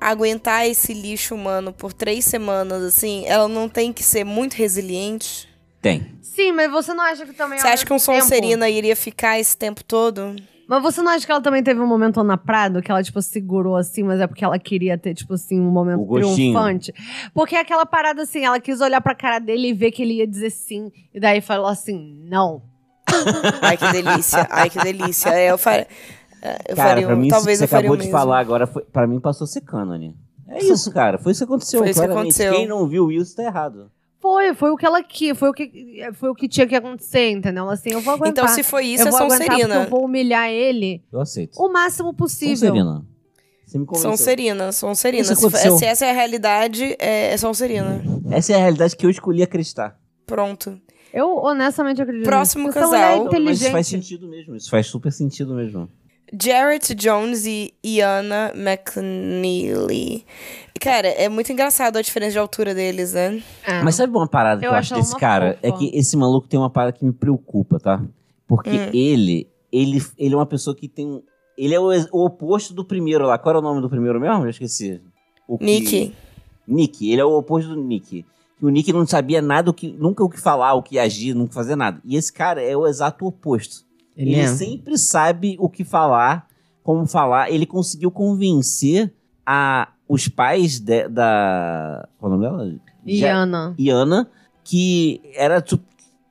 Speaker 2: aguentar esse lixo humano por três semanas, assim, ela não tem que ser muito resiliente?
Speaker 3: Tem.
Speaker 1: Sim, mas você não acha que também.
Speaker 2: Você
Speaker 1: ao
Speaker 2: acha que um
Speaker 1: mesmo tempo-
Speaker 2: Sonserina iria ficar esse tempo todo?
Speaker 1: Mas você não acha que ela também teve um momento Ana Prado que ela, tipo, segurou assim, mas é porque ela queria ter, tipo assim, um
Speaker 3: O
Speaker 1: momento
Speaker 3: gostinho.
Speaker 1: triunfante? Porque é aquela parada assim, ela quis olhar pra cara dele e ver que ele ia dizer sim. E daí falou assim, não.
Speaker 2: Ai, que delícia. Ai, que delícia. É, Eu faria. Eu
Speaker 3: cara,
Speaker 2: faria
Speaker 3: pra
Speaker 2: um-
Speaker 3: mim,
Speaker 2: talvez
Speaker 3: isso
Speaker 2: eu
Speaker 3: que você
Speaker 2: faria
Speaker 3: acabou
Speaker 2: o
Speaker 3: de
Speaker 2: mesmo.
Speaker 3: falar agora, foi, pra mim passou a ser cânone. É isso, cara. Foi isso que aconteceu.
Speaker 2: Foi isso que
Speaker 3: claramente.
Speaker 2: aconteceu.
Speaker 3: Quem não viu isso tá errado.
Speaker 1: Foi, foi o que ela quis, foi o que, foi o que tinha que acontecer, entendeu? Assim, eu vou aguentar.
Speaker 2: Então, se foi isso,
Speaker 1: eu
Speaker 2: é
Speaker 1: vou aguentar porque
Speaker 2: Sonserina.
Speaker 1: eu vou humilhar ele
Speaker 3: Eu aceito.
Speaker 1: o máximo possível.
Speaker 3: Sonserina.
Speaker 2: um
Speaker 3: Você me convenceu.
Speaker 2: Sonserina, Sonserina.
Speaker 3: Isso
Speaker 2: Se, for-
Speaker 3: aconteceu.
Speaker 2: se essa é a realidade, é, é Sonserina.
Speaker 3: Essa é a realidade que eu escolhi acreditar.
Speaker 2: Pronto.
Speaker 1: Eu honestamente acredito. nisso,
Speaker 2: Próximo
Speaker 1: porque essa mulher é
Speaker 2: casal.
Speaker 3: Mas isso
Speaker 1: inteligente.
Speaker 3: faz sentido mesmo. Isso faz super sentido mesmo.
Speaker 2: Jarrett Jones e Iana McNeely. Cara, é muito engraçado a diferença de altura deles, né?
Speaker 1: É.
Speaker 3: Mas sabe uma parada que
Speaker 1: Eu
Speaker 3: eu,
Speaker 1: acho
Speaker 3: acho
Speaker 1: ela
Speaker 3: desse
Speaker 1: uma
Speaker 3: cara?
Speaker 1: fofa.
Speaker 3: É que esse maluco tem uma parada que me preocupa, tá? Porque
Speaker 1: É.
Speaker 3: ele, ele, ele é uma pessoa que tem um. Ele é o, ex- o oposto do primeiro lá. Qual era o nome do primeiro mesmo? Eu esqueci. O que-
Speaker 2: Nick.
Speaker 3: Nick. Ele é o oposto do Nick. O Nick não sabia nada, o que, nunca o que falar, o que agir, nunca fazer nada. E esse cara é o exato oposto. Ele, sempre sabe o que falar, como falar. Ele conseguiu convencer a, os pais de- da. Qual é o nome dela?
Speaker 1: E
Speaker 3: Ja-
Speaker 1: Ana.
Speaker 3: e Ana, que era, su-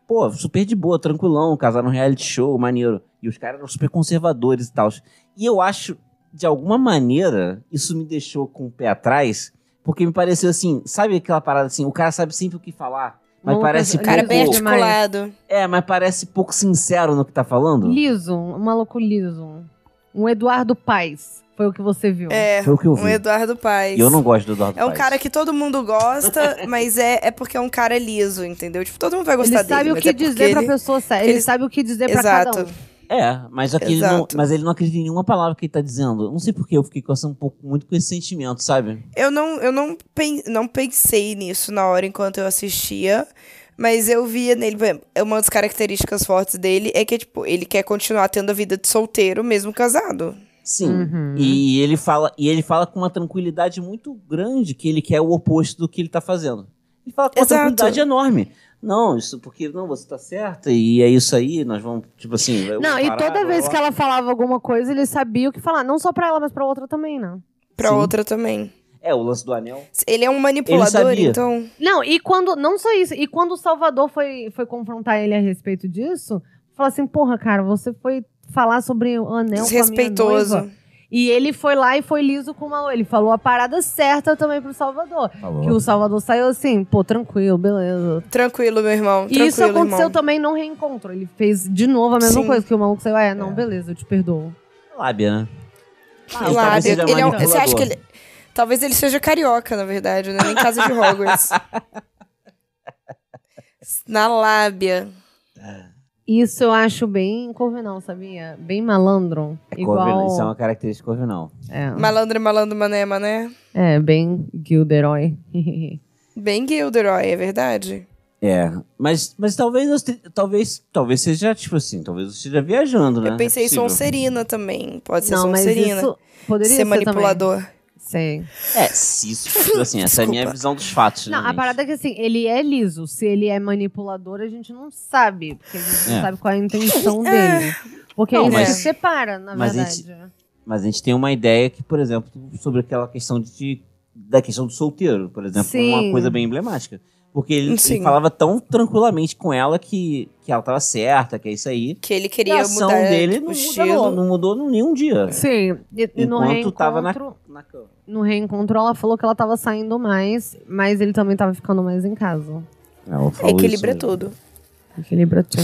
Speaker 3: pô, super de boa, tranquilão, casaram um reality show, maneiro. E os caras eram super conservadores e tal. E eu acho, de alguma maneira, isso me deixou com o pé atrás, porque me pareceu assim, sabe aquela parada assim, o cara sabe sempre o que falar, mas
Speaker 1: Uma
Speaker 3: parece
Speaker 1: coisa-
Speaker 2: O cara é
Speaker 1: Liso
Speaker 2: bem
Speaker 3: pouco,
Speaker 1: demais.
Speaker 2: articulado.
Speaker 3: é, mas parece pouco sincero no que tá falando.
Speaker 1: Liso, um maluco liso. Um Eduardo Paes. Foi o que você viu.
Speaker 2: É,
Speaker 3: Foi o que eu vi.
Speaker 2: um Eduardo Paes.
Speaker 3: E eu não gosto do Eduardo
Speaker 2: É um
Speaker 3: Paes.
Speaker 2: cara que todo mundo gosta, mas é, é porque é um cara liso, entendeu? Tipo, todo mundo vai
Speaker 1: Ele
Speaker 2: gostar
Speaker 1: sabe
Speaker 2: dele.
Speaker 1: o
Speaker 2: mas
Speaker 1: que
Speaker 2: é porque
Speaker 1: dizer pra
Speaker 2: ele-
Speaker 1: pessoa séria. Ele,
Speaker 2: ele-
Speaker 1: sabe o que dizer pra cada
Speaker 2: Exato.
Speaker 1: um.
Speaker 3: É, mas, aqui ele não,
Speaker 2: Exato.
Speaker 3: mas ele não acredita em nenhuma palavra que ele tá dizendo. Eu Não sei porque eu fiquei com essa, um pouco, muito com esse sentimento, sabe?
Speaker 2: Eu não, eu não, pen, não pensei nisso na hora enquanto eu assistia, mas eu via nele, por exemplo, uma das características fortes dele é que, tipo, ele quer continuar tendo a vida de solteiro, mesmo casado.
Speaker 3: Sim.
Speaker 1: Uhum.
Speaker 3: E ele fala, e ele fala com uma tranquilidade muito grande que ele quer o oposto do que ele tá fazendo. Ele fala com uma
Speaker 2: Exato.
Speaker 3: tranquilidade enorme. Não, isso porque não, você tá certa e é isso aí, nós vamos, tipo assim, vai-
Speaker 1: Não, e
Speaker 3: vamos parar,
Speaker 1: toda
Speaker 3: blá,
Speaker 1: vez
Speaker 3: blá.
Speaker 1: que ela falava alguma coisa, ele sabia o que falar. Não só pra ela, mas pra outra também, né?
Speaker 2: Pra
Speaker 3: Sim.
Speaker 2: outra também.
Speaker 3: é o lance do anel.
Speaker 2: Ele é um manipulador,
Speaker 3: sabia.
Speaker 2: então.
Speaker 1: Não, e quando. Não só isso. E quando o Salvador foi, foi confrontar ele a respeito disso, falou assim: porra, cara, você foi falar sobre o anel. com a minha é noiva."
Speaker 2: desrespeitoso.
Speaker 1: E ele foi lá e foi liso com o maluco. Ele falou a parada certa também pro Salvador. Que o Salvador saiu assim, pô, tranquilo, beleza.
Speaker 2: Tranquilo, meu irmão.
Speaker 1: E
Speaker 2: Tranquilo,
Speaker 1: isso aconteceu
Speaker 2: irmão.
Speaker 1: também no reencontro. Ele fez de novo a mesma
Speaker 2: Sim.
Speaker 1: coisa que o maluco saiu. É, não,
Speaker 3: É.
Speaker 1: beleza, eu te perdoo.
Speaker 3: Lábia, né?
Speaker 2: Sei lá,
Speaker 3: talvez
Speaker 2: ele
Speaker 3: seja
Speaker 2: é um-
Speaker 3: manipulador.
Speaker 2: Você acha que ele. Talvez ele seja carioca, na verdade, né? Nem casa de Hogwarts. Na lábia.
Speaker 1: Isso eu acho bem convenal, sabia? Bem malandro.
Speaker 3: É
Speaker 1: igual.
Speaker 3: Covenant, isso é uma característica corvinal.
Speaker 1: é,
Speaker 2: Malandro, malandro, mané, mané.
Speaker 1: é, bem Gilderoy.
Speaker 2: Bem Gilderoy, é verdade?
Speaker 3: É, mas, mas talvez, eu este- talvez, talvez seja tipo assim, talvez eu esteja viajando, né?
Speaker 2: Eu pensei
Speaker 3: é
Speaker 2: em
Speaker 3: possível.
Speaker 2: Sonserina também. Pode ser
Speaker 1: não, mas
Speaker 2: Sonserina.
Speaker 1: isso poderia
Speaker 2: ser
Speaker 1: ser
Speaker 2: manipulador.
Speaker 1: Também. Sei.
Speaker 3: É, se isso, tipo assim, essa é a minha
Speaker 2: um Desculpa.
Speaker 3: visão dos fatos,
Speaker 1: Não,
Speaker 3: né,
Speaker 1: a
Speaker 3: gente?
Speaker 1: parada é que assim, ele é liso. Se ele é manipulador, a gente não sabe. Porque a gente não
Speaker 3: É.
Speaker 1: sabe qual é a intenção dele. Porque
Speaker 3: Não,
Speaker 1: isso
Speaker 2: mas-
Speaker 1: se separa, na
Speaker 3: mas a
Speaker 1: verdade.
Speaker 3: gente- Mas a gente tem uma ideia que, por exemplo, sobre aquela questão de, de- da questão do solteiro, por exemplo, é
Speaker 1: Sim.
Speaker 3: uma coisa bem emblemática. Porque ele, ele
Speaker 2: Sim.
Speaker 3: falava tão tranquilamente com ela que, que ela tava certa, que é isso aí.
Speaker 2: Que ele
Speaker 3: e a
Speaker 2: queria
Speaker 3: ação
Speaker 2: mudar
Speaker 3: dele
Speaker 2: tipo,
Speaker 3: não,
Speaker 2: o
Speaker 3: muda,
Speaker 2: estilo.
Speaker 3: não, não mudou num- nenhum dia.
Speaker 1: Sim, e, e no reencontro,
Speaker 3: Enquanto tava na- Na cama.
Speaker 1: no reencontro ela falou que ela tava saindo mais, mas ele também tava ficando mais em casa.
Speaker 3: Ela falou
Speaker 2: Equilibra
Speaker 3: isso
Speaker 2: é
Speaker 3: mesmo.
Speaker 2: tudo.
Speaker 1: Equilibra tudo.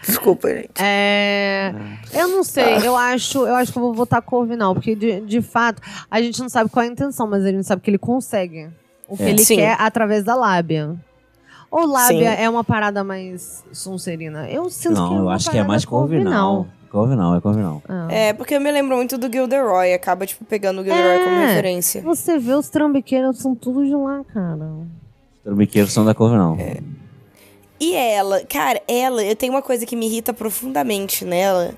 Speaker 2: Desculpa, gente.
Speaker 1: É, eu não sei, eu acho, eu acho que eu vou votar Corvinal, porque de, de fato a gente não sabe qual é a intenção, mas a gente sabe que ele consegue o que
Speaker 3: É.
Speaker 1: ele
Speaker 2: Sim.
Speaker 1: quer através da lábia. Ou lábia
Speaker 2: Sim.
Speaker 1: é uma parada mais sonserina? Eu sinto que
Speaker 3: Não,
Speaker 1: é
Speaker 3: eu
Speaker 1: uma
Speaker 3: acho que é
Speaker 1: parada
Speaker 3: mais corvinal. Corvinal, é corvinal.
Speaker 1: Corvinal. É.
Speaker 2: É, porque eu me lembro muito do Gilderoy. Acaba, tipo, pegando o Gilderoy como
Speaker 1: É.
Speaker 2: referência.
Speaker 1: Você vê os trambiqueiros, são tudo de lá, cara.
Speaker 3: Os trambiqueiros são da corvinal.
Speaker 2: E ela, cara, ela, eu tenho uma coisa que me irrita profundamente nela.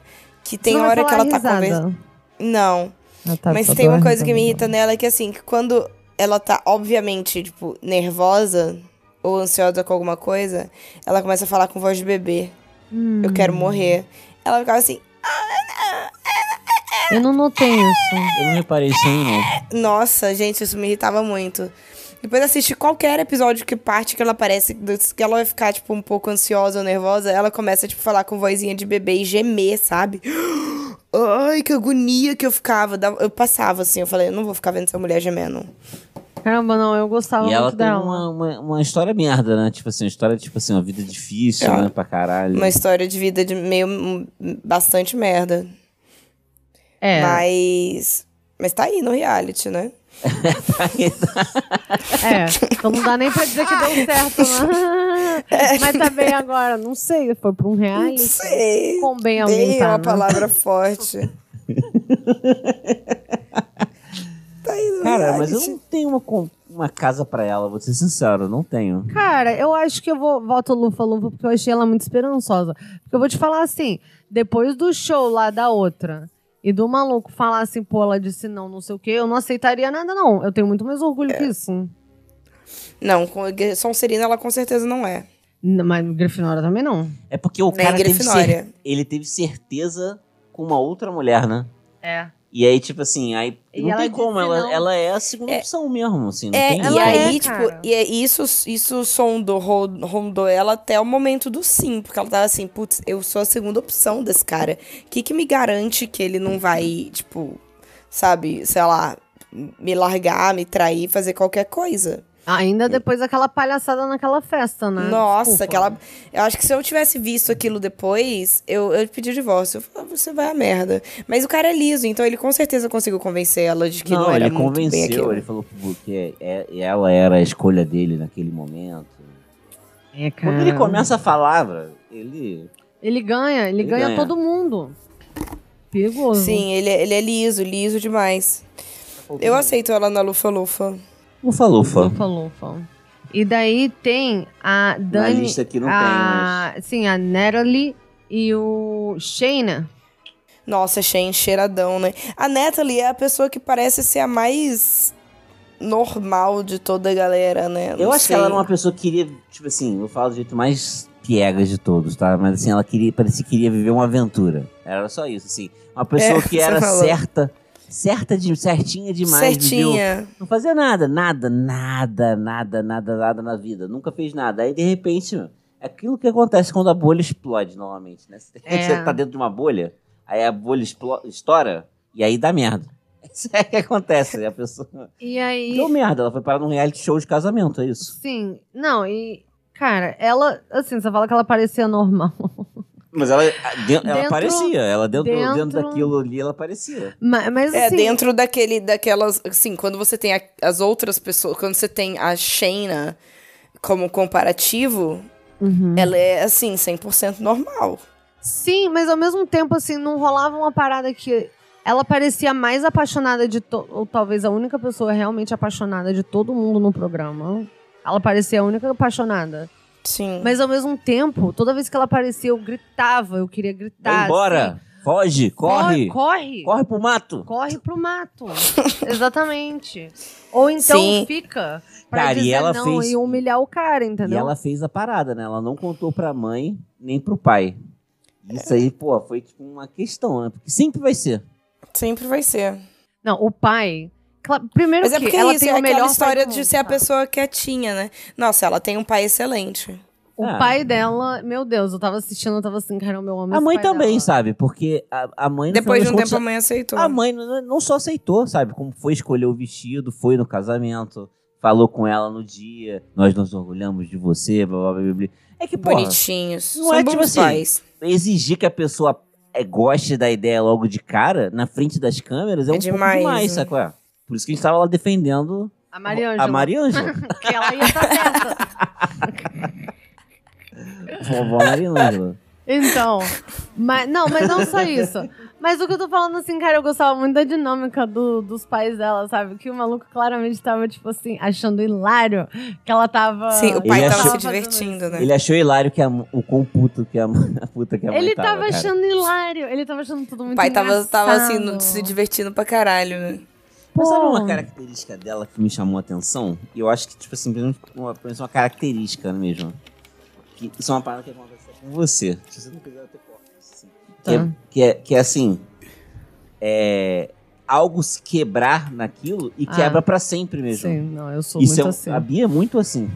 Speaker 2: Que tem
Speaker 1: Você não vai
Speaker 2: hora que
Speaker 1: falar
Speaker 2: ela tá
Speaker 1: risada.
Speaker 2: conversando. Não.
Speaker 6: Ah, tá,
Speaker 2: Mas
Speaker 6: só
Speaker 2: tem uma
Speaker 6: dorme,
Speaker 2: coisa
Speaker 6: tá
Speaker 2: que me
Speaker 6: bom.
Speaker 2: irrita nela que assim, que quando ela tá obviamente, tipo, nervosa ou ansiosa com alguma coisa, ela começa a falar com voz de bebê.
Speaker 1: Hum,
Speaker 2: Eu quero morrer. Ela ficava assim,
Speaker 1: Eu não notei isso.
Speaker 3: Eu não reparei isso aí, não.
Speaker 2: nossa, gente, isso me irritava muito. Depois assiste qualquer episódio que parte que ela aparece, que ela vai ficar, tipo, um pouco ansiosa ou nervosa, ela começa, tipo, falar com vozinha de bebê e gemer, sabe? Ai, que agonia que eu ficava. Dava- Eu passava, assim, eu falei, eu não vou ficar vendo essa mulher gemendo.
Speaker 1: Caramba, não, eu gostava
Speaker 3: E
Speaker 1: muito
Speaker 3: ela tem
Speaker 1: dela.
Speaker 3: uma, uma, uma história merda, né? Tipo assim, uma história, tipo assim, uma vida difícil,
Speaker 2: Ah.
Speaker 3: né? Pra caralho.
Speaker 2: uma história de vida de meio hum, bastante merda.
Speaker 1: É.
Speaker 2: Mas. Mas tá aí no reality, né?
Speaker 1: É, então não dá nem pra dizer que deu certo, né? Mas tá bem agora, não sei, foi pra um reality.
Speaker 2: É. Não sei.
Speaker 1: Com bem alguém
Speaker 2: Tem
Speaker 1: tá,
Speaker 2: uma
Speaker 1: né?
Speaker 2: palavra forte. tá aí no
Speaker 3: Cara,
Speaker 2: reality.
Speaker 3: mas eu não tenho uma, com- uma casa pra ela, vou ser sincero, eu não tenho.
Speaker 1: Cara, eu acho que eu vou voto Lufa Lufa porque eu achei ela muito esperançosa. Porque eu vou te falar assim, depois do show lá da outra e do maluco falar assim, pô, ela disse não, não sei o quê, eu não aceitaria nada não. Eu tenho muito mais orgulho
Speaker 2: É.
Speaker 1: que isso.
Speaker 2: Não, com Sonserina ela com certeza não é.
Speaker 1: N- Mas Grifinória também não.
Speaker 3: É porque o
Speaker 2: Nem
Speaker 3: cara teve, cer
Speaker 2: Grifinória.
Speaker 3: ele teve certeza com uma outra mulher, né?
Speaker 1: É.
Speaker 3: E aí, tipo assim, aí
Speaker 1: E
Speaker 3: não
Speaker 1: ela
Speaker 3: tem
Speaker 1: disse
Speaker 3: como, ela,
Speaker 1: não.
Speaker 3: ela é a segunda opção mesmo, assim, não
Speaker 2: É,
Speaker 3: tem
Speaker 2: e
Speaker 1: ela é,
Speaker 2: aí, tipo,
Speaker 1: cara.
Speaker 2: e é- isso, isso sondou, ro- rondou ela até o momento do sim, porque ela tava assim, putz, eu sou a segunda opção desse cara. O que que me garante que ele não vai, tipo, sabe, sei lá, me largar, me trair, fazer qualquer coisa?
Speaker 3: É.
Speaker 1: Ainda depois daquela palhaçada naquela festa, né?
Speaker 2: Nossa,
Speaker 1: Desculpa.
Speaker 2: aquela. Eu acho que se eu tivesse visto aquilo depois, eu, eu pedi o divórcio. Eu falava, "Ah, você vai a merda. Mas o cara é liso, então ele com certeza conseguiu convencer ela de que não, era
Speaker 3: ele
Speaker 2: muito bem
Speaker 3: convenceu,
Speaker 2: aquilo.
Speaker 3: ele falou que é- é- ela era a escolha dele naquele momento.
Speaker 1: É,
Speaker 3: Quando
Speaker 1: cara.
Speaker 3: ele começa a falar, velho, ele.
Speaker 1: Ele ganha, ele,
Speaker 3: Ele
Speaker 1: ganha,
Speaker 3: ganha.
Speaker 1: todo mundo.
Speaker 3: Uhum.
Speaker 1: Perigoso.
Speaker 2: Sim, ele, é- ele é liso, liso demais. Eu aceito ela na Lufa Lufa.
Speaker 3: Lufa Lufa.
Speaker 1: Lufa, lufa. E daí tem a
Speaker 3: Na
Speaker 1: Dani.
Speaker 3: lista aqui não
Speaker 1: a, Sim, a Natalie e o Shayna.
Speaker 2: Nossa, Shane, cheiradão, né? A Natalie é a pessoa que parece ser a mais normal de toda a galera, né?
Speaker 3: tem, mas. Eu
Speaker 2: Não
Speaker 3: acho que ela é
Speaker 2: sei.
Speaker 3: era uma pessoa que queria, tipo assim, eu falo do jeito mais piegas de todos, tá? Mas assim, ela queria, parecia que queria viver uma aventura. Era só isso, assim. Uma pessoa
Speaker 2: É,
Speaker 3: que
Speaker 2: você
Speaker 3: era
Speaker 2: falou.
Speaker 3: certa, certa de, certinha demais. viveu-
Speaker 2: certinha.
Speaker 3: Não fazia nada, nada, nada, nada, nada, nada na vida. Nunca fez nada. Aí, de repente, meu, é aquilo que acontece quando a bolha explode, normalmente, né? Você
Speaker 1: É.
Speaker 3: você tá dentro de uma bolha, aí a bolha explo- estoura, e aí dá merda. Isso é que acontece, né? a pessoa...
Speaker 1: E aí.
Speaker 3: Deu merda, ela foi parar num reality show de casamento, é isso.
Speaker 1: Sim, não, e. Cara, ela. Assim, você fala que ela parecia normal.
Speaker 3: Mas ela,
Speaker 1: Dentro-
Speaker 3: parecia, ela dentro,
Speaker 1: dentro-
Speaker 3: dentro...
Speaker 1: dentro daquilo
Speaker 3: daquilo ali, ela parecia.
Speaker 1: Mas, mas
Speaker 2: É,
Speaker 1: assim.
Speaker 2: dentro daquele, daquelas, assim, quando você tem a- as outras pessoas, quando você tem a Shayna como comparativo,
Speaker 3: Hum.
Speaker 1: Uhum.
Speaker 2: ela é, assim, 100% normal.
Speaker 1: Sim, mas ao mesmo tempo, assim, não rolava uma parada que. Ela parecia mais apaixonada de. To... Ou talvez a única pessoa realmente apaixonada de todo mundo no programa. Ela parecia a única apaixonada.
Speaker 2: Sim.
Speaker 1: Mas ao mesmo tempo, toda vez que ela aparecia, eu gritava, eu queria gritar.
Speaker 3: Vai embora,
Speaker 1: assim.
Speaker 3: foge, Tá, corre, corre,
Speaker 1: Corre! Corre,
Speaker 3: pro mato.
Speaker 1: corre pro mato. Exatamente. Ou então
Speaker 2: Sim.
Speaker 1: fica pra
Speaker 3: Cara, e
Speaker 1: dizer
Speaker 3: ela
Speaker 1: não
Speaker 3: fez-
Speaker 1: e humilhar o cara,
Speaker 3: E
Speaker 1: entendeu?
Speaker 3: ela fez a parada, né? Ela não contou pra mãe nem pro pai. Isso aí, pô, foi tipo uma questão, né? Porque sempre vai ser.
Speaker 2: Sempre vai ser.
Speaker 1: Não, o pai. cla- Primeiro
Speaker 2: Mas é
Speaker 1: que
Speaker 2: porque
Speaker 1: ela
Speaker 2: isso
Speaker 1: tem
Speaker 2: é
Speaker 1: o melhor
Speaker 2: aquela
Speaker 1: pai
Speaker 2: história
Speaker 1: do
Speaker 2: de
Speaker 1: mundo,
Speaker 2: ser a
Speaker 1: tá?
Speaker 2: pessoa quietinha, né? Nossa, ela tem um pai excelente.
Speaker 1: O
Speaker 3: Ah.
Speaker 1: pai dela, meu Deus, eu tava assistindo, eu tava assim, cara, meu homem.
Speaker 3: a mãe também, sabe? Porque a, a mãe. no
Speaker 2: Depois de um
Speaker 3: final das
Speaker 2: tempo, a
Speaker 3: contas,
Speaker 2: mãe aceitou.
Speaker 3: a mãe não não só aceitou, sabe? Como foi escolher o vestido, foi no casamento, falou com ela no dia, nós nos orgulhamos de você, blá blá blá blá, blá. É que, porra,
Speaker 2: Bonitinhos.
Speaker 3: não
Speaker 2: São
Speaker 3: é
Speaker 2: bons
Speaker 3: tipo assim,
Speaker 2: pais.
Speaker 3: exigir que a pessoa é, goste da ideia logo de cara, na frente das câmeras, é,
Speaker 2: É
Speaker 3: um
Speaker 2: demais,
Speaker 3: pouco demais,
Speaker 2: né?
Speaker 3: sacou? Por isso que a gente tava lá defendendo
Speaker 1: A Mariângela.
Speaker 3: a Mariângela.
Speaker 1: Que ela ia estar certa.
Speaker 3: Vovó Mariângela.
Speaker 1: Então. Mas, não, mas não só isso. Mas o que eu tô falando, assim, cara, eu gostava muito da dinâmica do- dos pais dela, sabe? Que o maluco claramente tava, tipo assim, achando hilário que ela tava.
Speaker 2: Sim, o
Speaker 1: que
Speaker 2: pai
Speaker 1: ela
Speaker 3: Ah. Ele
Speaker 2: tava
Speaker 3: achou-
Speaker 2: se
Speaker 1: fazendo isso.
Speaker 2: divertindo, né?
Speaker 3: Ele achou hilário que a, m- o quão puto que a, m- a puta que a mãe
Speaker 1: Ele
Speaker 3: tava,
Speaker 1: tava
Speaker 3: cara.
Speaker 1: achando hilário, ele tava achando
Speaker 3: é
Speaker 1: tudo muito
Speaker 2: O pai tava, tava assim, no-
Speaker 1: engraçado.
Speaker 2: se divertindo pra caralho, né?
Speaker 3: Mas sabe
Speaker 1: Pô.
Speaker 3: uma característica dela que me chamou a atenção? E eu acho que, tipo assim, pelo menos uma, pelo menos uma característica mesmo. Que isso é uma parada que acontece com você. Se você não quiser, eu até corto. Assim. Que,
Speaker 1: Tá.
Speaker 3: é, que, é, que é assim. É, algo se quebrar naquilo e
Speaker 1: Ah.
Speaker 3: quebra pra sempre mesmo.
Speaker 1: Sim, não, eu sou
Speaker 3: Isso
Speaker 1: muito
Speaker 3: é, um-
Speaker 1: assim.
Speaker 3: A Bia é muito assim.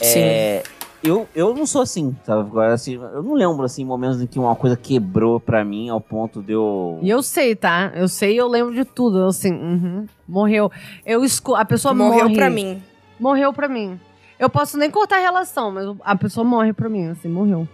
Speaker 3: É, eu, eu não sou assim, sabe? Agora, assim, eu não lembro, assim, momentos em que uma coisa quebrou pra mim ao ponto de eu...
Speaker 1: E eu sei, tá? Eu sei, eu lembro de tudo. Eu assim, uhum, morreu. Eu esco a pessoa
Speaker 2: Morreu
Speaker 1: morre.
Speaker 2: pra mim.
Speaker 1: Morreu pra mim. Eu posso nem cortar a relação, mas a pessoa morre pra mim, assim, morreu.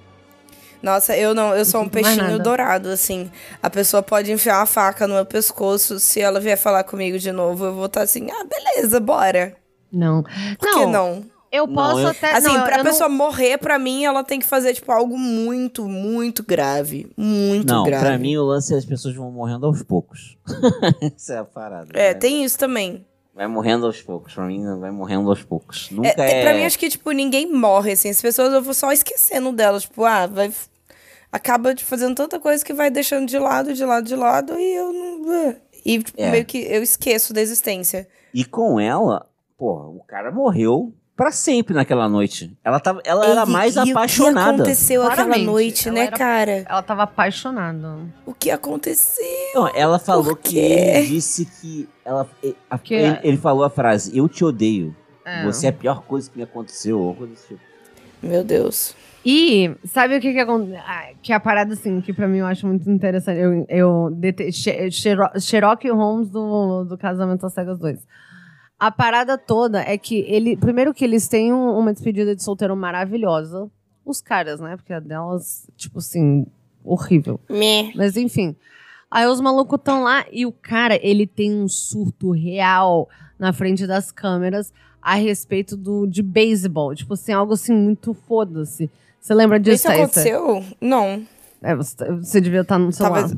Speaker 2: Nossa, eu não, eu sou um
Speaker 1: Não sinto mais
Speaker 2: peixinho
Speaker 1: nada.
Speaker 2: dourado, assim. A pessoa pode enfiar uma faca no meu pescoço, se ela vier falar comigo de novo, eu vou estar assim, ah, beleza, bora.
Speaker 1: Não.
Speaker 2: Por que não?
Speaker 1: Eu
Speaker 3: Não,
Speaker 1: posso
Speaker 3: eu-
Speaker 1: até.
Speaker 2: Assim,
Speaker 1: É, não,
Speaker 2: pra
Speaker 1: eu não-
Speaker 2: pessoa morrer, pra mim, ela tem que fazer, tipo, algo muito, muito grave. Muito
Speaker 3: não,
Speaker 2: grave.
Speaker 3: pra mim o lance é as pessoas vão morrendo aos poucos. Essa é a parada.
Speaker 2: É,
Speaker 3: né?
Speaker 2: tem isso também.
Speaker 3: Vai morrendo aos poucos. Pra mim, vai morrendo aos poucos. Nunca
Speaker 2: É,
Speaker 3: é...
Speaker 2: tem- Pra mim, acho que, tipo, ninguém morre, assim. As pessoas, eu vou só esquecendo delas. Tipo, ah, vai... Acaba de fazendo tanta coisa que vai deixando de lado, de lado, de lado. E eu não... E, tipo,
Speaker 3: É.
Speaker 2: meio que eu esqueço da existência.
Speaker 3: E com ela, porra, o cara morreu pra sempre naquela noite. Ela, tava, ela era
Speaker 2: Ei,
Speaker 3: mais
Speaker 2: e O que
Speaker 3: apaixonada.
Speaker 2: aconteceu
Speaker 1: Claramente,
Speaker 2: aquela noite,
Speaker 1: ela
Speaker 2: né,
Speaker 1: era-
Speaker 2: cara?
Speaker 1: Ela tava apaixonada.
Speaker 2: O que aconteceu?
Speaker 3: Não, ela falou
Speaker 2: Por
Speaker 3: que
Speaker 2: quê?
Speaker 3: ele disse que. Ela, e- a-
Speaker 1: Que-
Speaker 3: ele, ele falou a frase: Eu te odeio.
Speaker 1: É.
Speaker 3: Você é a pior coisa que me aconteceu. Ou coisa desse tipo.
Speaker 2: Meu Deus.
Speaker 1: E sabe o que que, acon- ah, que é a parada, assim, que pra mim eu acho muito interessante. Eu, eu dete- Che- Chero- Cherokee Holmes do, do Casamento às Cegas 2. A parada toda é que ele. Primeiro que eles têm um- uma despedida de solteiro maravilhosa. Os caras, né? Porque a delas, tipo assim, horrível.
Speaker 7: Me.
Speaker 1: Mas enfim. Aí os malucos estão lá e o cara, ele tem um surto real na frente das câmeras a respeito do, de beisebol. Tipo assim, algo assim muito foda-se. Você lembra disso,
Speaker 2: Isso
Speaker 1: Thaisa?
Speaker 2: aconteceu? Não.
Speaker 1: É, você, você devia estar no celular.
Speaker 2: Tava-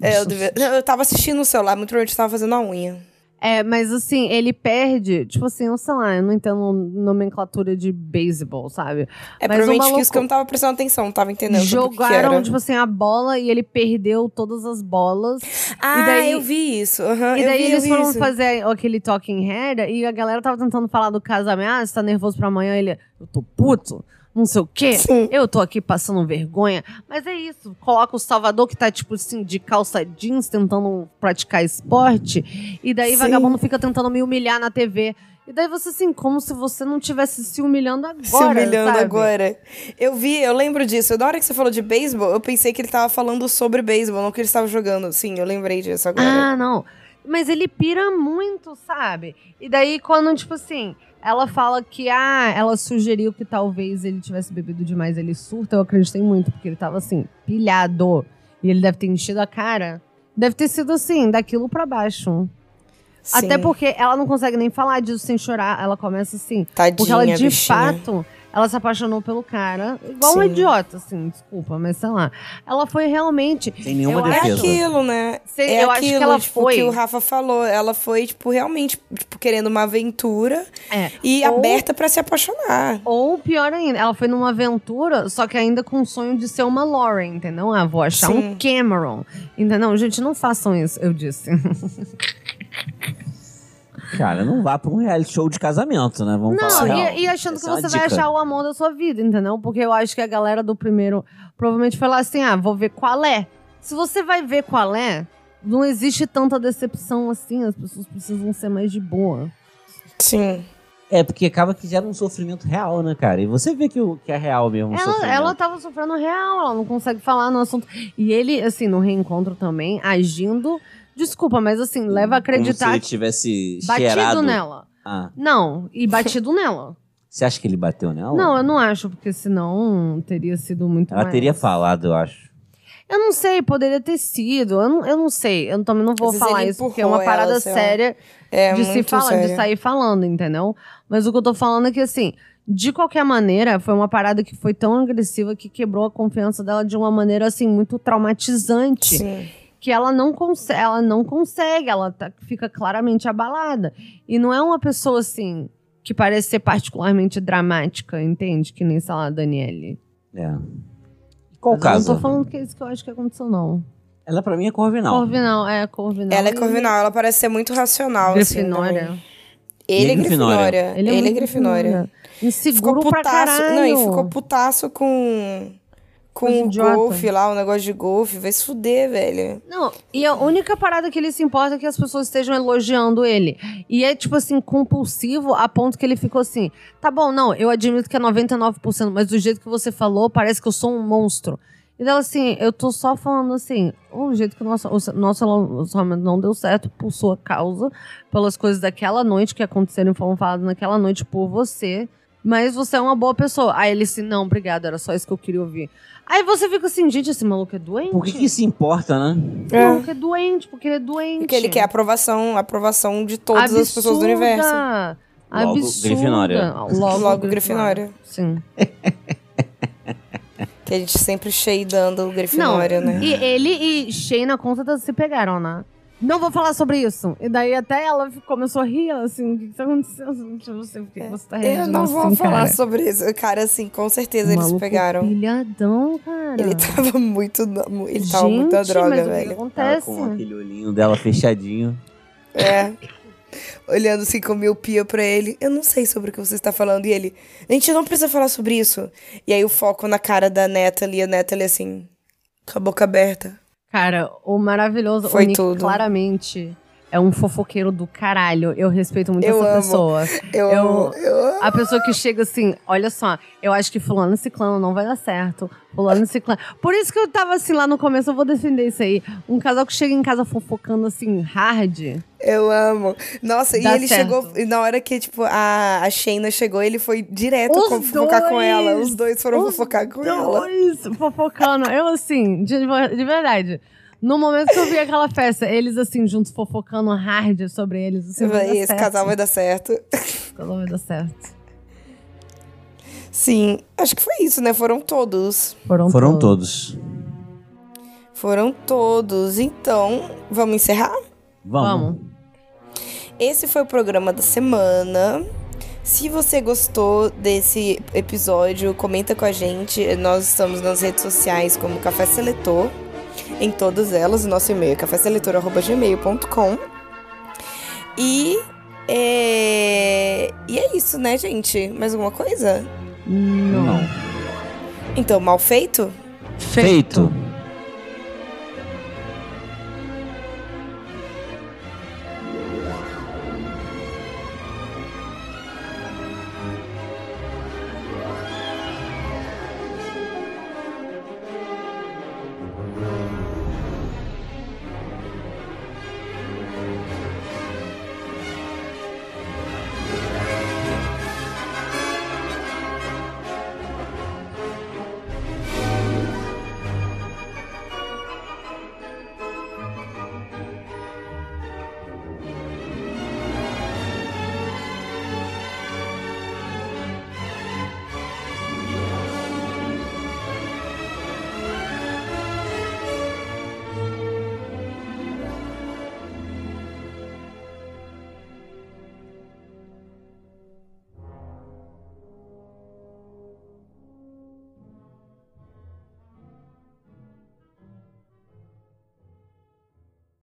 Speaker 2: É, eu, devia... eu tava assistindo no celular, muito provavelmente eu tava fazendo a unha.
Speaker 1: É, mas assim, ele perde, tipo assim, eu sei lá, eu não entendo nomenclatura de beisebol, sabe?
Speaker 2: É
Speaker 1: Mas o
Speaker 2: provavelmente que isso
Speaker 1: maluco-
Speaker 2: que eu não tava prestando atenção, não tava entendendo sobre o que que
Speaker 1: Jogaram,
Speaker 2: era.
Speaker 1: tipo assim, a bola e ele perdeu todas as bolas.
Speaker 2: Ah,
Speaker 1: E daí-
Speaker 2: eu vi isso. aham,
Speaker 1: E
Speaker 2: eu
Speaker 1: daí
Speaker 2: vi, eu
Speaker 1: eles
Speaker 2: vi
Speaker 1: foram
Speaker 2: isso.
Speaker 1: fazer aquele talking head e a galera tava tentando falar do caso ameaça, tá nervoso pra amanhã. Ele, eu tô puto, não sei o quê.
Speaker 2: Sim.
Speaker 1: Eu tô aqui passando vergonha. Mas é isso, coloca o Salvador que tá, tipo assim, de calça jeans, tentando praticar esporte. E daí
Speaker 2: Sim.
Speaker 1: vagabundo fica tentando me humilhar na TV. E daí você, assim, como se você não tivesse se humilhando agora,
Speaker 2: Se humilhando
Speaker 1: sabe?
Speaker 2: agora. Eu vi, eu lembro disso. Na hora que você falou de beisebol, eu pensei que ele tava falando sobre beisebol, não que ele estava jogando. Sim, eu lembrei disso agora.
Speaker 1: Ah, não. Mas ele pira muito, sabe? E daí, quando, tipo assim, ela fala que, ah, ela sugeriu que talvez ele tivesse bebido demais, ele surta, eu acreditei muito, porque ele tava assim, pilhado. E ele deve ter enchido a cara. Deve ter sido assim, daquilo pra baixo.
Speaker 2: Sim.
Speaker 1: Até porque ela não consegue nem falar disso sem chorar. Ela começa assim.
Speaker 2: Tadinha,
Speaker 1: Porque ela, de
Speaker 2: é bichinha.
Speaker 1: fato, ela se apaixonou pelo cara. Igual um
Speaker 2: Sim.
Speaker 1: idiota, assim, desculpa, mas sei lá. Ela foi realmente.
Speaker 3: Sem nenhuma
Speaker 1: Eu
Speaker 2: É
Speaker 1: acho
Speaker 3: defesa.
Speaker 2: aquilo, né?
Speaker 1: Sei-
Speaker 2: É
Speaker 1: eu
Speaker 2: aquilo,
Speaker 1: acho que ela
Speaker 2: tipo,
Speaker 1: foi.
Speaker 2: que o Rafa falou. Ela foi, tipo, realmente, tipo, querendo uma aventura
Speaker 1: É.
Speaker 2: e
Speaker 1: Ou-
Speaker 2: aberta pra se apaixonar.
Speaker 1: Ou pior ainda, ela foi numa aventura, só que ainda com o sonho de ser uma Lauren, entendeu? Ah, vou achar um
Speaker 2: Sim.
Speaker 1: Cameron. Entendeu? Gente, não façam isso, eu disse.
Speaker 3: Cara, não vá pra um reality show de casamento, né? Vamos
Speaker 1: Não,
Speaker 3: falar real.
Speaker 1: e, e achando
Speaker 3: Essa
Speaker 1: que
Speaker 3: é uma
Speaker 1: você vai
Speaker 3: dica.
Speaker 1: achar o amor da sua vida, entendeu? Porque eu acho que a galera do primeiro provavelmente foi lá assim: ah, vou ver qual é. Se você vai ver qual é, não existe tanta decepção assim, as pessoas precisam ser mais de boa.
Speaker 2: Sim.
Speaker 3: É, porque acaba que gera um sofrimento real, né, cara? E você vê que, o- que é real mesmo o
Speaker 1: Ela,
Speaker 3: sofrimento.
Speaker 1: ela tava sofrendo real, ela não consegue falar no assunto. E ele, assim, no reencontro também, agindo. Desculpa, mas assim, leva a
Speaker 3: Como se
Speaker 1: acreditar
Speaker 3: ele tivesse
Speaker 1: que batido
Speaker 3: cheirado.
Speaker 1: nela.
Speaker 3: Ah,
Speaker 1: Não, e batido nela.
Speaker 3: você acha que ele bateu nela?
Speaker 1: Não, eu não acho, porque senão teria sido muito
Speaker 3: Ela
Speaker 1: mais.
Speaker 3: teria falado, eu acho.
Speaker 1: Eu não sei, poderia ter sido. Eu não, eu não sei. Eu também não vou
Speaker 2: Às vezes
Speaker 1: falar
Speaker 2: ele
Speaker 1: isso, porque é uma
Speaker 2: empurrou ela,
Speaker 1: parada
Speaker 2: sei lá.
Speaker 1: séria
Speaker 2: É
Speaker 1: de se
Speaker 2: muito
Speaker 1: falar,
Speaker 2: sério.
Speaker 1: de sair falando, entendeu? Mas o que eu tô falando é que, assim, de qualquer maneira, foi uma parada que foi tão agressiva que quebrou a confiança dela de uma maneira, assim, muito traumatizante.
Speaker 2: Sim.
Speaker 1: que ela não, conse- ela não consegue, ela tá- fica claramente abalada. E não é uma pessoa assim que parece ser particularmente dramática, entende? Que nem, sei lá, a Daniele.
Speaker 3: É. Qual
Speaker 1: Mas
Speaker 3: caso?
Speaker 1: Eu não tô falando que é isso que eu acho que aconteceu, não.
Speaker 3: Ela pra mim é Corvinal.
Speaker 1: Corvinal, é, Corvinal.
Speaker 2: Ela é
Speaker 1: e
Speaker 2: corvinal, ela parece ser muito racional.
Speaker 1: Grifinória.
Speaker 2: Assim, também. ele é
Speaker 3: Grifinória.
Speaker 2: grifinória.
Speaker 1: Ele é, muito
Speaker 2: grifinória.
Speaker 1: Inseguro
Speaker 2: Ficou
Speaker 1: pra
Speaker 2: putaço.
Speaker 1: caralho.
Speaker 2: Não, e ficou putaço com.
Speaker 1: Coisa
Speaker 2: Com o
Speaker 1: idiota.
Speaker 2: golfe lá, o negócio de golfe. Vai se fuder, velho.
Speaker 1: Não, e a única parada que ele se importa é que as pessoas estejam elogiando ele. E é, tipo assim, compulsivo a ponto que ele ficou assim: tá bom, não, eu admito que é 99%, mas do jeito que você falou, parece que eu sou um monstro. E dela assim, eu tô só falando assim, o jeito que o nosso, o nosso relacionamento não deu certo por sua causa, pelas coisas daquela noite que aconteceram e foram faladas naquela noite por você. Mas você é uma boa pessoa. Aí ele assim, não, obrigado, era só isso que eu queria ouvir. Aí você fica assim, gente, esse maluco é doente.
Speaker 3: Por que, que isso importa, né?
Speaker 1: Não, porque é doente, porque ele é doente.
Speaker 2: Porque ele quer aprovação, aprovação de todas as pessoas do
Speaker 1: Absurda.
Speaker 2: universo.
Speaker 3: Logo,
Speaker 1: Absurda.
Speaker 3: Grifinória.
Speaker 1: Logo,
Speaker 2: Logo, Grifinória.
Speaker 1: Sim.
Speaker 2: Que a gente sempre cheidando o Grifinória, né?
Speaker 1: E ele e Shay na conta da- se pegaram, né? Não vou falar sobre isso. E daí até ela fi- começou a rir, assim, o que, que tá acontecendo? Tipo, você, por que você tá rindo
Speaker 2: É. Eu não vou
Speaker 1: assim,
Speaker 2: falar
Speaker 1: cara?
Speaker 2: sobre isso. Cara, assim, com certeza eles
Speaker 1: Maluco
Speaker 2: pegaram.
Speaker 1: Pilhadão, cara.
Speaker 2: Ele tava muito. na- mu- Ele tava muito na
Speaker 1: Gente,
Speaker 2: droga,
Speaker 1: mas o que que
Speaker 2: velho.
Speaker 3: Ela
Speaker 1: acontece?
Speaker 3: com aquele olhinho dela fechadinho.
Speaker 2: É. Olhando assim com miopia pra ele. Eu não sei sobre o que você está falando. E ele. A gente não precisa falar sobre isso. E aí o foco na cara da Natalie. A Natalie assim. Com a boca aberta.
Speaker 1: Cara, o maravilhoso.
Speaker 2: Foi
Speaker 1: o Nick
Speaker 2: tudo.
Speaker 1: claramente é um fofoqueiro do caralho. Eu respeito muito
Speaker 2: Eu
Speaker 1: essa
Speaker 2: amo.
Speaker 1: pessoa.
Speaker 2: Eu.
Speaker 1: Eu-
Speaker 2: eu... eu
Speaker 1: A pessoa que chega assim, olha só, eu acho que fulano e ciclano não vai dar certo. Fulano e ciclano. Por isso que eu tava assim lá no começo, eu vou defender isso aí. Um casal que chega em casa fofocando assim, hard.
Speaker 2: Eu amo. Nossa,
Speaker 1: Dá
Speaker 2: e ele
Speaker 1: certo.
Speaker 2: chegou. E na hora que, tipo, a, a Shayna chegou, ele foi direto
Speaker 1: Os
Speaker 2: com- fofocar com
Speaker 1: dois!
Speaker 2: ela. Os dois foram
Speaker 1: Os
Speaker 2: fofocar com ela.
Speaker 1: dois fofocando. Eu assim, de, de verdade. No momento que eu vi aquela festa, eles assim, juntos fofocando hard sobre eles. Assim, vai dar
Speaker 2: Esse
Speaker 1: certo.
Speaker 2: casal vai dar certo.
Speaker 1: Esse casal vai dar certo.
Speaker 2: Sim, acho que foi isso, né? Foram todos.
Speaker 1: Foram,
Speaker 3: Foram
Speaker 1: todos.
Speaker 3: todos.
Speaker 2: Foram todos. Então, vamos encerrar?
Speaker 3: Vamos.
Speaker 2: Esse foi o programa da semana. Se você gostou desse episódio, comenta com a gente. Nós estamos nas redes sociais como Café Seletor, em todas elas. O nosso e-mail é caféseletor.gmail.com. E é... e é isso, né, gente? Mais alguma coisa?
Speaker 1: Não.
Speaker 3: Não.
Speaker 2: Então, mal feito?
Speaker 3: Feito.